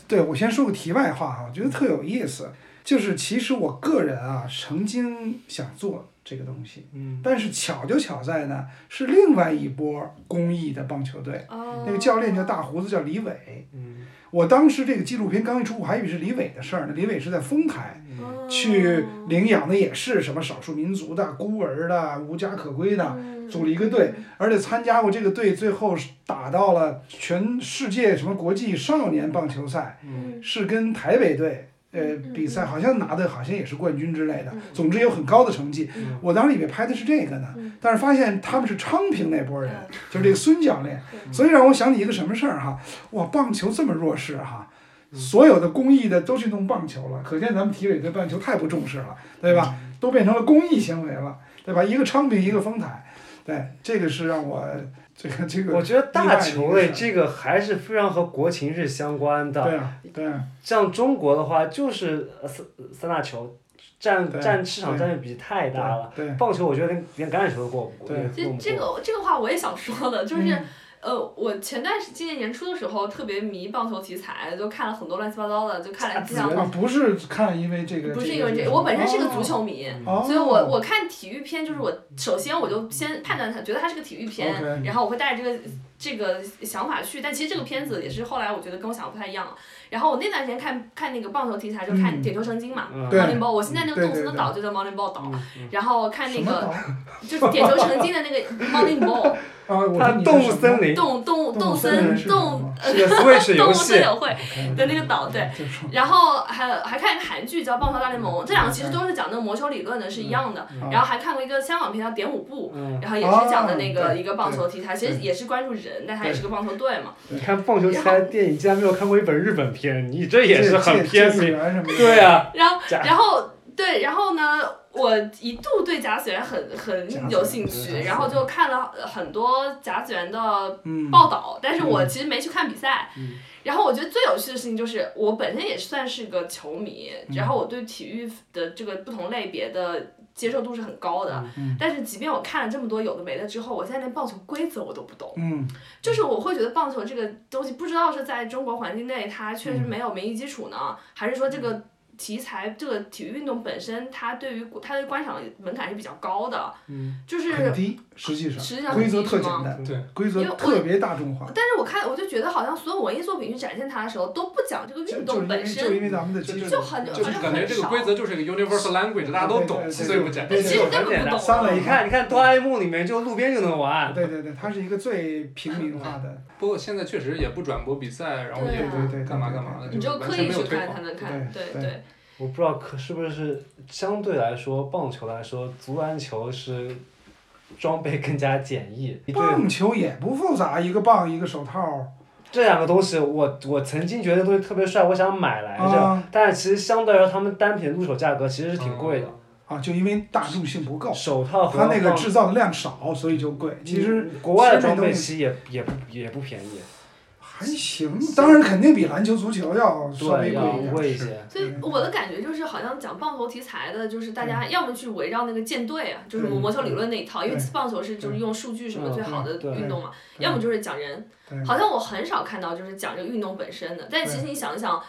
Speaker 2: 对我先说个题外话啊，我觉得特有意思，就是其实我个人啊曾经想做这个东西，
Speaker 3: 嗯，
Speaker 2: 但是巧就巧在呢，是另外一波公益的棒球队，
Speaker 5: 哦，
Speaker 2: 那个教练叫大胡子，叫李伟。
Speaker 4: 嗯，
Speaker 2: 我当时这个纪录片刚一出，我还以为是李伟的事儿呢。李伟是在丰台
Speaker 5: 哦
Speaker 2: 去领养的，也是什么少数民族的、孤儿的、无家可归的，
Speaker 5: 嗯
Speaker 2: 组了一个队，而且参加过这个队，最后是打到了全世界什么国际少年棒球赛，
Speaker 5: 嗯
Speaker 2: 是跟台北队。呃
Speaker 5: 嗯，
Speaker 2: 比赛好像拿的好像也是冠军之类的
Speaker 5: 嗯，
Speaker 2: 总之有很高的成绩
Speaker 4: 嗯。
Speaker 2: 我当时以为拍的是这个呢
Speaker 5: 嗯，
Speaker 2: 但是发现他们是昌平那波人，
Speaker 5: 嗯
Speaker 2: 就是这个孙教练，
Speaker 3: 嗯
Speaker 5: 对
Speaker 2: 所以让我想起一个什么事儿哈，哇，棒球这么弱势哈，
Speaker 3: 嗯
Speaker 2: 所有的公益的都去弄棒球了，可见咱们体委对棒球太不重视了，对吧？
Speaker 3: 嗯
Speaker 2: 都变成了公益行为了，对吧？一个昌平，一个丰台，对，这个是让我这个这
Speaker 3: 我
Speaker 2: 个，
Speaker 3: 觉得大球
Speaker 2: 意外
Speaker 3: 类
Speaker 2: 的
Speaker 3: 这个还是非常和国情是相关的。
Speaker 2: 对啊，对啊，
Speaker 3: 像中国的话，就是呃三三大球占
Speaker 2: 对
Speaker 3: 占市场
Speaker 2: 对
Speaker 3: 占比比太
Speaker 2: 对
Speaker 3: 大了。
Speaker 2: 对，
Speaker 3: 棒球我觉得连连橄榄球都过不过
Speaker 2: 对。
Speaker 3: 也弄
Speaker 5: 这
Speaker 3: 不
Speaker 5: 这
Speaker 3: 过
Speaker 5: 个这个话我也想说的，就是。
Speaker 2: 嗯
Speaker 5: 呃，我前段时今年年初的时候特别迷棒球题材，就看了很多乱七八糟的，就看了就像
Speaker 2: 啊，不是看因为这个，
Speaker 5: 不是因为这，我本身是个足，球
Speaker 3: 嗯
Speaker 5: 迷，
Speaker 2: 哦、
Speaker 5: 所以我我看体育片就是我首先我就先判断它，觉得它是个体育片
Speaker 2: OK
Speaker 5: 然后我会带着这个这个想法去。但其实这个片子也是后来我觉得跟我想的不太一样。然后我那段时间看看那个棒球题材，就看
Speaker 2: 嗯
Speaker 5: 《点球成金》嘛。
Speaker 3: 嗯
Speaker 2: 对
Speaker 5: Moneyball，我现在那个
Speaker 2: 对
Speaker 5: 动词
Speaker 2: 对
Speaker 5: 的
Speaker 2: 对
Speaker 5: 岛就叫 Moneyball 岛，
Speaker 3: 嗯
Speaker 5: 然后看那
Speaker 2: 什么
Speaker 5: 个
Speaker 2: 岛
Speaker 5: 就是点球成金的那个 Moneyball
Speaker 2: 啊，我
Speaker 3: 它
Speaker 2: 说你是
Speaker 3: 动物
Speaker 2: 什么
Speaker 3: 森林
Speaker 5: 动动
Speaker 2: 动物
Speaker 5: 动
Speaker 2: 森林
Speaker 5: 森
Speaker 2: 是什
Speaker 5: 动
Speaker 2: 么
Speaker 3: 是个 Switch
Speaker 5: 动
Speaker 3: 游
Speaker 5: 物
Speaker 3: 戏
Speaker 5: 森。友会的那个岛，对，
Speaker 2: 哦就说
Speaker 5: 然后还有还看一个韩剧叫《棒球大联盟》，这两个其实都是讲那个魔球理论的，
Speaker 2: 嗯
Speaker 5: 是一样的。然后还看过一个香港片叫《点五步》，
Speaker 3: 嗯，
Speaker 5: 然后也是讲的那
Speaker 2: 哦
Speaker 5: 个
Speaker 2: 对
Speaker 5: 一个棒球题材，其实
Speaker 2: 对
Speaker 5: 也是关注人，但它也是个棒球队嘛。
Speaker 3: 你看棒球题材的电影，竟然没有看过一本日本片，你这也是很
Speaker 2: 介介
Speaker 3: 偏
Speaker 2: 子
Speaker 3: 激。
Speaker 2: 园什么的，
Speaker 3: 对啊，
Speaker 5: 然后
Speaker 3: 假
Speaker 5: 然后对，然后呢，我一度对甲子园很
Speaker 2: 甲子
Speaker 5: 很
Speaker 2: 园
Speaker 5: 有兴
Speaker 2: 对
Speaker 5: 趣，然后就看了呃很多甲子园的
Speaker 2: 嗯，
Speaker 5: 报道，但是我其实没去看比赛。然后我觉得最有趣的事情就是，我本身也算是个球迷，
Speaker 2: 嗯
Speaker 5: 然后我对体育的这个不同类别的接受度是很高的。
Speaker 2: 嗯
Speaker 5: 但是即便我看了这么多有的没的之后，我现在连棒球规则我都不懂。
Speaker 2: 嗯，
Speaker 5: 就是我会觉得棒球这个东西，不知道是在中国环境内它确实
Speaker 2: 嗯
Speaker 5: 没有民意基础呢，还是说这个题材、这个体育运动本身，它对于它的观赏门槛是比较高的。
Speaker 4: 嗯，
Speaker 5: 就是
Speaker 2: 很低，实际
Speaker 5: 实际上
Speaker 2: 上
Speaker 5: 很
Speaker 2: 规则
Speaker 5: 低
Speaker 2: 特
Speaker 5: 是
Speaker 2: 简
Speaker 5: 吗
Speaker 2: 单，
Speaker 4: 对，
Speaker 2: 规则
Speaker 5: 因为我
Speaker 2: 特别大众化，
Speaker 5: 但是我看我就觉得好像所有文艺作品去展现它的时候，都不讲这个
Speaker 2: 就就是
Speaker 5: 运动
Speaker 2: 因为
Speaker 5: 本身
Speaker 2: 就因为咱们的基础
Speaker 5: 就很
Speaker 4: 就是感觉这个规则就是一个 universal language，大家都懂，所以不讲。
Speaker 2: 对对
Speaker 5: 其实根本不懂。
Speaker 2: 上来
Speaker 3: 你看，你看《哆啦 A 梦》里面就路边就能玩。
Speaker 2: 对对对，它是一个最平民化的，
Speaker 4: 不过现在确实也不转播比赛，然后也
Speaker 5: 对啊
Speaker 4: 不干嘛干嘛的，
Speaker 5: 你
Speaker 4: 是
Speaker 5: 就
Speaker 4: 完
Speaker 5: 刻
Speaker 4: 全
Speaker 5: 意
Speaker 4: 没有
Speaker 5: 去
Speaker 4: 推
Speaker 5: 看才
Speaker 4: 广。
Speaker 5: 能看，
Speaker 2: 对
Speaker 5: 对对，
Speaker 3: 我不知道可是不是相对来说，棒球来说，足篮球是装备更加简易。对，
Speaker 2: 棒球也不复杂，一个棒一个手套
Speaker 3: 这两个东西我我曾经觉得这东西特别帅，我想买来着。
Speaker 2: 啊
Speaker 3: 但是其实相对来说，他们单品入手价格其实是挺贵的。
Speaker 4: 嗯
Speaker 2: 啊，就因为大众性不够，
Speaker 3: 手套和
Speaker 2: 它那个
Speaker 3: 棒
Speaker 2: 制造的量少，所以就贵。其实
Speaker 3: 哦嗯国外的
Speaker 2: 其实那
Speaker 3: 装备
Speaker 2: 东西
Speaker 3: 其实也也不也不便宜，
Speaker 2: 还行，当然肯定比篮球、足球要稍微贵
Speaker 3: 对，
Speaker 2: 一
Speaker 3: 要
Speaker 2: 点。
Speaker 3: 贵一些。
Speaker 5: 所以我的感觉就是，好像讲棒球题材的，就是大家要么去围绕那个舰队啊，就是魔球理论那一套，因为棒球是就是用数据什么最好的运动嘛，要么就是讲人
Speaker 2: 嗯对，
Speaker 5: 好像我很少看到就是讲这个运动本身的。但其实你想一想，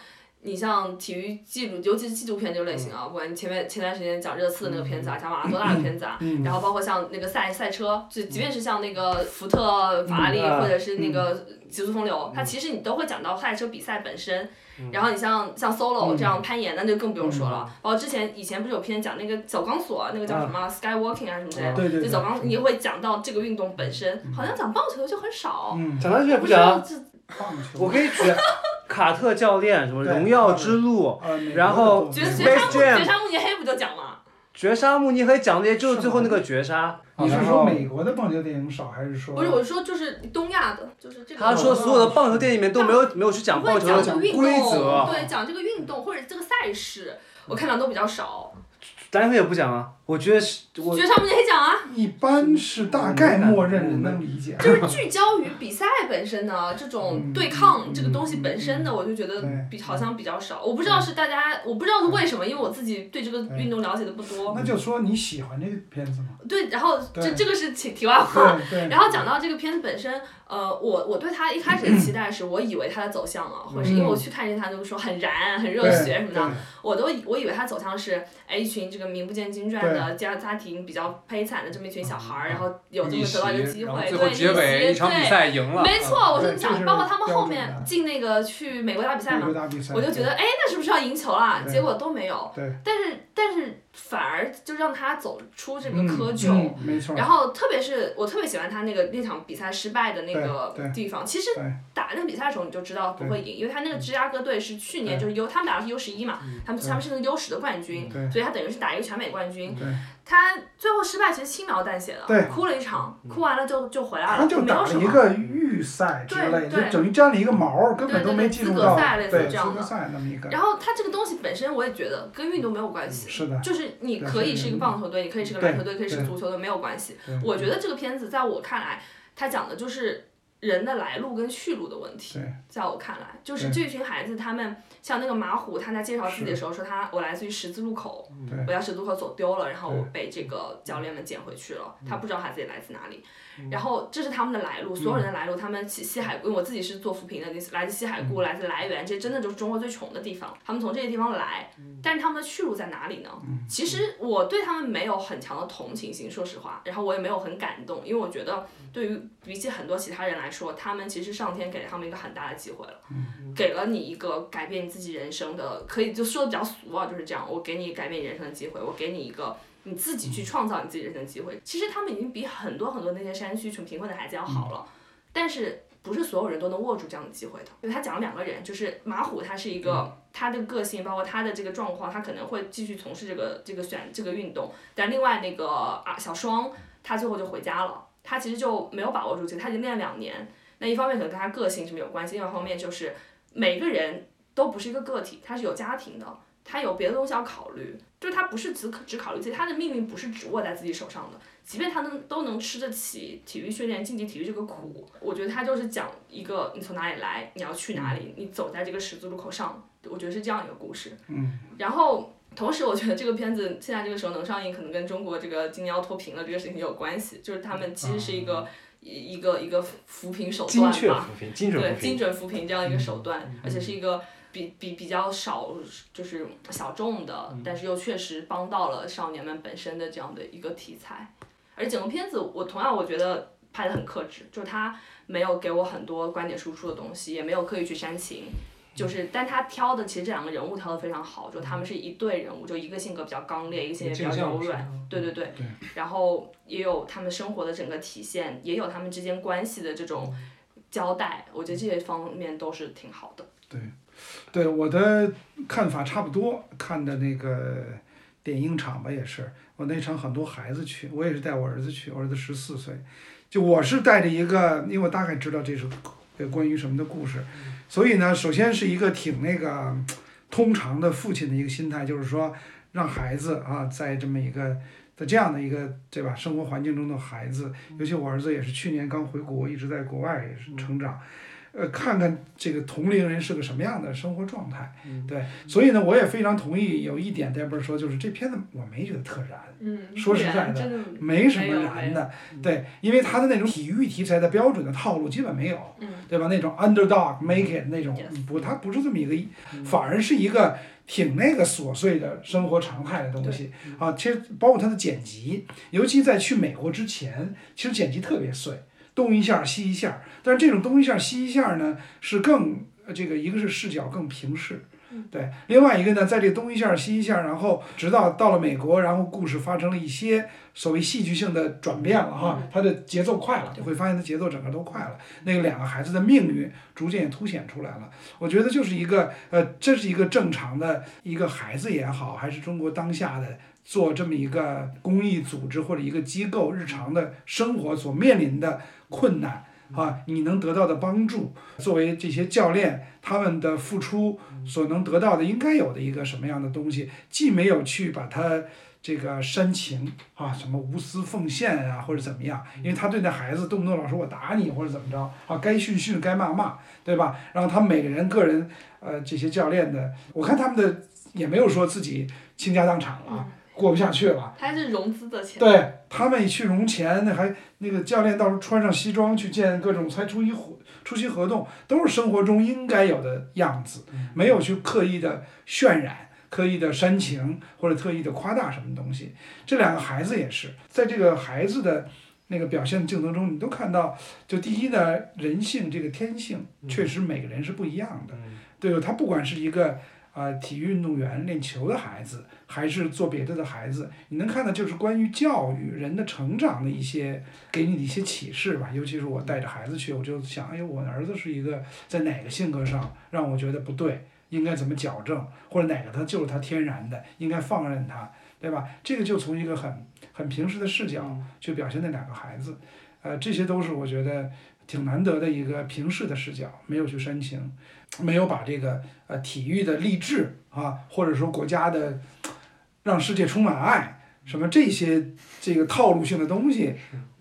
Speaker 5: 你像体育纪录，尤其是纪录片这个类型啊，不管你前面前段时间讲热刺的那个片子啊，讲马拉多纳的片子啊，
Speaker 2: 嗯
Speaker 5: 然后包括像那个赛赛车，就即便是像那个福特、法拉利
Speaker 3: 嗯
Speaker 5: 或者是那个极速风流，它其实你都会讲到赛车比赛本身。
Speaker 3: 嗯
Speaker 5: 然后你像像 solo 这样攀岩，那就更不用说了。包括之前以前不是有篇讲那个走钢索，啊那个叫什么 skywalking 啊什么之类的，
Speaker 2: 对对
Speaker 5: 就
Speaker 2: 对，
Speaker 5: 走钢，你也会讲到这个运动本身。好像讲棒球就很少，
Speaker 2: 嗯，
Speaker 3: 讲篮球也不
Speaker 5: 知道
Speaker 3: 讲，
Speaker 5: 这
Speaker 2: 棒球
Speaker 3: 我可以 举卡特教练什么《
Speaker 2: 对
Speaker 3: 荣耀之路
Speaker 2: 啊，美》，国
Speaker 3: 然后
Speaker 2: 的
Speaker 5: 绝
Speaker 2: 动
Speaker 5: 绝
Speaker 2: 作
Speaker 5: 杀
Speaker 3: Space
Speaker 5: 慕
Speaker 3: Jam
Speaker 5: 绝杀慕尼黑不就讲了？
Speaker 3: 绝杀慕尼黑讲的也就是
Speaker 2: 是
Speaker 3: 最后
Speaker 2: 吗
Speaker 3: 那个绝杀。
Speaker 2: 你是
Speaker 3: 然
Speaker 2: 说
Speaker 3: 后
Speaker 2: 美国的棒球电影少，还是说
Speaker 5: 不是，我是说就是东亚的，就是这个。
Speaker 3: 他说所有的棒球电影里面都没有没有去讲
Speaker 5: 不会
Speaker 3: 棒球
Speaker 5: 这
Speaker 3: 的
Speaker 5: 个运动，
Speaker 3: 规则，
Speaker 5: 对，讲这个运动或者这个赛事，我看到都比较少。
Speaker 3: 篮球也不讲啊。我觉得是我
Speaker 5: 绝杀慕尼黑讲啊，
Speaker 2: 一般是大概默认人能理解？
Speaker 5: 就是聚焦于比赛本身呢，这种对抗这个东西本身的，我就觉得
Speaker 2: 对
Speaker 5: 比好像比较少。我不知道是大家，我不知道是为什么，因为我自己对这个运动了解的不多。
Speaker 2: 那就说你喜欢这个片子吗？
Speaker 5: 对，然后这
Speaker 2: 对
Speaker 5: 这个是题题外话，
Speaker 2: 对对。
Speaker 5: 然后讲到这个片子本身，呃，我我对它一开始的期待是，我以为它的走向啊，会是因为
Speaker 4: 嗯
Speaker 5: 我去看见它就是说很燃、很热血什么的，我都以我以为它走向是，哎，一群这个名不见经传的家家庭比较悲惨的这么一群小孩儿，然后有这么得到一个机
Speaker 4: 嗯然后
Speaker 5: 会，
Speaker 4: 最后
Speaker 5: 对，
Speaker 4: 结尾一场比
Speaker 5: 对，
Speaker 4: 赛赢了，嗯
Speaker 5: 没错，我
Speaker 2: 对
Speaker 5: 就
Speaker 2: 这
Speaker 5: 想，
Speaker 2: 是
Speaker 5: 包括他们后
Speaker 2: 标准
Speaker 5: 面
Speaker 2: 的
Speaker 5: 进那个去美国打比赛
Speaker 2: 美
Speaker 5: 嘛
Speaker 2: 国，大比赛，
Speaker 5: 我就觉得，哎，那是不是要赢球了？
Speaker 2: 对
Speaker 5: 结果都没有，
Speaker 2: 对，
Speaker 5: 但是但是反而就让他走出这个窠臼。
Speaker 2: 嗯，嗯没错。
Speaker 5: 然后特别是我特别喜欢他那个那场比赛失败的那个
Speaker 2: 对对
Speaker 5: 地方，其实
Speaker 2: 对
Speaker 5: 打那个比赛的时候你就知道不会赢，因为他那个芝加哥队是去年
Speaker 2: 对嗯
Speaker 5: 就是优他们打的是 U 十一嘛，他们
Speaker 2: 对嗯
Speaker 5: 他们是那个 U 十的冠军，
Speaker 2: 对
Speaker 5: 所以他等于是打一个全美冠军。
Speaker 2: 对，
Speaker 5: 他最后失败其实轻描淡写
Speaker 2: 对嗯
Speaker 5: 的，哭了一场，哭完了就就回来
Speaker 2: 他
Speaker 5: 了，
Speaker 2: 就
Speaker 5: 没
Speaker 2: 打
Speaker 5: 有什
Speaker 2: 了一
Speaker 5: 么。
Speaker 2: 个预赛之类，
Speaker 5: 对
Speaker 2: 就
Speaker 5: 对
Speaker 2: 等于沾了一个毛，根本
Speaker 5: 对
Speaker 2: 都
Speaker 5: 对
Speaker 2: 没
Speaker 5: 对
Speaker 2: 进
Speaker 5: 资
Speaker 2: 入
Speaker 5: 格
Speaker 2: 到
Speaker 5: 赛类似
Speaker 2: 对
Speaker 5: 这
Speaker 2: 资
Speaker 5: 样
Speaker 2: 格
Speaker 5: 的
Speaker 2: 赛那么一个。
Speaker 5: 然后他这个东西本身，我也觉得跟运动没有关系，
Speaker 2: 是的，
Speaker 5: 就是你
Speaker 2: 嗯对
Speaker 5: 可以
Speaker 2: 是
Speaker 5: 是一个
Speaker 2: 的
Speaker 5: 棒球队，你可以是个
Speaker 2: 对
Speaker 5: 篮球队，可以是
Speaker 2: 对
Speaker 5: 足球队，没有关系
Speaker 2: 对。
Speaker 5: 我觉得这个片子在我看来，它讲的就是人的来路跟去路的问题
Speaker 2: 对。
Speaker 5: 在我看来，就是
Speaker 2: 对
Speaker 5: 这群孩子，他们像那个马虎，他在介绍自己的时候说他我来自于十字路口
Speaker 2: 嗯对，
Speaker 5: 我在十字路口走丢了，然后
Speaker 2: 对嗯
Speaker 5: 我被这个教练们捡回去了，他不知道他自己来自哪里。然后这是他们的来路，
Speaker 2: 嗯
Speaker 5: 所有人的来路，他们西西海，因为我自己是做扶贫的，你来自西海
Speaker 2: 嗯
Speaker 5: 固，来自来源，这真的就是中国最穷的地方，他们从这些地方来，
Speaker 2: 嗯
Speaker 5: 但是他们的去路在哪里呢？其实我对他们没有很强的同情心，说实话，然后我也没有很感动，因为我觉得对于比起很多其他人来说，他们其实上天给了他们一个很大的机会了，给了你一个改变你自己人生的，可以就说的比较俗啊，就是这样，我给你改变你人生的机会，我给你一个。你自己去创造你自己人生的机会。其实他们已经比很多很多那些山区穷贫困的孩子要好了，但是不是所有人都能握住这样的机会的。因为他讲了两个人，就是马虎，他是一个他的个性，包括他的这个状况，他可能会继续从事这个这个选这个运动，但另外那个啊小双，他最后就回家了，他其实就没有把握住这个，他已经练了两年。那一方面可能跟他个性是没有关系，另外一方面就是每个人都不是一个个体，他是有家庭的，他有别的东西要考虑，就是他不是只只考虑自己，他的命运不是只握在自己手上的。即便他能都能吃得起体育训练、竞技体育这个苦，我觉得他就是讲一个你从哪里来，你要去哪里，你走在这个十字路口上，我觉得是这样一个故事。
Speaker 2: 嗯，
Speaker 5: 然后。同时，我觉得这个片子现在这个时候能上映，可能跟中国这个今年要脱贫了这个事情有关系，就是他们其实是一个一一个一个扶贫手段
Speaker 3: 精
Speaker 5: 吧。
Speaker 3: 确扶贫，精准
Speaker 5: 对
Speaker 3: 扶贫嗯
Speaker 5: 精。准扶贫这样一个手段，而且是一个比比比较少就是小众的，
Speaker 3: 嗯
Speaker 5: 但是又确实帮到了少年们本身的这样的一个题材。而整个片子，我同样我觉得拍的很克制，就是他没有给我很多观点输出的东西，也没有刻意去煽情。
Speaker 3: 嗯
Speaker 5: 就是，但他挑的其实这两个人物挑的非常好，就他们是一对人物，就一个性格比较刚烈，一个性格比较柔软，对对对，然后也有他们生活的整个体现，也有他们之间关系的这种交代，我觉得这些方面都是挺好的。
Speaker 2: 对我的看法差不多，看的那个电影场吧也是，我那场很多孩子去，我也是带我儿子去，我儿子十四岁，就我是带着一个，因为我大概知道这是呃关于什么的故事，所以呢，首先是一个挺那个通常的父亲的一个心态，就是说让孩子啊，在这么一个。在这样的一个对吧生活环境中的孩子，尤其我儿子也是去年刚回国，一直在国外也是成长，呃，看看这个同龄人是个什么样的生活状态。
Speaker 4: 嗯
Speaker 2: 对，所以呢，我也非常同意有一点 d e b r 说，就是这片子我没觉得特燃，
Speaker 5: 嗯，
Speaker 2: 说实在的
Speaker 5: 真的，
Speaker 2: 没什
Speaker 5: 没
Speaker 2: 么
Speaker 5: 有嗯
Speaker 2: 燃
Speaker 5: 没
Speaker 2: 的。对，因为他的那种体育题材的标准的套路基本没有。
Speaker 5: 嗯，
Speaker 2: 对吧？那种 underdog make it 那种
Speaker 5: Yes 嗯
Speaker 2: 不，它不是这么一个，反而是一个挺那个琐碎的生活常态的东西
Speaker 5: 嗯
Speaker 2: 啊。其实包括它的剪辑，尤其在去美国之前，其实剪辑特别碎，东一下西一下。但是这种东一下西一下呢，是更呃这个一个是视角更平视
Speaker 5: 嗯。
Speaker 2: 对，另外一个呢，在这东一下西一下，然后直到到了美国，然后故事发生了一些所谓戏剧性的转变了哈，它的节奏快了，你会发现它节奏整个都快了。那个两个孩子的命运逐渐也凸显出来了。我觉得就是一个呃，这是一个正常的一个孩子也好，还是中国当下的做这么一个公益组织或者一个机构日常的生活所面临的困难。啊，你能得到的帮助，作为这些教练他们的付出所能得到的应该有的一个什么样的东西，既没有去把它这个煽情啊，什么无私奉献啊，或者怎么样，因为他对那孩子动不动老说我打你或者怎么着啊，该训训该骂骂，对吧？然后他每个人个人呃这些教练的，我看他们的也没有说自己倾家荡产了，过不下去了。
Speaker 5: 他是融资的钱，
Speaker 2: 对他们去融钱，那还那个教练到时候穿上西装去见各种才出一合出席合同，都是生活中应该有的样子，没有去刻意的渲染、刻意的煽情或者特意的夸大什么东西。这两个孩子也是，在这个孩子的那个表现竞争中，你都看到，就第一呢，人性这个天性确实每个人是不一样的。对吧？他不管是一个啊、呃体育运动员练球的孩子，还是做别的的孩子，你能看到就是关于教育人的成长的一些给你的一些启示吧。尤其是我带着孩子去，我就想，哎呦，我儿子是一个在哪个性格上让我觉得不对，应该怎么矫正，或者哪个他就是他天然的，应该放任他，对吧？这个就从一个很很平时的视角去表现那两个孩子，呃，这些都是我觉得挺难得的一个平视的视角，没有去煽情。没有把这个呃体育的励志啊，或者说国家的让世界充满爱什么这些这个套路性的东西，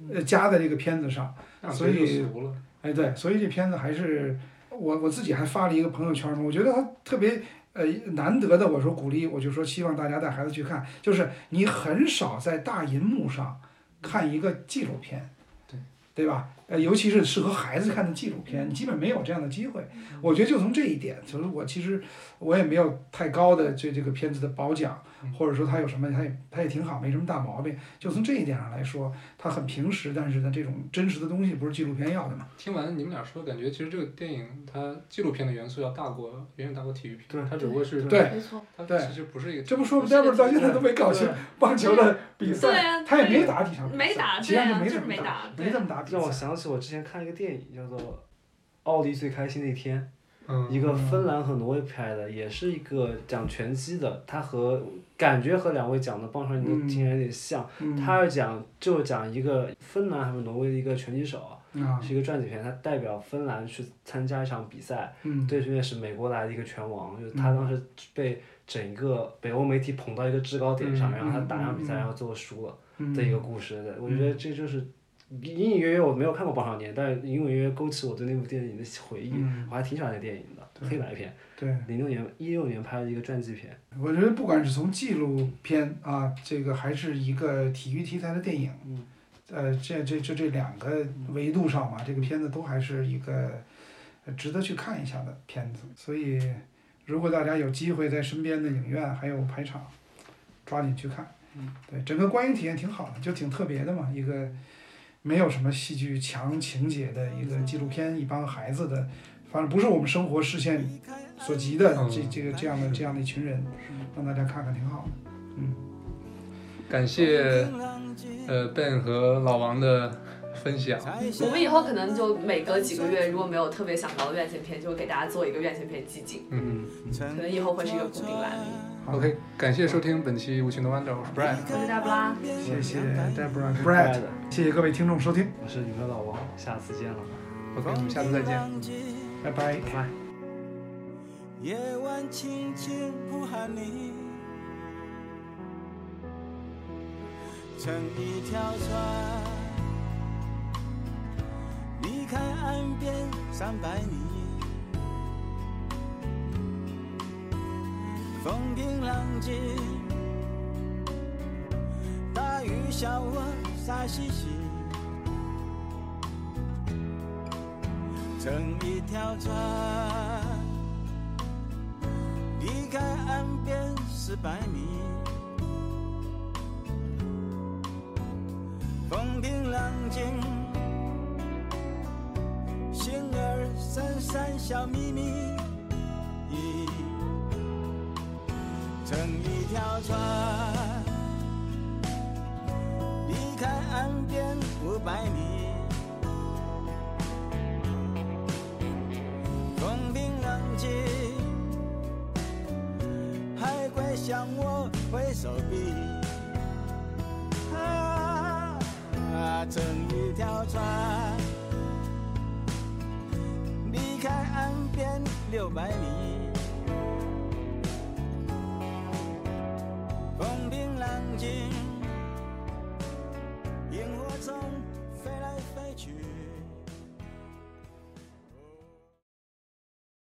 Speaker 2: 呃加在这个片子上。
Speaker 4: 啊那
Speaker 2: 所以
Speaker 4: 这就俗了。
Speaker 2: 哎，对，所以这片子还是我我自己还发了一个朋友圈嘛，我觉得它特别呃难得的，我说鼓励，我就说希望大家带孩子去看，就是你很少在大银幕上看一个纪录片，
Speaker 4: 对
Speaker 2: 对吧？呃，尤其是适合孩子看的纪录片，基本没有这样的机会。我觉得就从这一点，就是我其实我也没有太高的对这个片子的褒奖，或者说它有什么，它也它也挺好，没什么大毛病。就从这一点上来说，它很平实，但是呢，这种真实的东西不是纪录片要的嘛。
Speaker 4: 听完你们俩说，感觉其实这个电影它纪录片的元素要大过远远大过体育片，
Speaker 3: 对
Speaker 4: 它只不过是
Speaker 2: 对
Speaker 5: 没错，
Speaker 4: 它
Speaker 2: 对
Speaker 4: 其实不是一个
Speaker 2: 这不说
Speaker 5: 不是
Speaker 2: 待会儿
Speaker 5: 个
Speaker 2: 到
Speaker 5: 体
Speaker 2: 现在都没搞清棒球的比
Speaker 5: 对
Speaker 2: 赛，
Speaker 5: 啊，
Speaker 2: 他也没
Speaker 5: 打，
Speaker 2: 打几场比赛，
Speaker 5: 没打
Speaker 2: 其他
Speaker 5: 对啊
Speaker 2: 没
Speaker 5: 就
Speaker 2: 怎
Speaker 5: 是
Speaker 2: 么
Speaker 5: 没打对啊
Speaker 2: 没怎么打比赛
Speaker 3: 啊让。我想起我之前看一个电影，叫做《奥利最开心那天》。
Speaker 4: 嗯
Speaker 3: 一个芬兰和挪威拍的，也是一个讲拳击的，它和感觉和两位讲的棒球运动竟然有点像。
Speaker 2: 嗯
Speaker 3: 它是讲就是讲一个芬兰还是挪威的一个拳击手啊，
Speaker 2: 啊，
Speaker 3: 是一个传记片，他代表芬兰去参加一场比赛，
Speaker 2: 嗯，
Speaker 3: 对面是美国来的一个拳王，就是他当时被整个北欧媒体捧到一个制高点上，
Speaker 4: 嗯
Speaker 3: 然后他打一场比赛，然后最后输了
Speaker 2: 嗯
Speaker 3: 的一个故事。我觉得这就是。隐隐约约我没有看过《棒少年》，但是隐隐约约勾起我对那部电影的回忆，
Speaker 2: 嗯
Speaker 3: 我还挺喜欢那电影的，黑白片。
Speaker 2: 对，
Speaker 3: 零六年、一六年拍的一个传记片，
Speaker 2: 我觉得不管是从纪录片啊，这个还是一个体育题材的电影，
Speaker 3: 嗯
Speaker 2: 呃，这这就这两个维度上嘛，这个片子都还是一个呃值得去看一下的片子。所以，如果大家有机会在身边的影院还有排场，抓紧去看。
Speaker 3: 嗯，
Speaker 2: 对，整个观影体验挺好的，就挺特别的嘛，一个没有什么戏剧强情节的一个纪录片，一帮孩子的，反正不是我们生活视线所及的这
Speaker 4: 嗯
Speaker 2: 这个这样的这样的一群人，让大家看看挺好的。
Speaker 4: 感谢呃 Ben 和老王的分享。
Speaker 1: 我
Speaker 5: 我们以后可能就每隔几个月，如果没有特别想到的院线片，就给大家做一个院线片集锦，
Speaker 4: 嗯
Speaker 5: 可能以后会是一个固定栏目。
Speaker 2: 好
Speaker 4: ，OK，感谢收听本期《无情的弯道》，我是 Brian。
Speaker 5: 我是大布拉，
Speaker 2: 谢谢 Deborah
Speaker 3: 是
Speaker 2: Brad，
Speaker 3: 的
Speaker 2: 谢谢各位听众收听，
Speaker 3: 我是你们的老王，下次见了，
Speaker 4: OK，我们下次再见。
Speaker 2: 拜拜。
Speaker 3: 拜拜。
Speaker 1: 夜晚轻轻呼喊你，乘一条船，离开岸边三百米。风平浪静，大雨小我傻兮兮，撑一条船，离开岸边四百米。风平浪静，星儿闪闪笑眯眯，乘一条船，离开岸边五百米。风平浪静，海龟向我挥手臂。啊，乘一条船，离开岸边六百米。风平浪静，